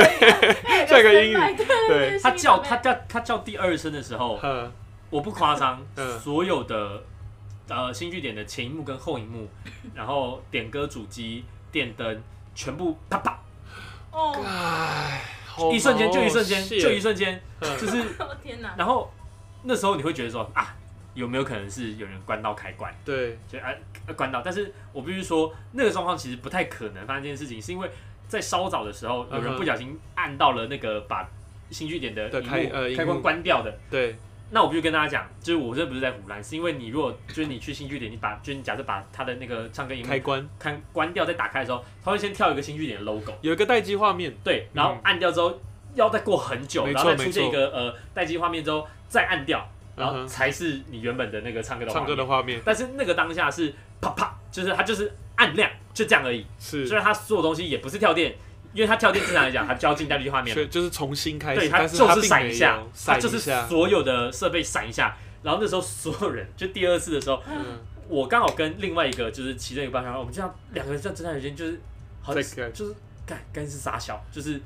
Speaker 3: 对
Speaker 1: 这个英语
Speaker 3: 对，
Speaker 2: 他叫他叫他叫第二声的时候，
Speaker 1: 嗯
Speaker 2: 我不夸张，
Speaker 1: 嗯
Speaker 2: 所有的呃新据点的前一幕跟后一 幕，然后点歌主机、电灯全部啪啪。
Speaker 3: 哦，
Speaker 1: 唉，好
Speaker 2: 一瞬间就一瞬
Speaker 1: 毛
Speaker 2: 间
Speaker 1: 哦谢
Speaker 2: 就一瞬间，
Speaker 1: 嗯
Speaker 2: 就是
Speaker 3: 我天哪！
Speaker 2: 然后那时候你会觉得说啊，有没有可能是有人关到开关，
Speaker 1: 对，
Speaker 2: 就啊啊关到？但是我必须说，那个状况其实不太可能发生这件事情，是因为在稍早的时候，有
Speaker 1: 嗯
Speaker 2: 人
Speaker 1: 哼
Speaker 2: 不小心按到了那个把新据点的
Speaker 1: 对
Speaker 2: 荧
Speaker 1: 开呃
Speaker 2: 幕
Speaker 1: 荧
Speaker 2: 开关
Speaker 1: 幕
Speaker 2: 关掉的。
Speaker 1: 对，
Speaker 2: 那我必须跟大家讲，就是我这不是在胡乱，是因为你如果就是你去新据点，你把就是你假设把它的那个唱歌荧幕
Speaker 1: 开关
Speaker 2: 看关掉再打开的时候，它会先跳一个新据点的 logo。
Speaker 1: 有一个待机画面，
Speaker 2: 对，然后按掉之后，要再过很久，
Speaker 1: 嗯没
Speaker 2: 然
Speaker 1: 错
Speaker 2: 后再出现一
Speaker 1: 没错
Speaker 2: 个呃待机画面之后再按掉，然后
Speaker 1: 嗯哼
Speaker 2: 才是你原本的那个唱歌的画
Speaker 1: 唱歌
Speaker 2: 面。
Speaker 1: 的画面
Speaker 2: 但是那个当下是啪啪，就是它就是按亮，就这样而已。
Speaker 1: 是
Speaker 2: 虽，然它所有东西也不是跳电，因为它跳电正常来讲，它就要进待机画面了
Speaker 1: 却，就是重新开
Speaker 2: 对，
Speaker 1: 始，
Speaker 2: 它
Speaker 1: 但
Speaker 2: 就
Speaker 1: 他
Speaker 2: 是
Speaker 1: 并
Speaker 2: 闪
Speaker 1: 没
Speaker 2: 一下
Speaker 1: 有，
Speaker 2: 它
Speaker 1: 闪
Speaker 2: 就
Speaker 1: 一
Speaker 2: 是
Speaker 1: 下，
Speaker 2: 所有的设备闪一下。然后那时候所有人，就第二次的时候，
Speaker 1: 嗯，
Speaker 2: 我刚好跟另外一个就是其中一个班上，我们这样两个人在侦探人间就是好
Speaker 1: 在
Speaker 2: 像
Speaker 1: 干
Speaker 2: 就是干干是傻小，就是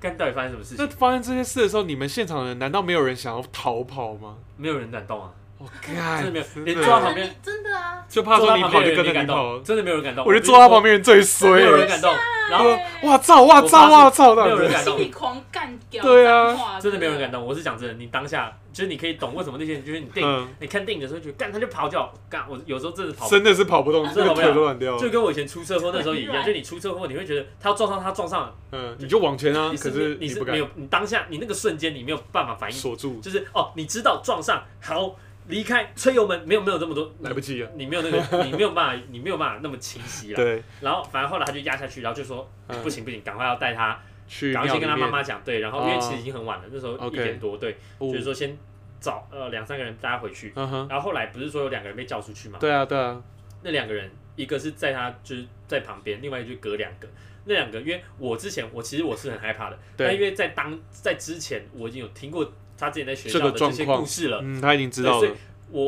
Speaker 2: 干到底发生什么事
Speaker 1: 那
Speaker 2: 情，
Speaker 1: 发生这些事的时候，你们现场的人难道没有人想要逃跑吗？
Speaker 2: 没有人敢动啊，
Speaker 1: 我
Speaker 2: 真的
Speaker 1: 看
Speaker 2: 没有，连
Speaker 1: 对
Speaker 2: 坐
Speaker 3: 真
Speaker 2: 他
Speaker 3: 的
Speaker 2: 旁
Speaker 3: 你
Speaker 2: 边，
Speaker 3: 真的啊，
Speaker 1: 就怕
Speaker 2: 坐
Speaker 1: 说
Speaker 2: 他
Speaker 1: 你
Speaker 2: 旁
Speaker 1: 跑
Speaker 2: 边
Speaker 1: 就
Speaker 2: 的人
Speaker 1: 跟着
Speaker 2: 没敢
Speaker 1: 你跑
Speaker 2: 动，，真的没有人敢动，
Speaker 1: 我觉得
Speaker 2: 必须
Speaker 1: 坐他旁
Speaker 2: 说
Speaker 1: 边人最
Speaker 2: 没有人
Speaker 1: 衰，
Speaker 2: 敢动，然后
Speaker 3: 对
Speaker 1: 哇操哇操哇操，
Speaker 2: 没有人
Speaker 1: 这样
Speaker 2: 敢
Speaker 1: 子
Speaker 2: 动
Speaker 3: 心里狂干掉，
Speaker 1: 对啊
Speaker 3: 脏话
Speaker 2: 真的没有人敢。动，我是讲真的，你当下就是你可以懂为什么那些人就是你电影，
Speaker 1: 嗯，
Speaker 2: 你看电影的时候觉得干他就跑掉，干我有时候真的跑不
Speaker 1: 真的是跑不动，
Speaker 2: 真
Speaker 1: 这
Speaker 2: 的
Speaker 1: 个
Speaker 2: 跑不了
Speaker 1: 腿都软掉
Speaker 2: 就
Speaker 1: 了，
Speaker 2: 跟我以前出车祸那时候一样，
Speaker 3: 很软
Speaker 2: 就你出车祸，你会觉得他要撞上他撞上了，
Speaker 1: 嗯，你就往前啊，
Speaker 2: 你
Speaker 1: 可
Speaker 2: 是你
Speaker 1: 你
Speaker 2: 是
Speaker 1: 不
Speaker 2: 没
Speaker 1: 敢
Speaker 2: 有，你当下你那个瞬间你没有办法反应
Speaker 1: 锁住，
Speaker 2: 就是哦，你知道撞上好离开吹油门，没有没有这么多，
Speaker 1: 来不及了，
Speaker 2: 你没有那个你没有办法，你没有办法那么清晰了。
Speaker 1: 对，
Speaker 2: 然后反正后来他就压下去，然后就说
Speaker 1: 嗯
Speaker 2: 不行不行，赶快要带他，
Speaker 1: 去
Speaker 2: 赶快
Speaker 1: 庙里
Speaker 2: 先跟
Speaker 1: 面
Speaker 2: 他妈妈讲对，然后因为
Speaker 1: 哦
Speaker 2: 其实已经很晚了，那时候一
Speaker 1: OK
Speaker 2: 点多对，
Speaker 1: 哦
Speaker 2: 就是说先找呃两三个人带他回去。
Speaker 1: 嗯哼，
Speaker 2: 然后后来不是说有两个人被叫出去嘛？
Speaker 1: 对啊对啊，
Speaker 2: 那两个人一个是在他就是在旁边，另外一个就隔两个。那两个，因为我之前我其实我是很害怕的，
Speaker 1: 对
Speaker 2: 但因为在当在之前我已经有听过他之前在学
Speaker 1: 这
Speaker 2: 校
Speaker 1: 个
Speaker 2: 的这些
Speaker 1: 状况
Speaker 2: 故事了，
Speaker 1: 嗯，他已经知道
Speaker 2: 对
Speaker 1: 了
Speaker 2: 所以，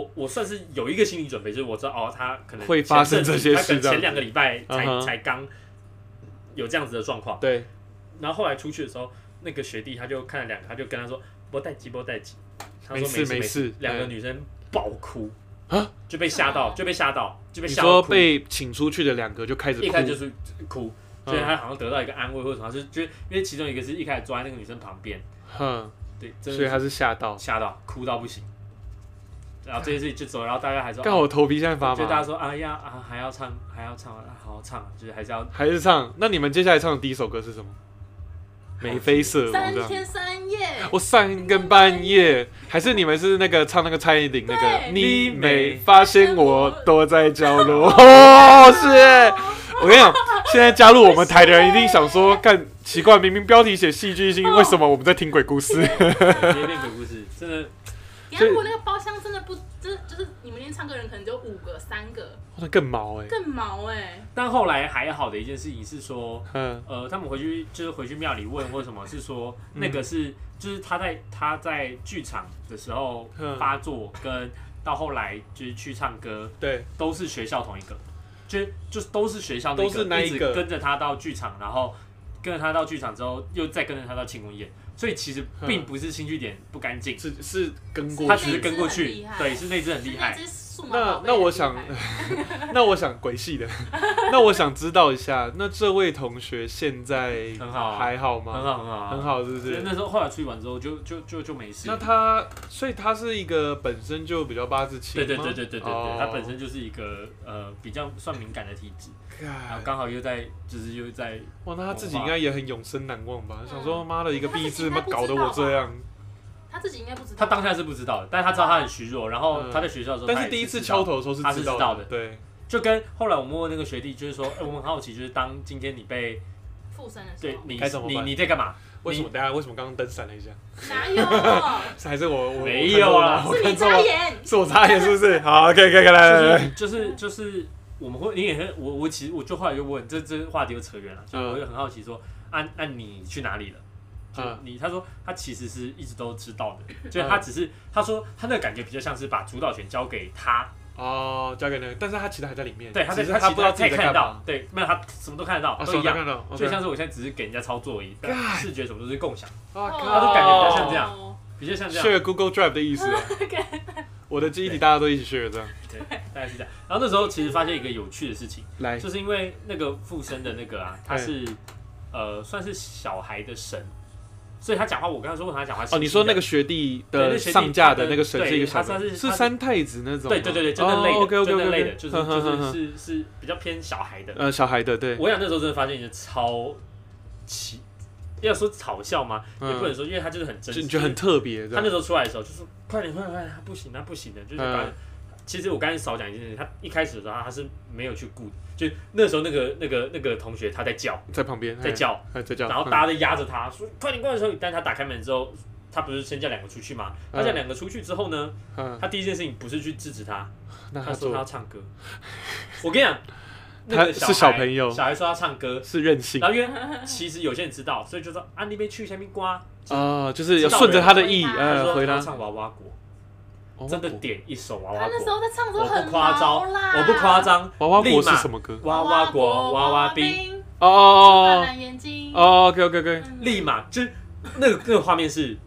Speaker 2: 我我算是有一个心理准备，就是我知道哦，他可能
Speaker 1: 会发生
Speaker 2: 前阵子
Speaker 1: 这些事
Speaker 2: 他可能
Speaker 1: 这样嗯子
Speaker 2: 前两个礼拜才、
Speaker 1: 嗯哼
Speaker 2: 才刚有这样子的状况。
Speaker 1: 对，
Speaker 2: 然后后来出去的时候，那个学弟他就看了两个，他就跟他说：“波带吉，波带吉。”他说：“
Speaker 1: 没
Speaker 2: 没
Speaker 1: 事没
Speaker 2: 没
Speaker 1: 事
Speaker 2: 两个
Speaker 1: 嗯
Speaker 2: 女生爆哭
Speaker 1: 啊，
Speaker 2: 就被吓到，就被吓到，就被
Speaker 1: 你
Speaker 2: 吓到
Speaker 1: 说
Speaker 2: 哭。
Speaker 1: 被请出去的两个就开始哭
Speaker 2: 一，开始就是哭，所以
Speaker 1: 嗯
Speaker 2: 他好像得到一个安慰或者什么，他是就是因为其中一个是一开始坐在那个女生旁边，
Speaker 1: 哼，
Speaker 2: 对，真
Speaker 1: 所以
Speaker 2: 的
Speaker 1: 他是吓到，
Speaker 2: 吓到哭到不行。然后这件事情就走，然后大家还说，
Speaker 1: 刚我头皮现在发
Speaker 2: 啊就大家
Speaker 1: 麻，
Speaker 2: 说啊呀啊还要唱还要唱啊好好唱啊，就是还 是要
Speaker 1: 还是唱。那你们接下来唱的第一首歌是什么？眉飞色舞
Speaker 3: 三
Speaker 1: 这样。
Speaker 3: 天三夜，
Speaker 1: 我三更半夜，还是你们是那个唱那个蔡依林那个？
Speaker 3: 对
Speaker 1: 你
Speaker 2: 你
Speaker 1: 没
Speaker 2: 没
Speaker 1: 发现我躲在角落？哦，是。我跟你讲，现在加入我们台的人一定想说，干奇怪，明明标题写戏剧性，为什么我们在听鬼故事？
Speaker 2: 直接变鬼故事，真的
Speaker 3: 等一
Speaker 1: 所
Speaker 3: 下
Speaker 1: 以
Speaker 3: 如果那个包厢真的不，真的就是你们连唱歌人可能只有五个、三个，
Speaker 1: 那更毛 哎、
Speaker 3: 更毛哎。
Speaker 2: 但后来还好的一件事情是说，
Speaker 1: 嗯，
Speaker 2: 呃，他们回去就是回去庙里问或者什么，是说
Speaker 1: 嗯
Speaker 2: 那个是、就是他在他在剧场的时候
Speaker 1: 嗯
Speaker 2: 发作，跟到后来就是去唱歌，
Speaker 1: 对，
Speaker 2: 都是学校同一个，就是就是都是学校
Speaker 1: 都是那一
Speaker 2: 一直
Speaker 1: 个
Speaker 2: 跟着他到剧场，然后跟着他到剧场之后，又再跟着他到庆功宴，所以其实
Speaker 1: 嗯
Speaker 2: 并不是新据点不干净，
Speaker 1: 是是跟过
Speaker 2: 他
Speaker 1: 去
Speaker 2: 只是跟过去
Speaker 3: 那
Speaker 2: 对，
Speaker 3: 一只很厉，害
Speaker 2: 是那只很
Speaker 3: 就
Speaker 2: 厉
Speaker 3: 那
Speaker 2: 害。
Speaker 3: 只数码
Speaker 1: 那
Speaker 3: 宝贝
Speaker 1: 那我
Speaker 3: 很厉
Speaker 1: 想
Speaker 3: 害，
Speaker 1: 那我想鬼系的，那我想知道一下，那这位同学现在
Speaker 2: 很好啊
Speaker 1: 还好
Speaker 2: 很
Speaker 1: 吗？
Speaker 2: 好很好，
Speaker 1: 很。好，是不
Speaker 2: 所以
Speaker 1: 是？
Speaker 2: 那时候后来出去玩之后就，就就就没事。
Speaker 1: 那他，所以他是一个本身就比较八字气
Speaker 2: 对
Speaker 1: 吗，
Speaker 2: 对对对对对
Speaker 1: 哦
Speaker 2: 对，他本身就是一个呃比较算敏感的体质，然后
Speaker 1: 干
Speaker 2: 刚好又在就是又在
Speaker 1: 哇，那他自己应该也很永生难忘
Speaker 2: 嗯
Speaker 1: 吧？想说妈的一个
Speaker 3: 他自己
Speaker 1: 币字，
Speaker 3: 应该
Speaker 1: 妈
Speaker 3: 不
Speaker 1: 搞得
Speaker 3: 知道
Speaker 1: 我这
Speaker 3: 吧
Speaker 1: 样。
Speaker 3: 他自己应该不知道。
Speaker 2: 他当下是不知道的，但是他知道他很虚弱，然后他在学校的时候，
Speaker 1: 嗯但是第一次敲
Speaker 2: 头，
Speaker 1: 头的时候是
Speaker 2: 他是
Speaker 1: 知道
Speaker 2: 知道的
Speaker 1: 对，
Speaker 2: 就跟后来我问问那个学弟，就是说，哎，我们很好奇，就是当今天你被
Speaker 3: 附身的时
Speaker 2: 对
Speaker 3: 候，
Speaker 2: 你
Speaker 1: 该怎么
Speaker 2: 你
Speaker 1: 办
Speaker 2: 你在干嘛？
Speaker 1: 为什么大家为什么刚刚灯闪了一下？
Speaker 3: 哪有？
Speaker 1: 是还是我我
Speaker 2: 没有啊啦
Speaker 1: 我
Speaker 3: 是
Speaker 1: 看
Speaker 3: 你
Speaker 1: 错
Speaker 3: 眨
Speaker 1: 了，
Speaker 3: 眼。
Speaker 1: 是我眨眼是不是？好，OK OK，来来来
Speaker 2: 就是
Speaker 1: 来，
Speaker 2: 就是就是我们会，你也会，我我其实我就后来就问，这这话题又扯远了，就
Speaker 1: 嗯
Speaker 2: 我就很好奇说，按按你去哪里了？就
Speaker 1: 嗯
Speaker 2: 你他说他其实是一直都知道 的，就是他只是他说他那个感觉比较像是把主导权交给他，
Speaker 1: 哦，交给那个，但是他其实还在里面，
Speaker 2: 对，他在
Speaker 1: 只是
Speaker 2: 他
Speaker 1: 不知道
Speaker 2: 其
Speaker 1: 自己
Speaker 2: 实他
Speaker 1: 在干
Speaker 2: 看得到
Speaker 1: 嘛，，
Speaker 2: 对，没有他什么都看得哦到，
Speaker 1: 啊，
Speaker 2: 都一
Speaker 1: 手上
Speaker 2: 样。
Speaker 1: 看到，
Speaker 2: 所以
Speaker 1: OK
Speaker 2: 像是我现在只是给人家操作而已，但
Speaker 1: God
Speaker 2: 视觉什么都是共享，
Speaker 1: 啊
Speaker 3: 哦
Speaker 1: 靠
Speaker 2: 就感觉比较像这样比较像这样。
Speaker 1: share Google Drive 的意思 啊。我的记忆体大家都一起 share 这样。
Speaker 2: 对，大概是这样。然后那时候其实发现一个有趣的事情，
Speaker 1: 来，
Speaker 2: 就是因为那个附身的那个啊，他
Speaker 1: 嗯
Speaker 2: 是呃算是小孩的神，所以他讲话，我跟他说过他讲话是
Speaker 1: 哦，你说那
Speaker 2: 的
Speaker 1: 个学弟
Speaker 2: 对
Speaker 1: 的
Speaker 2: 那学弟
Speaker 1: 上架的
Speaker 2: 他的
Speaker 1: 那个神是一个小
Speaker 2: 对
Speaker 1: 朋
Speaker 2: 他
Speaker 1: 友
Speaker 2: 算是
Speaker 1: 是哦
Speaker 2: 他是
Speaker 1: 三太子那种吗。
Speaker 2: 对对对对，就那类的
Speaker 1: OK OK
Speaker 2: 就
Speaker 1: OK
Speaker 2: 那类的，就是就是
Speaker 1: 是
Speaker 2: 是是比较偏小孩的。
Speaker 1: 呃小孩的对，
Speaker 2: 我想那时候真的发现一件超奇，要说嘲笑吗？也不能
Speaker 1: 嗯，
Speaker 2: 说，因为他就是很真
Speaker 1: 就
Speaker 2: 实，
Speaker 1: 你觉得很特别这
Speaker 2: 他那
Speaker 1: 样。
Speaker 2: 时候出来的时候，就说快点快点快点，他不行他不行的，就是
Speaker 1: 嗯
Speaker 2: 把。其实我刚才少讲一件事情，他一开始的时候他是没有去顾，就那时候那个那个那个同学他在叫
Speaker 1: 在旁边
Speaker 2: 在，叫，
Speaker 1: 哎哎在叫，
Speaker 2: 然后
Speaker 1: 嗯
Speaker 2: 大家在压着他说快点快点快点，但他打开门之后，他不是先叫两个出去吗？
Speaker 1: 嗯
Speaker 2: 他叫两个出去之后呢，
Speaker 1: 嗯，
Speaker 2: 他第一件事情不是去制止他，
Speaker 1: 那他
Speaker 2: 他说他要
Speaker 1: 做
Speaker 2: 唱歌。我跟你讲，那
Speaker 1: 他
Speaker 2: 个
Speaker 1: 是小
Speaker 2: 孩
Speaker 1: 朋友
Speaker 2: 小孩说要唱歌，
Speaker 1: 是任性
Speaker 2: 然后因为其实有些人知道，所以就说啊你没去下面刮，
Speaker 1: 啊，就是要
Speaker 2: 知道
Speaker 1: 顺着
Speaker 2: 人
Speaker 1: 他的意，
Speaker 3: 回答
Speaker 2: 他
Speaker 1: 呃，
Speaker 2: 说
Speaker 1: 回
Speaker 2: 他
Speaker 1: 答
Speaker 2: 要唱娃娃果。
Speaker 1: 哦
Speaker 2: 真的点一首娃
Speaker 3: 他
Speaker 2: 娃
Speaker 3: 那时
Speaker 2: 果，
Speaker 3: 候在唱的时
Speaker 2: 我
Speaker 3: 候很
Speaker 2: 不夸张，
Speaker 3: 毛啦，
Speaker 2: 我不夸张，
Speaker 1: 娃娃国是什
Speaker 2: 么？
Speaker 1: 么歌？
Speaker 2: 娃娃果、娃娃冰，，
Speaker 1: 哦
Speaker 3: 哦，
Speaker 1: 哦
Speaker 3: 蓝眼睛，
Speaker 1: 哦哦，OK OK OK，
Speaker 3: 嗯，
Speaker 2: 立马就是那个那个画面是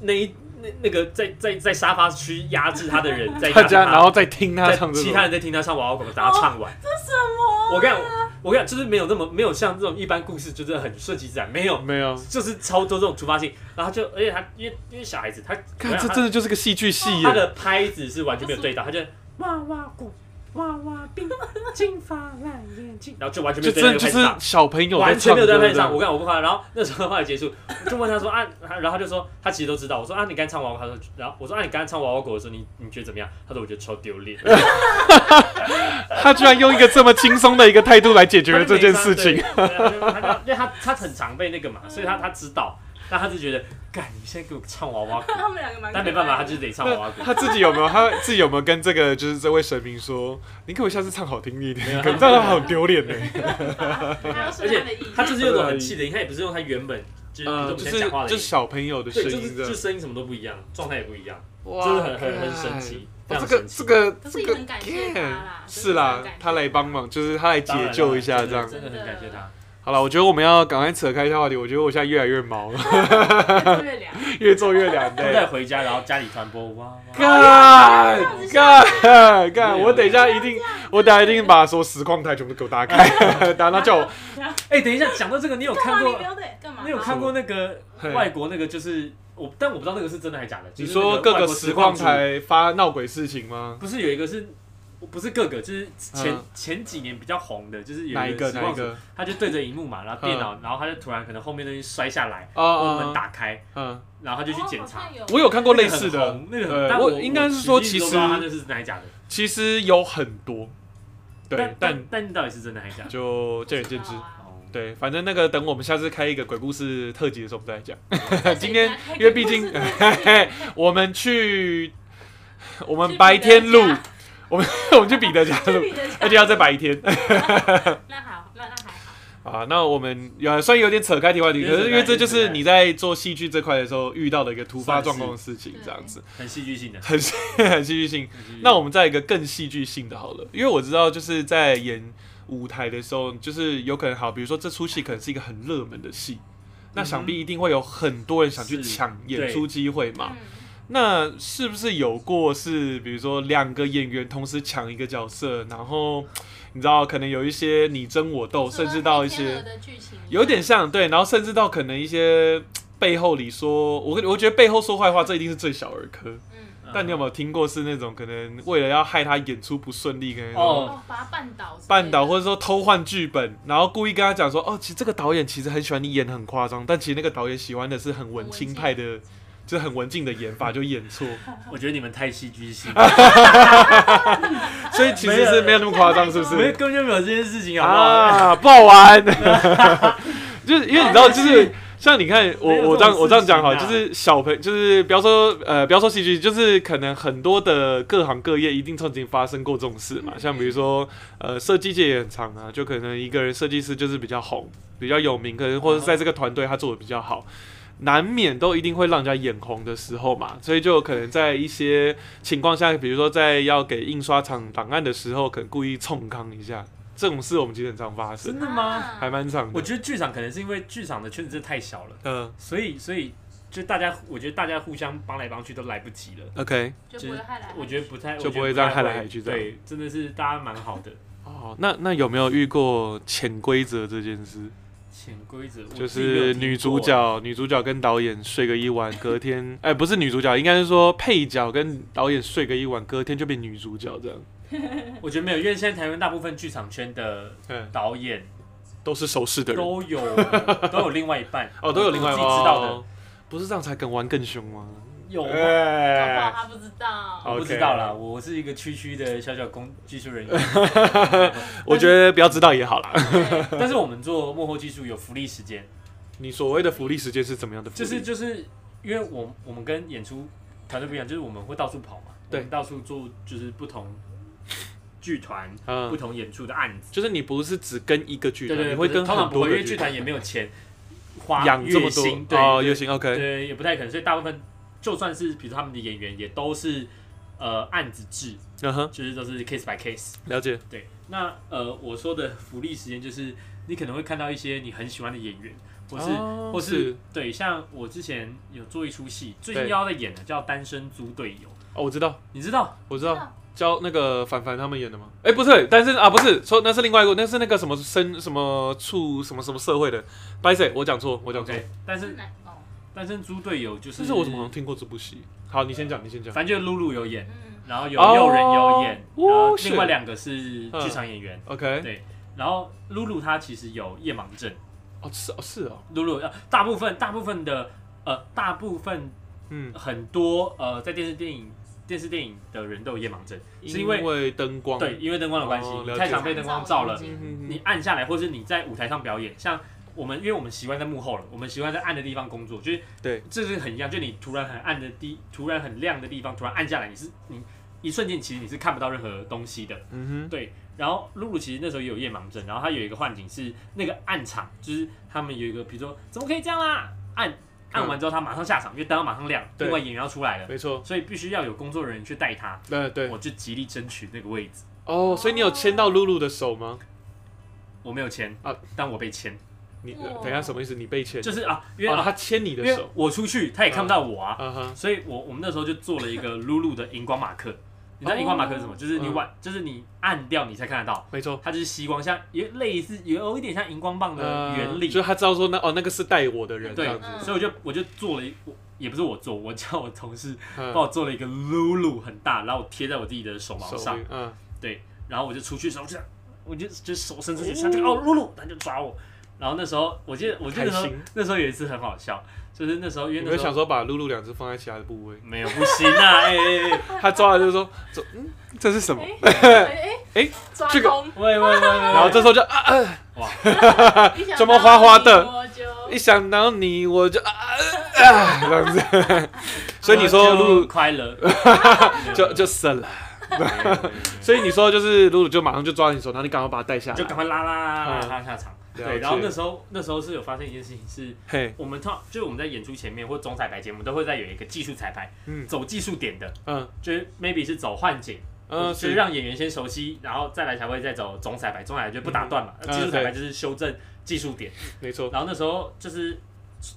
Speaker 2: 那一那那个在在在沙发区压制他的人在
Speaker 1: 大
Speaker 2: 压制
Speaker 1: 家然
Speaker 2: 他，
Speaker 1: 后再听他
Speaker 2: 在
Speaker 1: 唱这
Speaker 2: 其
Speaker 1: 首
Speaker 2: 他人在听他唱娃娃果，把他唱完。
Speaker 3: 这什么啊？
Speaker 2: 我跟你讲，我跟你讲，就是没有那么没有像这种一般故事，就是很顺其自然，没有。
Speaker 1: 没有？
Speaker 2: 就是超多这种突发性，然后他就，而且他因为因为小孩子，他
Speaker 1: 看，这
Speaker 2: 他
Speaker 1: 真的就是个戏剧戏
Speaker 2: 他
Speaker 1: 耶！
Speaker 2: 的拍子是完全没有对到，他就哇哇鼓，哇哇冰，金发蓝眼睛，然后就完全没
Speaker 1: 就
Speaker 2: 有对
Speaker 1: 真的
Speaker 2: 到那个
Speaker 1: 就
Speaker 2: 拍
Speaker 1: 是
Speaker 2: 子上，
Speaker 1: 小朋友在
Speaker 2: 完全
Speaker 1: 唱
Speaker 2: 没有
Speaker 1: 歌
Speaker 2: 对到拍
Speaker 1: 这
Speaker 2: 子上。我
Speaker 1: 样，
Speaker 2: 跟我不夸张，然后那时候后来结束，就问他说啊，他然后他就说他其实都知道，我说啊你刚才唱娃娃，他说然后我说啊你刚才唱娃娃果的时候，你你觉得怎么样？他说我觉得超丢脸，
Speaker 1: 他居然用一个这么轻松的一个态度来解决了这件事情。
Speaker 2: 他就没唱，对对他就因为他他很常被那个嘛，所以他他知道，但他就觉得，干你现在给我唱娃娃鼓，
Speaker 3: 他们两个蛮，
Speaker 2: 但没办法，他就是得唱娃娃鼓。
Speaker 1: 他自己有没有？他自己有没有跟这个就是这位神明说，你可不可以下次唱好听一
Speaker 2: 没
Speaker 1: 点？
Speaker 2: 有
Speaker 1: 可能这样好丢脸呢。
Speaker 2: 而且
Speaker 3: 他要顺他的意，
Speaker 2: 他就是有种很气的音，他也不是用他原本就是比如
Speaker 1: 呃，
Speaker 2: 说我们
Speaker 1: 就
Speaker 2: 现
Speaker 1: 是
Speaker 2: 在讲话的
Speaker 1: 就
Speaker 2: 音
Speaker 1: 是，小朋友的声
Speaker 2: 对，就是
Speaker 1: 音这
Speaker 2: 就
Speaker 1: 样
Speaker 2: 是，声音什么都不一样，状态也不一样，
Speaker 1: 哇
Speaker 2: 就是很很很神奇，非
Speaker 1: 哦
Speaker 2: 常
Speaker 1: 这个
Speaker 2: 神奇
Speaker 1: 这个
Speaker 3: 可是
Speaker 1: 这
Speaker 3: 也
Speaker 1: 个
Speaker 3: 很感谢他啦
Speaker 1: Yeah，是
Speaker 3: 真的很
Speaker 1: 啦
Speaker 3: 感谢，
Speaker 1: 他来帮忙，就是他来解救一下这样
Speaker 2: 真的很感谢他。
Speaker 1: 好了，我觉得我们要赶快扯开一下话题。我觉得我现在越来越毛了，
Speaker 3: 越做越 凉。
Speaker 1: 越做越凉。
Speaker 2: 他们再
Speaker 1: 对，
Speaker 2: 回家，然后家里传播哇哇，
Speaker 1: 干
Speaker 3: 这
Speaker 1: 干干！我等一下一定，我等一下一定把所有实况台全部给我打开， 等他叫我
Speaker 2: 哎、等一下，讲到这个，你有
Speaker 3: 干嘛
Speaker 2: 看
Speaker 3: 你
Speaker 2: 过
Speaker 3: 不？要对？干嘛？
Speaker 2: 你有看过那个
Speaker 1: 嘿
Speaker 2: 外国那个就是我，但我不知道那个是真的还是假的。
Speaker 1: 你
Speaker 2: 就是那
Speaker 1: 说各
Speaker 2: 外
Speaker 1: 个
Speaker 2: 国
Speaker 1: 实
Speaker 2: 实
Speaker 1: 况
Speaker 2: 主
Speaker 1: 台发闹鬼事情吗？
Speaker 2: 不是有一个是，不是各个，就是前、
Speaker 1: 嗯
Speaker 2: 前几年比较红的，就是有
Speaker 1: 哪一个？
Speaker 2: 个实
Speaker 1: 哪一
Speaker 2: 况主，
Speaker 1: 个？
Speaker 2: 他就对着荧幕嘛，然后电脑，然后他就突然可能后面东西摔下来，
Speaker 1: 啊
Speaker 2: 然后
Speaker 1: 啊
Speaker 2: 门！打开，
Speaker 1: 嗯，
Speaker 2: 然后他
Speaker 3: 他
Speaker 2: 就去检
Speaker 3: 哦
Speaker 2: 查。
Speaker 1: 我有看过类似的，
Speaker 2: 那个很红，那个
Speaker 1: 呃
Speaker 2: 很，但
Speaker 1: 我
Speaker 2: 我
Speaker 1: 应该是说
Speaker 2: 一直
Speaker 1: 其
Speaker 2: 都不
Speaker 1: 实
Speaker 2: 知道他那是真的还是假的。
Speaker 1: 其实有很多，对
Speaker 2: 但，
Speaker 1: 但
Speaker 2: 但但到底是真的还是假的？
Speaker 1: 就见仁见知。
Speaker 2: 哦，
Speaker 1: 对，反正那个等我们下次开一个鬼故事特辑的时候，我们再来讲。 今
Speaker 3: 今
Speaker 1: 天
Speaker 3: 天
Speaker 1: 因为毕竟 我们去，我们白天录，我们我们去彼得家录，而且要在白天
Speaker 3: 那好，那那还好。
Speaker 1: 啊。那我们有虽然有点扯开题外题，可是因为这就是你在做戏剧这块的时候遇到的一个突发状况的事情，这样子
Speaker 2: 很戏剧性的。
Speaker 1: 很很 戏剧性。
Speaker 2: 很戏剧性
Speaker 1: 那我们再一个更戏剧性的好了，因为我知道就是在演舞台的时候，就是有可能好，比如说这出戏可能是一个很热门的戏，那想必一定会有很多人想去
Speaker 2: 是
Speaker 1: 抢演
Speaker 2: 对
Speaker 1: 出机会嘛。
Speaker 3: 嗯，
Speaker 1: 那是不是有过是，比如说两个演员同时抢一个角色，然后你知道可能有一些你争我斗，哦甚至到一
Speaker 3: 除了黑天鹅
Speaker 1: 些
Speaker 3: 的剧情一样，
Speaker 1: 有点像对，然后甚至到可能一些背后里说，我我觉得背后说坏话，这一定是最小儿科。
Speaker 3: 嗯，
Speaker 2: 嗯
Speaker 1: 但你有没有听过是那种可能为了要害他演出不顺利，可能
Speaker 2: 哦
Speaker 3: 哦，把他绊倒之类的，啊
Speaker 1: 绊倒，或者说偷换剧本，然后故意跟他讲说，哦，其实这个导演其实很喜欢你演得很夸张，但其实那个导演喜欢的是很文青派的，就是很文静的演法，就演 错。
Speaker 2: 我觉得你们太戏剧性了，
Speaker 1: 所以其实是没有那么夸张，是不
Speaker 2: 我们
Speaker 1: 是？
Speaker 2: 根本就没有这件事情，好不好？
Speaker 1: 啊，不好 玩， 就是因为你知道，就是像你看我
Speaker 2: 没
Speaker 1: 我
Speaker 2: 有这
Speaker 1: 这样
Speaker 2: 种
Speaker 1: 我这样讲好，
Speaker 2: 事
Speaker 1: 就
Speaker 2: 情啊
Speaker 1: 是小朋就是不要说呃不要说戏剧，就是可能很多的各行各业一定曾经发生过这种事
Speaker 2: 嗯
Speaker 1: 嘛，像比如说呃设计界也很长啊，就可能一个人设计师就是比较红、比较有名，可能或者在这个团队他做的比较好。难免都一定会让人家眼红的时候嘛，所以就可能在一些情况下，比如说在要给印刷厂档案的时候，可能故意冲康一下，这种事我们其实很常发生
Speaker 2: 真，的吗？
Speaker 1: 还蛮常
Speaker 2: 我
Speaker 1: 的。
Speaker 2: 觉得剧场可能是因为剧场的圈子真的太小了，
Speaker 1: 嗯、
Speaker 2: 所以所以就大家，我觉得大家互相帮来帮去都来不及了。
Speaker 1: o k
Speaker 3: 就不会害来害去。
Speaker 2: 我觉得不太，
Speaker 1: 就不
Speaker 2: 我
Speaker 1: 会
Speaker 2: 觉得
Speaker 1: 这样
Speaker 2: 太
Speaker 1: 害来害去这样
Speaker 2: 对，真的是大家蛮好的。
Speaker 1: 哦，那那有没有遇过潜规则这件事？
Speaker 2: 潜规则我
Speaker 1: 就
Speaker 2: 自己没有
Speaker 1: 是
Speaker 2: 听
Speaker 1: 女主
Speaker 2: 过
Speaker 1: 角，女主角跟导演睡个一晚，隔 天，哎，不是女主角，应该是说配角跟导演睡个一晚，隔天就变女主角这 样。
Speaker 2: 欸，我觉得没有，因为现在台湾大部分剧场圈的
Speaker 1: 嗯，
Speaker 2: 导演
Speaker 1: 都是熟识的人。
Speaker 2: 都 有都有另外一半，
Speaker 1: 哦，都有另外
Speaker 2: 我自己知道的
Speaker 1: 哦不是这样才敢玩更凶吗？
Speaker 2: 有吗。
Speaker 3: 搞不好
Speaker 1: 哎，
Speaker 3: 他不知道，
Speaker 2: 我不知
Speaker 1: OK
Speaker 2: 道啦，我是一个区区的小小工技术 人员，
Speaker 1: 我觉得不要知道也好啦。
Speaker 3: 对
Speaker 2: 但是我们做幕后技术有福利时间，
Speaker 1: 你所谓的福利时间是怎么样的福
Speaker 2: 就
Speaker 1: 利？
Speaker 2: 是就是因为我我们跟演出团队不一样，就是我们会到处跑嘛，
Speaker 1: 对
Speaker 2: 我们到处做就是不同剧团、
Speaker 1: 嗯
Speaker 2: 不同演出的案子，
Speaker 1: 就是你不是只跟一个剧
Speaker 2: 对
Speaker 1: 团，
Speaker 2: 对
Speaker 1: 你
Speaker 2: 对，
Speaker 1: 会
Speaker 2: 不是
Speaker 1: 跟
Speaker 2: 通常
Speaker 1: 很
Speaker 2: 不
Speaker 1: 多
Speaker 2: 会，因
Speaker 1: 个
Speaker 2: 为剧团也没有钱花
Speaker 1: 养这么
Speaker 2: 月薪
Speaker 1: 多
Speaker 2: 对
Speaker 1: 哦，
Speaker 2: 对
Speaker 1: 月薪 OK，
Speaker 2: 对，也不太可能，所以大部分就算是比如他们的演员也都是呃案子制，
Speaker 1: 嗯哼，
Speaker 2: 就是都是 case by case。
Speaker 1: 了解，
Speaker 2: 对，那呃我说的福利时间就是你可能会看到一些你很喜欢的演员，或是、
Speaker 1: 哦
Speaker 2: 或
Speaker 1: 是
Speaker 2: 是对，像我之前有做一出戏，最
Speaker 1: 对
Speaker 2: 近要在演的叫《单身猪队友》，
Speaker 1: 哦，我知道，
Speaker 2: 你知道？
Speaker 1: 我知道，教那个凡凡他们演的吗？哎，不是，但是啊，不是，说那是另外一个，那是那个什么生什么处什么什么社会的，不好意思，我讲错，我讲错，
Speaker 2: OK，但
Speaker 3: 是
Speaker 2: 是
Speaker 3: 哪哦，
Speaker 2: 单身猪队友就是，
Speaker 1: 但是我怎么好像听过这部戏？好，你先讲，你先讲，
Speaker 2: 反正就是露露有演，
Speaker 3: 嗯，
Speaker 2: 然后有
Speaker 1: 哦
Speaker 2: 诱人有演，
Speaker 1: 哦
Speaker 2: 然后
Speaker 1: 是嗯
Speaker 2: 另外两个是剧场演员。
Speaker 1: ，OK，
Speaker 2: 对，然后露露她其实有夜盲症，
Speaker 1: 哦是哦是哦，
Speaker 2: 露露呃大部分大部分的呃大部分
Speaker 1: 嗯，
Speaker 2: 很多呃在电视电影电视电影的人都有夜盲症，是因为
Speaker 1: 为灯光，
Speaker 2: 对因为灯光的关系，
Speaker 1: 哦了
Speaker 2: 你
Speaker 1: 解
Speaker 2: 太常被灯光照
Speaker 3: 哎
Speaker 2: 了，
Speaker 1: 嗯嗯
Speaker 2: 你按下来或是你在舞台上表演，像。我们因为我们习惯在幕后了，我们习惯在暗的地方工作，就是
Speaker 1: 对，
Speaker 2: 这是很一样，就你突然很暗的地，突然很亮的地方，突然按下来，你是你一瞬间其实你是看不到任何东西的，
Speaker 1: 嗯
Speaker 2: 对，然后露露其实那时候也有夜盲症，然后她有一个幻景是那个暗场，就是他们有一个，比如说怎么可以这样啦，按按完之后她马上下场，因为灯要马上亮，
Speaker 1: 嗯对
Speaker 2: 另外演员要出来
Speaker 1: 哼，
Speaker 2: 了，
Speaker 1: 没错，
Speaker 2: 所以必须要有工作人员去带她。
Speaker 1: 对对，
Speaker 2: 我就极力争取那个位置，
Speaker 1: 哦，所以你有牵到露露的手吗？
Speaker 2: 我没有签
Speaker 1: 啊
Speaker 2: 但我被签，
Speaker 1: 你
Speaker 3: 哇
Speaker 1: 等一下什么意思？你被牵，
Speaker 2: 就是啊，因为、
Speaker 1: 哦，
Speaker 2: 啊、
Speaker 1: 他牵你
Speaker 2: 因
Speaker 1: 的
Speaker 2: 为
Speaker 1: 手，
Speaker 2: 我出去，他也看不到我啊，
Speaker 1: 啊哈，
Speaker 2: 所以我我们那时候就做了一个露露的荧光马克。你知道荧光马克是什么？
Speaker 1: 哦
Speaker 2: 就是你
Speaker 1: 嗯
Speaker 2: 晚，就是你按掉你才看得到，
Speaker 1: 没错，
Speaker 2: 它就是吸光，像有类似有一点像荧光棒的原理
Speaker 1: 就。呃他知道说那哦那个是带我的人这
Speaker 2: 对
Speaker 1: 样子，
Speaker 3: 嗯
Speaker 2: 所以我就我就做了一，我也不是我做，我叫我同事
Speaker 1: 嗯
Speaker 2: 帮我做了一个露露很大，然后我贴在我自己的手毛
Speaker 1: 手
Speaker 2: 上
Speaker 1: 臂，，嗯，
Speaker 2: 然后我就出去的时候我就这样，我就就手伸出去，他就哦露露，他就抓我。然后那时候我记得我记得那时候
Speaker 1: 开心
Speaker 2: 那时候有一次很好笑，就是那时候因为
Speaker 1: 你
Speaker 2: 那
Speaker 1: 们
Speaker 2: 时候
Speaker 1: 想说把露露两只放在其他的部位，
Speaker 2: 没有不行啊，哎哎哎，
Speaker 1: 他抓了就说，走嗯，这是什么？
Speaker 3: 哎哎
Speaker 1: 哎，
Speaker 3: 抓
Speaker 1: 这个
Speaker 3: 空，
Speaker 2: 喂喂喂喂，
Speaker 1: 然后这时候就啊啊，
Speaker 3: 一想到
Speaker 1: 怎么花花的
Speaker 3: 你我就
Speaker 1: 一想到你我就啊啊啊这样子， 所以你说露
Speaker 2: 啊露
Speaker 1: 露
Speaker 2: 快乐，
Speaker 1: 就就死了，
Speaker 2: 所
Speaker 1: 所以你说就是露露就马上就抓你手，然后你赶快把他带下
Speaker 2: 以就赶
Speaker 1: 来，
Speaker 2: 快拉拉拉拉下场。
Speaker 1: 嗯了
Speaker 2: 对，
Speaker 1: 解
Speaker 2: 然后那时候那时候是有发生一件事情是。
Speaker 1: 嘿，
Speaker 2: 我们通常就是我们在演出前面或总彩排节目都会在有一个技术彩排，
Speaker 1: 嗯
Speaker 2: 走技术点的，
Speaker 1: 嗯
Speaker 2: 就是 maybe 是走换景，
Speaker 1: 嗯，
Speaker 2: 就是让演员先熟悉，然后再来才会再走总彩排，总彩排就不打断嘛，
Speaker 1: 嗯
Speaker 2: 那技术彩排
Speaker 1: 嗯
Speaker 2: 就是修正技术点。
Speaker 1: 没错，
Speaker 2: 然后那时候就是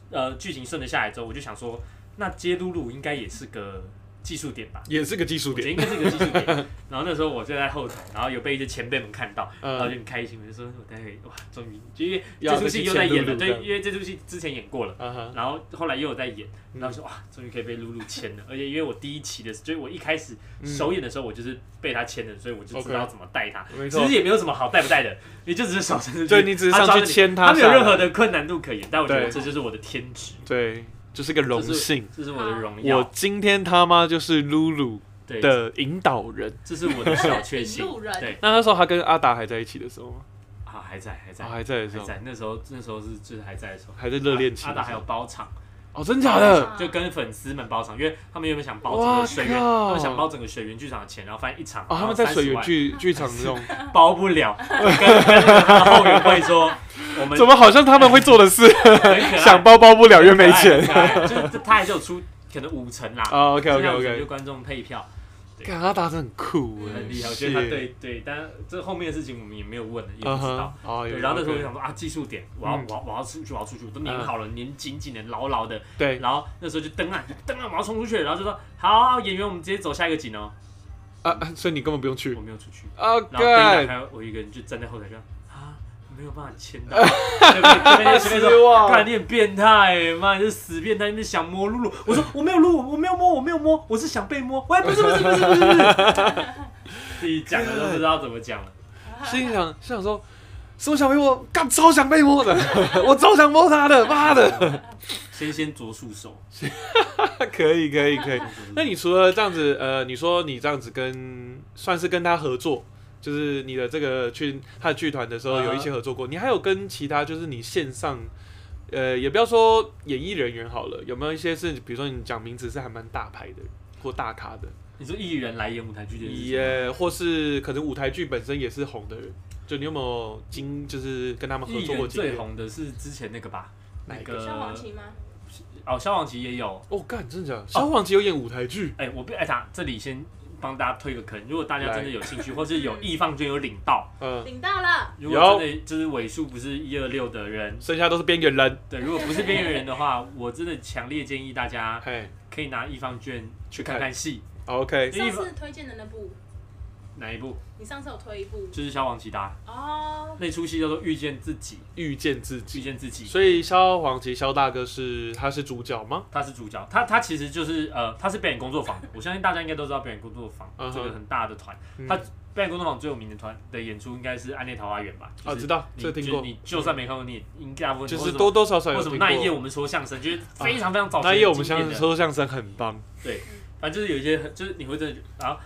Speaker 2: 呃剧情顺着下来之后，我就想说，那接露露应该也是个技术点吧。
Speaker 1: 也是个技术
Speaker 2: 我觉
Speaker 1: 点，
Speaker 2: 得应该是个技术点，然后那时候我就在后台，然后有被一些前辈们看到，然后就
Speaker 1: 嗯
Speaker 2: 很开心，我就说我待会哇，终于，就因为
Speaker 1: 要
Speaker 2: 这出戏又在演了，
Speaker 1: 再去签露露
Speaker 2: 对
Speaker 1: 这，样
Speaker 2: 因为这出戏之前演过了。
Speaker 1: 啊哈，
Speaker 2: 然后后来又有在演，
Speaker 1: 嗯
Speaker 2: 然后说哇，终于可以被露露签了。而且因为我第一期的时候，就是我一开始
Speaker 1: 嗯
Speaker 2: 首演的时候，我就是被他签的，所以我就知
Speaker 1: OK
Speaker 2: 道怎么带他。
Speaker 1: 没
Speaker 2: 其
Speaker 1: 错
Speaker 2: 实，也没有什么好带不带的，你就只是手伸出去，
Speaker 1: 对你只是上
Speaker 2: 他抓
Speaker 1: 去
Speaker 2: 着你
Speaker 1: 牵
Speaker 2: 他没有
Speaker 1: 下
Speaker 2: 任何
Speaker 1: 来
Speaker 2: 的困难度可言。但我觉得
Speaker 1: 对
Speaker 2: 这就是我的天职，
Speaker 1: 对，就是个荣
Speaker 2: 这是
Speaker 1: 幸。
Speaker 2: 这是我的荣
Speaker 1: 我
Speaker 2: 耀，
Speaker 1: 今天他妈就是露露
Speaker 2: 对，
Speaker 1: 的引导人。
Speaker 2: 这是我的小确
Speaker 3: 引
Speaker 2: 幸
Speaker 3: 路人。
Speaker 2: 对
Speaker 1: 那那时候他跟阿达还在一起的时候吗？
Speaker 2: 啊，还在还在
Speaker 1: 啊，还在的时
Speaker 2: 还
Speaker 1: 候，
Speaker 2: 在，那时候那时候是就是还在的时候。
Speaker 1: 还在热恋期
Speaker 2: 阿
Speaker 1: 的时候。
Speaker 2: 达还有包场，
Speaker 1: 哦，真假的？
Speaker 3: 啊
Speaker 2: 就跟粉丝们包场，因为他们原本想包整
Speaker 1: 哇
Speaker 2: 个水源，
Speaker 1: 靠
Speaker 2: 他们想包整个水源剧场的钱，然后发现一场
Speaker 1: 哦，他们在水源剧剧场 那种，
Speaker 2: 包 不了，跟跟他后援会说，我们
Speaker 1: 怎么好像他们会做的事，
Speaker 2: 很 可爱
Speaker 1: 想包包不了，因为 没
Speaker 2: 很
Speaker 1: 钱。
Speaker 2: 可爱就是他还是有出可能五成啦
Speaker 1: 啊，OK
Speaker 2: 这
Speaker 1: OK
Speaker 2: 样子就
Speaker 1: OK。
Speaker 2: 观众配票对
Speaker 1: 看阿达真的很酷哎，
Speaker 2: 很厉害，我觉得他
Speaker 1: 是。
Speaker 2: 对对，但这后面的事情我们也没有问了，也不
Speaker 1: 嗯
Speaker 2: 知
Speaker 1: 哼
Speaker 2: 道。，
Speaker 1: 哦，有
Speaker 2: 对，然后那时候我
Speaker 1: OK
Speaker 2: 就想说啊，技术点，我要
Speaker 1: 嗯
Speaker 2: 我要我要出去，我要出去，我都粘好了，粘紧紧的，牢牢的。
Speaker 1: 对
Speaker 2: 然后那时候就登岸，登岸，我要冲出去，然后就说好，演员，我们直接走下一个景哦。
Speaker 1: 啊，啊所以你根本不用去
Speaker 2: 我。没有出去，
Speaker 1: 啊，
Speaker 2: 然后灯打
Speaker 1: 干，
Speaker 2: 开，我一个人就站在后台这样啊，没有办法签到。前面前面前面 说
Speaker 1: 失望
Speaker 2: 看你很变态欸，妈你是死变态，你是想摸露露？我说我没有露，我没有摸，我没有摸，我是想被摸。喂，不是不是不是不 是不是，自己讲的都不知道怎么讲了。
Speaker 1: 心想 心想说，什么想被摸？干，超想被摸的， 我超想摸他的，妈的。
Speaker 2: 先先着束手，
Speaker 1: 可以可以可 以。那
Speaker 2: 那
Speaker 1: 你除了这样子，呃，你说你这样子跟算是跟他合作，就是你的这个去他的剧团的时候
Speaker 2: 嗯
Speaker 1: 有一些合作过，你还有跟其他就是你线上，呃，也不要说演艺人员好了，有没有一些是比如说你讲名字是还蛮大牌的或大咖的，
Speaker 2: 你说艺人来演舞台剧的人是谁，
Speaker 1: 也或是可能舞台剧本身也是红的人，就你有没有经就是跟他们合
Speaker 2: 艺
Speaker 1: 作过
Speaker 2: 人
Speaker 1: 经
Speaker 2: 最
Speaker 1: 验？
Speaker 2: 红的是之前那个吧，那
Speaker 1: 哪一
Speaker 2: 个
Speaker 3: 消防旗吗？
Speaker 2: 哦，消防旗也有。
Speaker 1: 哦，干，真的假的？萧煌奇有演舞台剧，
Speaker 2: 哎，我不哎，他这里先帮大家推个坑，如果大家真的
Speaker 1: 来
Speaker 2: 有兴趣，或是有义放券有领到。
Speaker 1: 嗯，
Speaker 3: 领到了，
Speaker 2: 如果真的就是尾数不是一二六的人，
Speaker 1: 剩下都是边缘人，
Speaker 2: 对，如果不是边缘人 的话，我真的强烈建议大家
Speaker 1: 嘿
Speaker 2: 可以拿一方券去看看戏。
Speaker 1: ，OK，
Speaker 2: 因为
Speaker 3: 上
Speaker 2: 一般
Speaker 3: 次推荐的那部，
Speaker 2: 哪一部？
Speaker 3: 你上次有推一部
Speaker 2: 就是消防奇达
Speaker 3: 哦，
Speaker 2: 那出戏叫做《遇见自己
Speaker 1: 遇见自》，己
Speaker 2: 遇。见自己，
Speaker 1: 所以萧煌奇萧大哥是他是主角吗？
Speaker 2: 他是主角，他他其实就是呃，他是表演工作坊的，我相信大家应该都知道表演工作坊
Speaker 1: 嗯哼
Speaker 2: 这个很大的团。
Speaker 1: 嗯
Speaker 2: 他表演工作坊最有名的团的演出应该是《暗恋桃花源》吧？
Speaker 1: 啊，
Speaker 2: 就
Speaker 1: 知
Speaker 2: 是
Speaker 1: 道
Speaker 2: 你
Speaker 1: 这个听过
Speaker 2: 就，你就算没看过，你应该大部分
Speaker 1: 就是多多少少
Speaker 2: 为
Speaker 1: 有
Speaker 2: 什么
Speaker 1: 听
Speaker 2: 那一夜
Speaker 1: 过。啊
Speaker 2: 我们说相声，就是非常非常早期
Speaker 1: 那一夜我们
Speaker 2: 经典
Speaker 1: 相
Speaker 2: 的
Speaker 1: 说相声很棒，
Speaker 2: 反正就是有一些很，就是你会真的，然后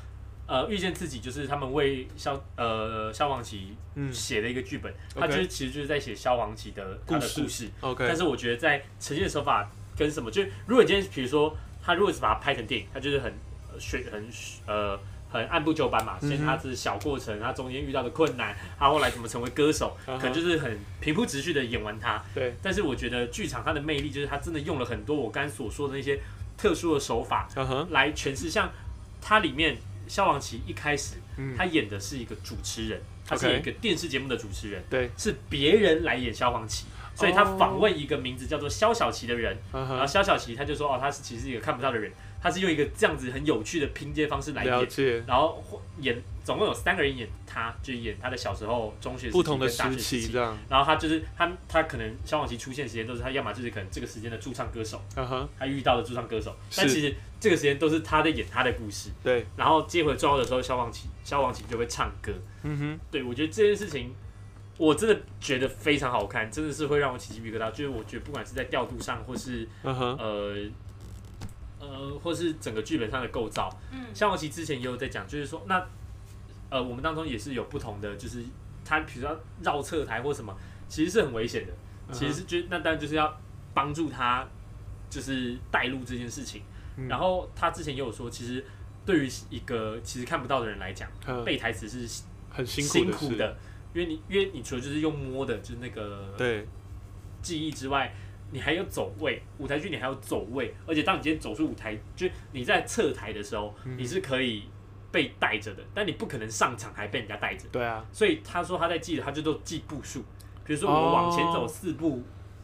Speaker 2: 呃遇见自己，就是他们为消呃消防旗
Speaker 1: 嗯
Speaker 2: 写的一个剧本，
Speaker 1: OK
Speaker 2: 他就是其实就是在写消防旗的他的
Speaker 1: 故事
Speaker 2: 故事，但
Speaker 1: ，OK，
Speaker 2: 是我觉得在呈现的手法跟什么，就是如果你今天比如说他如果是把它拍成电影，他就是很呃学很呃。很按部就班嘛，
Speaker 1: 嗯哼
Speaker 2: 先他是小过程，他中间遇到的困难，他后来怎么成为歌手，
Speaker 1: 嗯哼
Speaker 2: 可能就是很平铺直叙的演完它。
Speaker 1: 对，
Speaker 2: 但是我觉得剧场它的魅力就是它真的用了很多我刚才所说的那些特殊的手法，
Speaker 1: 嗯哼，
Speaker 2: 来诠释。像它里面萧煌奇一开始
Speaker 1: 嗯
Speaker 2: 他，演的是一个主持人，他是
Speaker 1: OK
Speaker 2: 一个电视节目的主持人，
Speaker 1: 对，
Speaker 2: 是别人来演萧煌奇，所以他访问一个名字叫做肖小琪的人，
Speaker 1: 哦嗯
Speaker 2: 然后
Speaker 1: 哼，
Speaker 2: 肖小琪他就说哦，他是其实是一个看不到的人，他是用一个这样子很有趣的拼接方式来
Speaker 1: 了
Speaker 2: 演，
Speaker 1: 解，
Speaker 2: 然后演总共有三个人演他，就是演他的小时候、中学时期
Speaker 1: 不同的
Speaker 2: 跟大
Speaker 1: 时
Speaker 2: 学时
Speaker 1: 期
Speaker 2: 期
Speaker 1: 这样，
Speaker 2: 然后他就是他，他可能萧煌奇出现时间都是他，要么就是可能这个时间的驻唱歌手，
Speaker 1: 嗯哼，
Speaker 2: 他遇到的驻唱歌手，
Speaker 1: 是
Speaker 2: 但其实这个时间都是他在演他的故事。
Speaker 1: 对，
Speaker 2: 然后接回最后的时候，萧煌奇，萧煌奇就会唱歌。
Speaker 1: 嗯哼，
Speaker 2: 对我觉得这件事情，我真的觉得非常好看，真的是会让我起鸡皮疙瘩。就是我觉得不管是在调度上，或是
Speaker 1: 嗯哼，
Speaker 2: 呃呃，或是整个剧本上的构造，
Speaker 3: 嗯，
Speaker 2: 萧煌奇之前也有在讲，就是说那呃，我们当中也是有不同的，就是他比如说绕侧台或什么，其实是很危险的。
Speaker 1: 嗯
Speaker 2: 其实是就那当然就是要帮助他，就是带路这件事情。
Speaker 1: 嗯
Speaker 2: 然后他之前也有说，其实对于一个其实看不到的人来讲，
Speaker 1: 嗯
Speaker 2: 背台词是辛
Speaker 1: 很辛
Speaker 2: 辛
Speaker 1: 苦
Speaker 2: 苦
Speaker 1: 的事，
Speaker 2: 的，因为你因为你除了就是用摸的，就是那个
Speaker 1: 对，
Speaker 2: 记忆之外，你还有走位，舞台剧你还有走位，而且当你今天走出舞台，就是你在侧台的时候，
Speaker 1: 嗯
Speaker 2: 你是可以被带着的，但你不可能上场还被人家带着。
Speaker 1: 对啊，
Speaker 2: 所以他说他在记的，他就都记步数，比如说我往前走
Speaker 1: 哦
Speaker 2: 四步，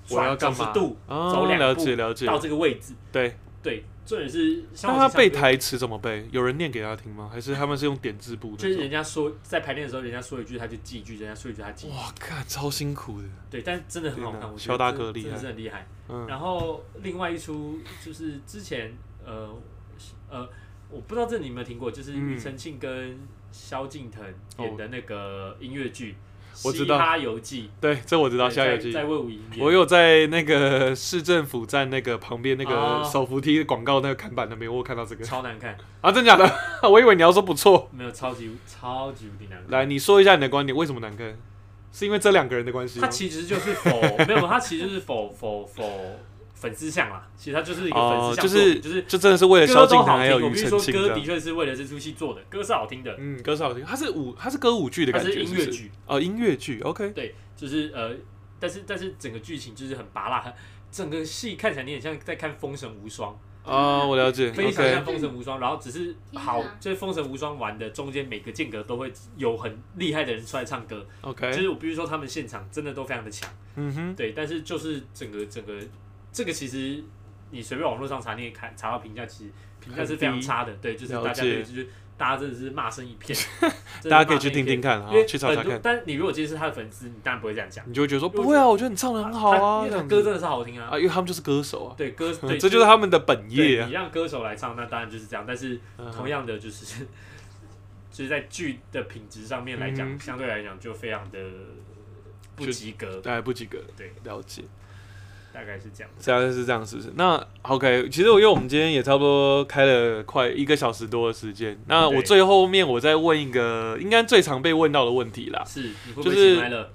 Speaker 1: 我要
Speaker 2: 转
Speaker 1: 干
Speaker 2: 九十
Speaker 1: 嘛？
Speaker 2: 度，
Speaker 1: 哦
Speaker 2: 走两
Speaker 1: 了
Speaker 2: 步
Speaker 1: 解了解，
Speaker 2: 到这个位置。
Speaker 1: 对。
Speaker 2: 对，重点是像
Speaker 1: 那
Speaker 2: 我
Speaker 1: 他
Speaker 2: 平常
Speaker 1: 背
Speaker 2: 就，
Speaker 1: 台词怎么背？有人念给他听吗？还是他们是用点字部
Speaker 2: 就是
Speaker 1: 那种？
Speaker 2: 人家说在排练的时候，人家说一句他就记一句，人家说一句他记一句。
Speaker 1: 哇，看超辛苦的。
Speaker 2: 对，但真的很好看，
Speaker 1: 天哪
Speaker 2: 我觉得
Speaker 1: 肖大哥
Speaker 2: 真的
Speaker 1: 厉害
Speaker 2: 真的是很厉害。
Speaker 1: 嗯，
Speaker 2: 然后另外一出就是之前呃呃，我不知道这你有没有听过，就是
Speaker 1: 嗯
Speaker 2: 庾澄庆跟萧敬腾演的那个音乐剧《
Speaker 1: 我
Speaker 2: 嘻
Speaker 1: 知道
Speaker 2: 哈游记
Speaker 1: 对，这我知》道，
Speaker 2: 对
Speaker 1: 下游
Speaker 2: 在
Speaker 1: 记。
Speaker 2: 在魏武营演
Speaker 1: 我有在那个市政府站那个旁边那个
Speaker 2: 哦
Speaker 1: 手扶梯广告那个看板那边，我有看到这个
Speaker 2: 超难看，
Speaker 1: 啊，真假的？ 我以为你要说不错。
Speaker 2: 没有超级超级无敌难看。
Speaker 1: 来，你说一下你的观点，为什么难看？是因为这两个人的关系吗
Speaker 2: 他？其实就是否 没有，他其实就是否否否粉丝向啦，其实他就是一个粉
Speaker 1: 哦，
Speaker 2: 丝向
Speaker 1: 就
Speaker 2: 作品、
Speaker 1: 是
Speaker 2: 就是。
Speaker 1: 就真的是为了萧
Speaker 2: 歌
Speaker 1: 敬
Speaker 2: 都
Speaker 1: 腾
Speaker 2: 好
Speaker 1: 还有
Speaker 2: 听，我
Speaker 1: 庾
Speaker 2: 必须说
Speaker 1: 澄庆
Speaker 2: 歌
Speaker 1: 这
Speaker 2: 的
Speaker 1: 样。
Speaker 2: 确是为了这出戏做的，歌是好听的，
Speaker 1: 嗯，歌是好听，它是舞，它是歌舞剧的
Speaker 2: 它
Speaker 1: 感觉，
Speaker 2: 是音乐
Speaker 1: 不
Speaker 2: 剧，嗯
Speaker 1: 哦，音乐剧，OK，
Speaker 2: 对，就是呃，但是但是整个剧情就是很拔辣，很整个戏看起来你很像在看《封神无双
Speaker 1: 啊，我了解》，
Speaker 2: 非常像《
Speaker 1: ，OK，
Speaker 2: 封神无双》，然后只是
Speaker 3: 天
Speaker 2: 好
Speaker 3: 哪，
Speaker 2: 就是《封神无双》玩的中间每个间隔都会有很厉害的人出来唱歌，就
Speaker 1: OK，
Speaker 2: 是我必须说他们现场真的都非常的强，
Speaker 1: 嗯哼，
Speaker 2: 对，但是就是整个整个这个其实你随便网络上查你也看查到评价，其实评价是非常
Speaker 1: 很低
Speaker 2: 差的，对，就是
Speaker 1: 嗯了
Speaker 2: 大家
Speaker 1: 解
Speaker 2: 对就是大家真的是骂声一片，真的
Speaker 1: 大家可以
Speaker 2: 骂
Speaker 1: 去
Speaker 2: 声一
Speaker 1: 听听
Speaker 2: 片。
Speaker 1: 看啊
Speaker 2: 因为，
Speaker 1: 去查查
Speaker 2: 很多
Speaker 1: 看，
Speaker 2: 但你如果今天是他的粉丝，你当然不会这样讲。
Speaker 1: 你就会觉得说
Speaker 2: 因为我
Speaker 1: 不会啊，我觉得你唱的很好
Speaker 2: 他
Speaker 1: 啊，这
Speaker 2: 因为他
Speaker 1: 样
Speaker 2: 歌
Speaker 1: 子
Speaker 2: 真的是好听啊。
Speaker 1: 啊，因为他们就是歌手啊，
Speaker 2: 对歌，对，
Speaker 1: 这就是他们的本业
Speaker 2: 对
Speaker 1: 啊
Speaker 2: 你。让歌手来唱，那当然就是这样。但是
Speaker 1: 嗯
Speaker 2: 同样的，就是 就是在剧的品质上面来讲，
Speaker 1: 嗯
Speaker 2: 相对来讲就非常的不
Speaker 1: 就
Speaker 2: 及格，
Speaker 1: 大概不及格，
Speaker 2: 对，
Speaker 1: 了解，
Speaker 2: 大概是这样。
Speaker 1: 这样是这样，是不是？那 OK，其实我因为我们今天也差不多开了快一个小时多的时间，那我
Speaker 2: 对
Speaker 1: 最后面我再问一个应该最常被问到的问题啦，
Speaker 2: 是，你会不
Speaker 1: 就
Speaker 2: 会
Speaker 1: 是
Speaker 2: 喜欢了？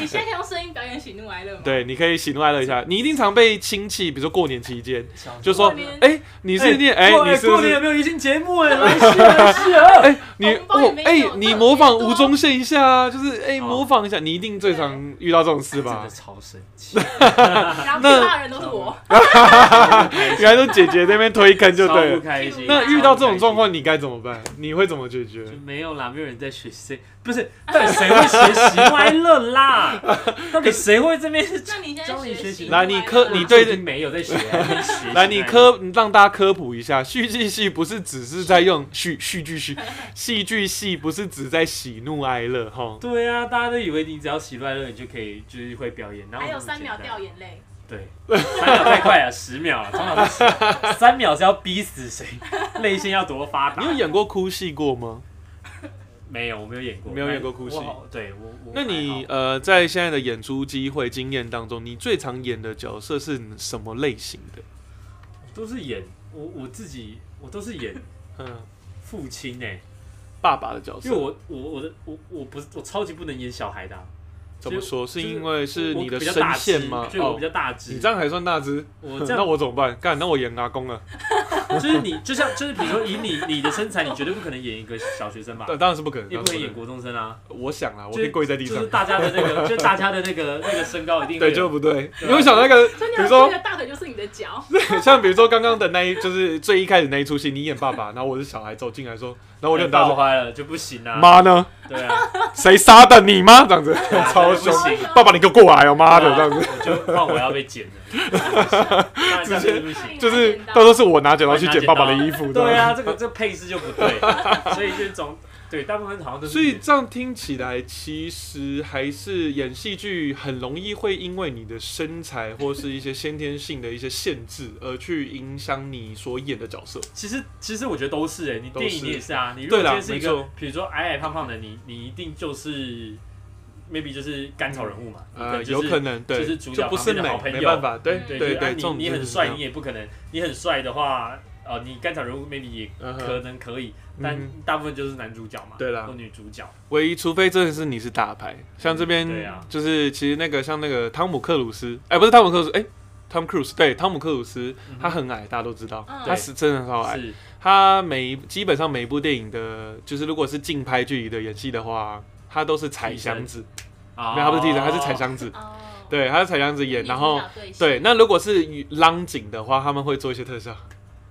Speaker 3: 你现在可以用声音表演喜怒哀乐吗？
Speaker 1: 对，你可以喜怒哀乐一下，你一定常被亲戚，比如说过年期间，就说
Speaker 3: 过年，
Speaker 1: 哎、你是念，哎、
Speaker 2: 过
Speaker 1: 你是不
Speaker 2: 过年
Speaker 1: 是
Speaker 2: 有？没有一新节目 哎？来试来试啊！
Speaker 1: 哎、你
Speaker 3: 红包
Speaker 1: 哦
Speaker 3: 也没，有
Speaker 1: 哎、
Speaker 3: 特
Speaker 1: 你
Speaker 3: 别
Speaker 1: 模仿
Speaker 3: 多
Speaker 1: 吴宗宪一下啊，就是哎、
Speaker 2: 哦哎
Speaker 1: 模仿一下，你一定最常遇到这种事
Speaker 2: 真
Speaker 1: 吧
Speaker 2: 的？超生气，
Speaker 3: 然后最大的人都是我，
Speaker 1: 原来都姐姐在那边推坑就
Speaker 2: 超
Speaker 1: 对
Speaker 2: 不
Speaker 1: 了。
Speaker 2: 开心。
Speaker 1: 那遇
Speaker 2: 超
Speaker 1: 到
Speaker 2: 不
Speaker 1: 这种
Speaker 2: 开
Speaker 1: 状
Speaker 2: 心
Speaker 1: 况，你该怎么办？你会怎么解决？
Speaker 2: 就没有啦，没有人在学谁，不是，到底谁会学习快乐 啦？到底谁会这边？
Speaker 3: 那你现
Speaker 2: 教
Speaker 3: 在
Speaker 2: 你学
Speaker 3: 学
Speaker 2: 习
Speaker 3: 习，
Speaker 1: 来你科你对
Speaker 2: 我就已经没有在学啊，在学习
Speaker 1: 来，你
Speaker 2: 而已
Speaker 1: 科让大家科普一下，戏剧系不是只是在用戏戏剧系， 戏剧系不是只在喜怒哀乐哈。
Speaker 2: 对啊，大家都以为你只要喜怒哀乐，你就可以就是会表演，然后
Speaker 3: 还有三秒掉
Speaker 2: 眼，
Speaker 3: 眼泪，
Speaker 2: 对，三秒太快了，十秒了，通常是十三秒是要逼死谁，泪腺要多发达
Speaker 1: 你有？演过哭戏过吗？
Speaker 2: 没有，我没有演过，
Speaker 1: 没有演过哭戏
Speaker 2: 我好对我我，
Speaker 1: 那你
Speaker 2: 还好
Speaker 1: 呃，在现在的演出机会经验当中，你最常演的角色是什么类型的？
Speaker 2: 都是演我我自己，我都是演
Speaker 1: 嗯，
Speaker 2: 父亲 哎，
Speaker 1: 爸爸的角色。
Speaker 2: 因为我我我的我我不是我超级不能演小孩的啊，
Speaker 1: 怎么说？
Speaker 2: 就是是
Speaker 1: 因为是
Speaker 2: 我
Speaker 1: 你的
Speaker 2: 我比较大
Speaker 1: 声线
Speaker 2: 只
Speaker 1: 吗？
Speaker 2: 就我
Speaker 1: 哦
Speaker 2: 比，较大只，
Speaker 1: 你这样还算大只？
Speaker 2: 我这样
Speaker 1: 那我怎么办？干，那我演阿公了。
Speaker 2: 就是你就像就是比如说以你你的身材，你绝对不可能演一个小学生吧，
Speaker 1: 当当然是不可能，
Speaker 2: 也不可
Speaker 1: 当
Speaker 2: 能
Speaker 1: 然
Speaker 2: 演国中生啊，
Speaker 1: 我想啦，我
Speaker 2: 就是
Speaker 1: 被跪在地
Speaker 2: 就
Speaker 1: 上
Speaker 2: 是，大家的那个，就是大家的那个那个身高一定会
Speaker 1: 对，
Speaker 2: 有
Speaker 1: 就不对。
Speaker 2: 对啊
Speaker 1: 因为我想那个，
Speaker 3: 所以你
Speaker 1: 比如
Speaker 3: 的
Speaker 1: 说
Speaker 3: 那个大腿就是你的脚，
Speaker 1: 像比如说刚刚的那一，就是最一开始那一出戏，你演爸爸，然后我是小孩走进来说，然后我就很大
Speaker 2: 爆
Speaker 1: 说，
Speaker 2: 坏了就不行啊，
Speaker 1: 妈呢？
Speaker 2: 对啊，
Speaker 1: 谁杀的你吗？这样 子超
Speaker 2: 不
Speaker 1: 凶，
Speaker 2: 行，
Speaker 1: 爸爸你给我过来哦，妈的
Speaker 2: 对啊
Speaker 1: 这样子，
Speaker 2: 我就换我要被剪 了，那这样是不
Speaker 3: 那
Speaker 2: 行
Speaker 3: 你。
Speaker 1: 就是
Speaker 3: 拿剪刀
Speaker 1: 到时候是我拿剪刀去剪爸爸的衣服，
Speaker 2: 对
Speaker 1: 这样
Speaker 2: 啊，这个这个配置就不对，所以这种对大部分好像都
Speaker 1: 子。
Speaker 2: 是
Speaker 1: 所以这样听起来，其实还是演戏剧很容易会因为你的身材或是一些先天性的一些限制，而去影响你所演的角色。
Speaker 2: 其实其实我觉得都是哎、你
Speaker 1: 都
Speaker 2: 电影
Speaker 1: 是
Speaker 2: 你也是啊，你如果
Speaker 1: 对
Speaker 2: 今
Speaker 1: 啦
Speaker 2: 天是一
Speaker 1: 没
Speaker 2: 个
Speaker 1: 错，
Speaker 2: 比如说矮矮胖胖的，你你一定就是 maybe 就是甘草人物嘛，你可
Speaker 1: 呃，
Speaker 2: 嗯能就是
Speaker 1: 有可能
Speaker 2: 就
Speaker 1: 对，
Speaker 2: 是主
Speaker 1: 就
Speaker 2: 角
Speaker 1: 不
Speaker 2: 旁
Speaker 1: 是
Speaker 2: 边
Speaker 1: 美
Speaker 2: 的好，朋
Speaker 1: 没
Speaker 2: 友
Speaker 1: 办，法，对对
Speaker 3: 对
Speaker 2: 就是啊
Speaker 1: 对，这种
Speaker 2: 你你
Speaker 1: 就是
Speaker 2: 很
Speaker 1: 这
Speaker 2: 帅，
Speaker 1: 样
Speaker 2: 你也不可能，你很帅的话，呃，你甘草人物 maybe 也
Speaker 1: 嗯哼
Speaker 2: 可能可以，
Speaker 1: 嗯
Speaker 2: 但
Speaker 1: 哼
Speaker 2: 大部分就是男主角嘛，
Speaker 1: 对啦
Speaker 2: 或女主角，
Speaker 1: 唯一，除非真的是你是大牌，像这边
Speaker 2: 对啊
Speaker 1: 就是其实那个像那个汤姆克鲁斯，哎、不是汤姆克鲁斯，哎、汤姆克鲁斯对，汤姆克鲁斯
Speaker 2: 嗯哼
Speaker 1: 他很矮，大家都知道，
Speaker 3: 嗯
Speaker 1: 他是真的超矮。
Speaker 2: 是
Speaker 1: 他每一基本上每一部电影的，就是如果是近拍距离的演戏的话，他都是踩箱子，
Speaker 2: 啊
Speaker 1: 没有他不是替身，他是踩箱子，
Speaker 3: 哦，
Speaker 1: 对，他是踩箱子演，
Speaker 3: 你
Speaker 1: 然后
Speaker 3: 主角对戏
Speaker 1: 对，那如果是浪景的话，他们会做一些特效，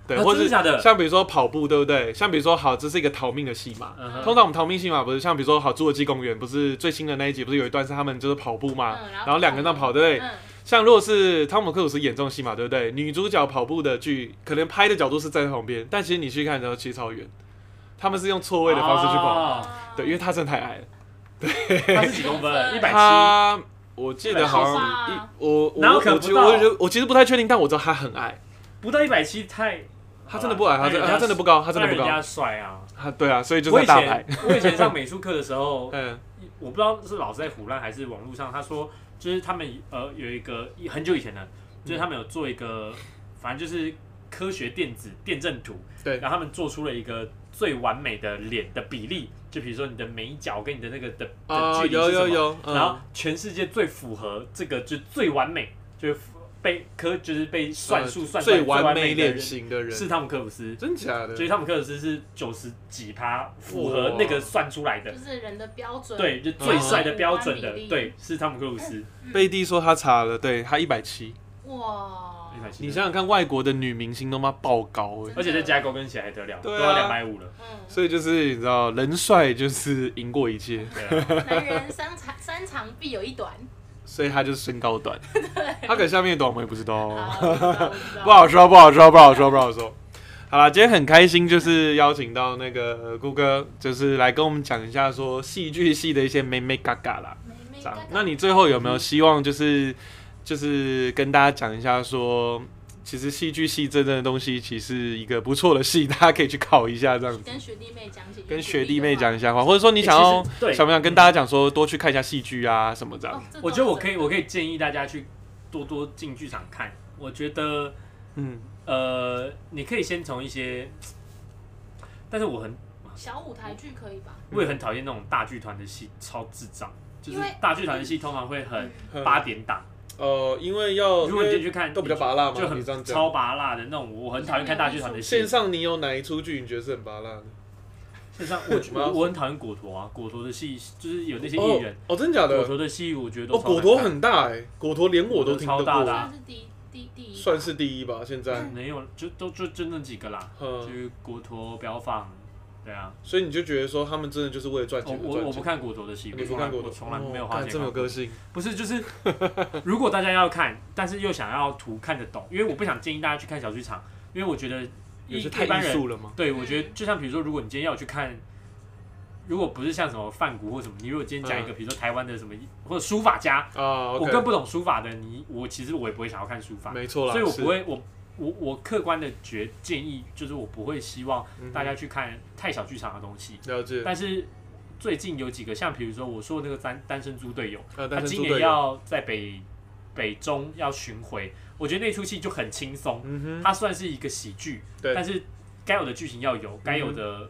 Speaker 1: 对，
Speaker 2: 啊
Speaker 1: 或
Speaker 2: 真
Speaker 1: 是
Speaker 2: 的假的
Speaker 1: 像比如说跑步，对不对？像比如说好，这是一个逃命的戏嘛，
Speaker 2: 嗯哼
Speaker 1: 通常我们逃命戏嘛，不是像比如说好《侏罗纪公园》，不是最新的那一集，不是有一段是他们就是跑步嘛，
Speaker 3: 嗯
Speaker 1: 啊然后两个人在跑，对不对？
Speaker 3: 嗯
Speaker 1: 像如果是汤姆克鲁斯演这种戏嘛，对不对？女主角跑步的剧，可能拍的角度是在旁边，但其实你去看的时候，其实超远，他们是用错位的方式去跑，
Speaker 2: 啊
Speaker 3: 哦
Speaker 1: 对，因为他真的太矮了，
Speaker 2: 他是几 公分？一百七，
Speaker 1: 他我记得好像一
Speaker 3: 170
Speaker 1: 我我
Speaker 2: 哪有
Speaker 1: 我
Speaker 2: 可能
Speaker 1: 我其
Speaker 2: 不到
Speaker 1: 我我我其实不太确定，但我知道他很矮，
Speaker 2: 不到一百七太，
Speaker 1: 他真的不矮，
Speaker 2: 好
Speaker 1: 他
Speaker 2: 啦
Speaker 1: 真
Speaker 2: 那人家
Speaker 1: 他真的不高，他真的
Speaker 2: 那
Speaker 1: 不
Speaker 2: 人
Speaker 1: 高
Speaker 2: 家，帅啊。
Speaker 1: 他对啊，所以就
Speaker 2: 我
Speaker 1: 是
Speaker 2: 以
Speaker 1: 大牌
Speaker 2: 前，我以前上美术课的时候，
Speaker 1: 嗯
Speaker 2: 我不知道是老师在胡乱还是网络上，他说就是他们呃有一个一很久以前的，就是他们有做一
Speaker 1: 嗯
Speaker 2: 个，反正就是科学电子电阵图，
Speaker 1: 对
Speaker 2: 然后他们做出了一个最完美的脸的比例，就比如说你的眉角跟你的那个的的
Speaker 1: 啊
Speaker 2: 距离
Speaker 1: 有
Speaker 2: 是什
Speaker 1: 有
Speaker 2: 么
Speaker 1: 有，嗯
Speaker 2: 然后全世界最符合这个就最完美，就是被科就是被算术
Speaker 1: 呃
Speaker 2: 算出来
Speaker 1: 最完美
Speaker 2: 的
Speaker 1: 脸
Speaker 2: 人
Speaker 1: 型的人
Speaker 2: 是汤姆克鲁斯。
Speaker 1: 真假的
Speaker 2: 所以汤姆克鲁斯是九十几趴符合
Speaker 1: 哇
Speaker 2: 那个算出来的
Speaker 3: 就，是人的标准，
Speaker 2: 对，就最帅的标准的
Speaker 3: 嗯，
Speaker 2: 对，是汤姆克鲁斯。
Speaker 1: 贝蒂说他查了，对他一百七，
Speaker 3: 哇，
Speaker 1: 你想想看，外国的女明星都妈爆高哎、
Speaker 2: 而且再加高跟鞋还得了，
Speaker 1: 对啊
Speaker 2: 都要两百五了。
Speaker 3: 嗯，
Speaker 1: 所以就是你知道，人帅就是赢过一切，
Speaker 2: 对啊，
Speaker 3: 男人三长三长必有一短，
Speaker 1: 所以他就是身高 短，他可能下面短我们也不知道 哦，
Speaker 3: 好，啊我知道我知道
Speaker 1: 不好说，不好说，不好说，不好说。好啦，今天很开心，就是邀请到那个呃顾哥，就是来跟我们讲一下说戏剧系的一些妹妹嘎嘎啦。
Speaker 3: 妹妹
Speaker 1: 这样
Speaker 3: 大概
Speaker 1: 那你最后有没有希望，就是就是跟大家讲一下说，其实戏剧系真正的东西，其实一个不错的戏，大家可以去考一下这样子。
Speaker 3: 跟学弟妹讲解，
Speaker 1: 跟学弟妹讲一下话，或者说 你想
Speaker 2: 欸
Speaker 1: 要
Speaker 2: 其实对
Speaker 1: 想不想跟大家讲说，多去看一下戏剧啊什么这
Speaker 3: 哦
Speaker 1: 样。，
Speaker 2: 我觉得我可
Speaker 3: 以，
Speaker 2: 以，我可以建议大家去多多进剧场看。我觉得，
Speaker 1: 嗯，
Speaker 2: 呃，你可以先从一些，但是我很，
Speaker 3: 小舞台剧可以吧？
Speaker 2: 我也很讨厌那种大剧团的戏，超智障。就是
Speaker 3: 因为
Speaker 2: 大剧团的戏通常会
Speaker 3: 嗯
Speaker 2: 很八点档，
Speaker 1: 呃，因为要
Speaker 2: 如果你进去看，
Speaker 1: 嗯都比较拔辣嘛，
Speaker 2: 就
Speaker 1: 你这样
Speaker 2: 很超
Speaker 1: 讲。
Speaker 2: 拔辣的那种。我很讨厌看大剧团的戏，
Speaker 1: 线上你有哪一出剧你觉得是很拔辣的？
Speaker 2: 事实上，我
Speaker 1: 我要
Speaker 2: 我我很讨厌果陀啊，果陀的戏就是有那些艺人，
Speaker 1: 哦，真假
Speaker 2: 果
Speaker 1: 的？
Speaker 2: 陀的戏我觉得
Speaker 1: 哦，
Speaker 2: 都超
Speaker 1: 果
Speaker 2: 难
Speaker 1: 陀
Speaker 2: 看
Speaker 1: 很大哎，果陀连我都听得
Speaker 2: 果陀超大的
Speaker 1: 过，
Speaker 2: 啊
Speaker 3: 算是第第第一吧，
Speaker 1: 算是第一吧。现在，
Speaker 2: 没有，就都就就那几个啦，就
Speaker 1: 嗯，
Speaker 2: 是果陀标放，对啊，
Speaker 1: 所以你就觉得说他们真的就是为了赚
Speaker 2: 我
Speaker 1: 钱而
Speaker 2: 哦我我
Speaker 1: 赚
Speaker 2: 不
Speaker 1: 钱。
Speaker 2: 看果陀的戏，
Speaker 1: 你
Speaker 2: 我
Speaker 1: 不
Speaker 2: 从
Speaker 1: 看
Speaker 2: 来
Speaker 1: 果
Speaker 2: 我
Speaker 1: 陀，
Speaker 2: 从来没有
Speaker 1: 哦
Speaker 2: 花
Speaker 1: 干
Speaker 2: 钱
Speaker 1: 这么有
Speaker 2: 看，
Speaker 1: 个性。
Speaker 2: 不是就是 如果大家要看，但是又想要图看得懂，因为我不想建议大家去看小剧场，因为我觉得
Speaker 1: 有
Speaker 2: 一
Speaker 1: 些
Speaker 2: 一
Speaker 1: 太
Speaker 2: 般
Speaker 1: 艺
Speaker 2: 人
Speaker 1: 术了吗？
Speaker 2: 对，我觉得就像比如说，如果你今天要去看，如果不是像什么梵谷或什么，你如果今天
Speaker 1: 嗯
Speaker 2: 讲一个，比如说台湾的什么或者书法家，
Speaker 1: 啊，
Speaker 2: 我更不懂书法的，你我其实我也不会想要看书法，
Speaker 1: 没错啦，
Speaker 2: 所以我
Speaker 1: 是
Speaker 2: 不会，我我我客观的觉建议就是我不会希望大家去看太小剧场的东西，
Speaker 1: 了解。啊
Speaker 2: 但是。最近有几个像，比如说我说的那个单单身猪队友，
Speaker 1: 呃，
Speaker 2: 他
Speaker 1: 但是
Speaker 2: 今
Speaker 1: 猪
Speaker 2: 年
Speaker 1: 队友，
Speaker 2: 要在北北中要巡回，我觉得那出戏就很轻松，
Speaker 1: 嗯哼，
Speaker 2: 它算是一个喜剧，
Speaker 1: 对嗯
Speaker 2: 但是该有的剧情要有，该有的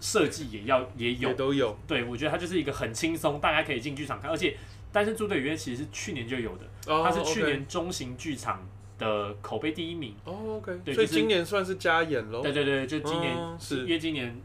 Speaker 2: 设计也要也有
Speaker 1: 也。都有。
Speaker 2: 对，我觉得它就是一个很轻松，大家可以进剧场看。而且《单身猪队友》其实是去年就有的，
Speaker 1: 哦
Speaker 2: 它是去
Speaker 1: OK
Speaker 2: 年中型剧场的口碑第一名。
Speaker 1: 哦，OK，
Speaker 2: 对
Speaker 1: 所以
Speaker 2: 就是
Speaker 1: 今年算是加演喽。
Speaker 2: 对对对，就今年、
Speaker 1: 嗯哦是
Speaker 2: 因为今年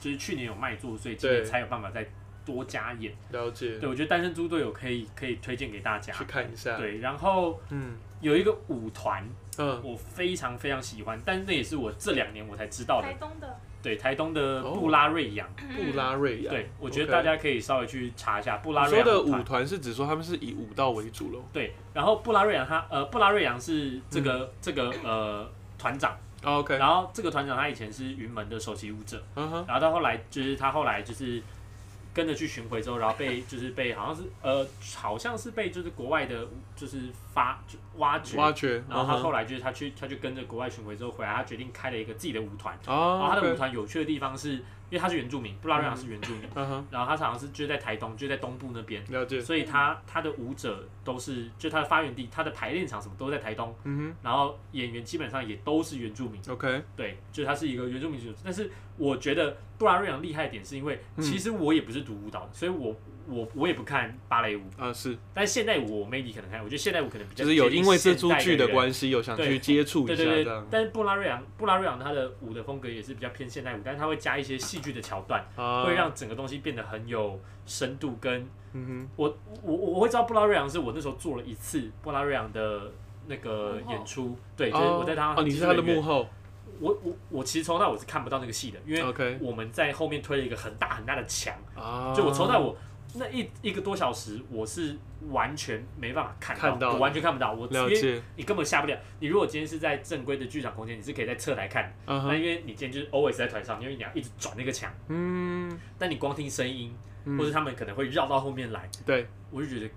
Speaker 2: 就是去年有卖座，所以今年
Speaker 1: 对
Speaker 2: 才有办法再多加演。
Speaker 1: 了解
Speaker 2: 对，，我觉得单身猪队友可以可以推荐给大家
Speaker 1: 去。看一下。
Speaker 2: 对，然后
Speaker 1: 嗯
Speaker 2: 有一个舞团，
Speaker 1: 嗯，
Speaker 2: 我非常非常喜欢，但是那也是我这两年我才知道的
Speaker 3: 台。东的
Speaker 2: 对，台东的
Speaker 1: 哦
Speaker 2: 布拉瑞扬，
Speaker 3: 嗯
Speaker 1: 布拉瑞亚。
Speaker 2: 对我觉得
Speaker 1: OK
Speaker 2: 大家可以稍微去查一下布拉
Speaker 1: 你
Speaker 2: 瑞
Speaker 1: 说
Speaker 2: 扬
Speaker 1: 的
Speaker 2: 舞团
Speaker 1: 舞团是指说他们是以舞蹈为主喽？
Speaker 2: 对，然后布拉瑞扬他呃，布拉瑞扬是这个、
Speaker 1: 嗯
Speaker 2: 这个呃团长，
Speaker 1: 哦 OK，
Speaker 2: 然后这个团长他以前是云门的首席舞者，
Speaker 1: 嗯哼，
Speaker 2: 然后到后来就是他后来就是跟着去巡回之后，然后被就是被好像是呃好像是被就是国外的就是发就挖掘，
Speaker 1: 挖嗯掘，
Speaker 2: 然后他后
Speaker 1: 来
Speaker 2: 来就是他去他就跟着国外巡回之后回来，他决定开了一个自己的舞团，然后
Speaker 1: 哦，
Speaker 2: 他的舞
Speaker 1: OK，
Speaker 2: 团有趣的地方是因为他是原住民，布拉瑞扬是原住民，
Speaker 1: 嗯哼，
Speaker 2: 然后他好像是就在台东就在东部那边。
Speaker 1: 了解，
Speaker 2: 所以他他的舞者都是，就他的发源地，他的排练场什么都在台东，
Speaker 1: 嗯
Speaker 2: 然后演员基本上也都是原住民，
Speaker 1: 哼，OK，
Speaker 2: 对，就他是一个原住民组织。但是我觉得布拉瑞扬厉害的点是因为，
Speaker 1: 嗯
Speaker 2: 其实我也不是读舞蹈的，所以我我我也不看芭蕾舞，
Speaker 1: 啊是，
Speaker 2: 但现代舞我 maybe 可能看，我觉得现代舞可能比较
Speaker 1: 就是有因为这出剧的
Speaker 2: 系，
Speaker 1: 关系，有想
Speaker 2: 对
Speaker 1: 去接触一
Speaker 2: 对
Speaker 1: 下
Speaker 2: 对
Speaker 1: 这
Speaker 2: 对
Speaker 1: 样。
Speaker 2: 但是布拉瑞扬布拉瑞扬他的舞的风格也是比较偏现代舞，但是他会加一些戏剧的桥段，
Speaker 1: 啊，
Speaker 2: 会让整个东西变得很有深度跟
Speaker 1: 嗯
Speaker 2: 我我我会知道布拉瑞扬是我那时候做了一次布拉瑞扬的那个演出，对，
Speaker 1: 哼，
Speaker 2: 就是我在他
Speaker 1: 哦，你是他的幕
Speaker 2: 后，
Speaker 1: 后
Speaker 2: 我我我其实从头到尾是看不到那个戏的，因为
Speaker 1: ，OK
Speaker 2: 我们在后面推了一个很大很大的墙，
Speaker 1: 啊，
Speaker 2: 就我从头到尾我那一一个多小时我是完全没办法看到，
Speaker 1: 看到
Speaker 2: 我完全看不到，我因
Speaker 1: 了
Speaker 2: 为
Speaker 1: 解，
Speaker 2: 你根本下不了。你如果今天是在正规的剧场空间，你是可以在侧台看，
Speaker 1: 嗯
Speaker 2: 那
Speaker 1: 哼，
Speaker 2: 因为你今天就是 always 在台上，因为你要一直转那个墙，
Speaker 1: 嗯，
Speaker 2: 但你光听声音，
Speaker 1: 嗯
Speaker 2: 或者他们可能会绕到后面来。
Speaker 1: 对，
Speaker 2: 我就觉得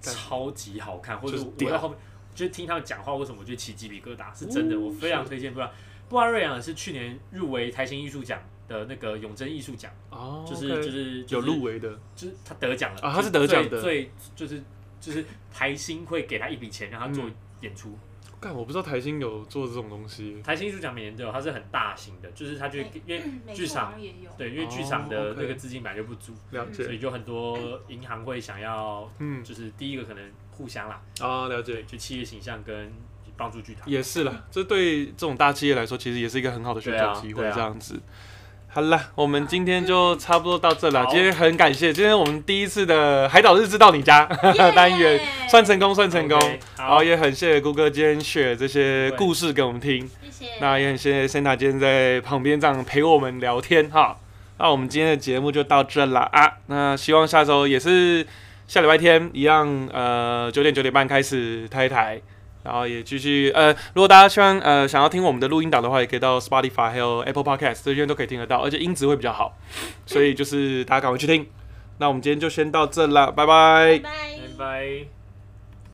Speaker 2: 超级好看，或者
Speaker 1: 就是
Speaker 2: 我
Speaker 1: 屌
Speaker 2: 在后面就是听他们讲话，为什么我就起鸡皮疙瘩？是真的，
Speaker 1: 哦
Speaker 2: 我非常推荐。不然，布拉瑞扬是去年入围台新艺术奖的那个永贞艺术奖，
Speaker 1: 哦，
Speaker 2: 就是
Speaker 1: OK
Speaker 2: 就是
Speaker 1: 有入
Speaker 2: 围，
Speaker 1: 围的，
Speaker 2: 就是他得奖了
Speaker 1: 啊他是得奖的
Speaker 2: 就是最最就是就是台新会给他一笔钱让他做
Speaker 1: 嗯
Speaker 2: 演出。
Speaker 1: 干，我不知道台新有做这种东西，
Speaker 2: 台新艺术奖每年都有，它是很大型的，就是他就
Speaker 1: 哎
Speaker 2: 因为
Speaker 1: 嗯
Speaker 3: 嗯美
Speaker 2: 剧
Speaker 3: 术好
Speaker 2: 场
Speaker 3: 像也 有，
Speaker 2: 对，因为剧场
Speaker 1: 哦
Speaker 2: 的那个资金本来就不足，
Speaker 1: 了
Speaker 2: 所
Speaker 1: 解，
Speaker 2: 以就很多银行会想要，
Speaker 1: 嗯，
Speaker 2: 就是第一个可能互相啦。
Speaker 1: 啊，了解
Speaker 2: 对，。就企业形象跟帮助剧团。
Speaker 1: 也是啦，这对这种大企业来说，其实也是一个很好的宣
Speaker 2: 对啊
Speaker 1: 传机会，
Speaker 2: 对啊
Speaker 1: 这样子。好啦，我们今天就差不多到这啦。
Speaker 2: 好
Speaker 1: 今天很感谢，今天我们第一次的海岛日志到你家
Speaker 3: 耶
Speaker 1: 单元算成功，算成功。
Speaker 2: 哎 OK，
Speaker 1: 然后
Speaker 2: 好，
Speaker 1: 也很谢谢谷歌今天 share 这些
Speaker 2: 对
Speaker 1: 故事给我们听，
Speaker 3: 谢谢，
Speaker 1: 那也很谢谢 Santa 今天在旁边这样陪我们聊天哈。那我们今天的节目就到这啦啊，那希望下周也是下礼拜天一样，呃，九点九点半开始开台，然后也继续呃，如果大家希望呃想要听我们的录音档的话，也可以到 Spotify 还有 Apple Podcast 这边都可以听得到，而且音质会比较好，所以就是大家赶快去听。那我们今天就先到这啦，拜拜
Speaker 3: 拜拜
Speaker 2: 拜拜。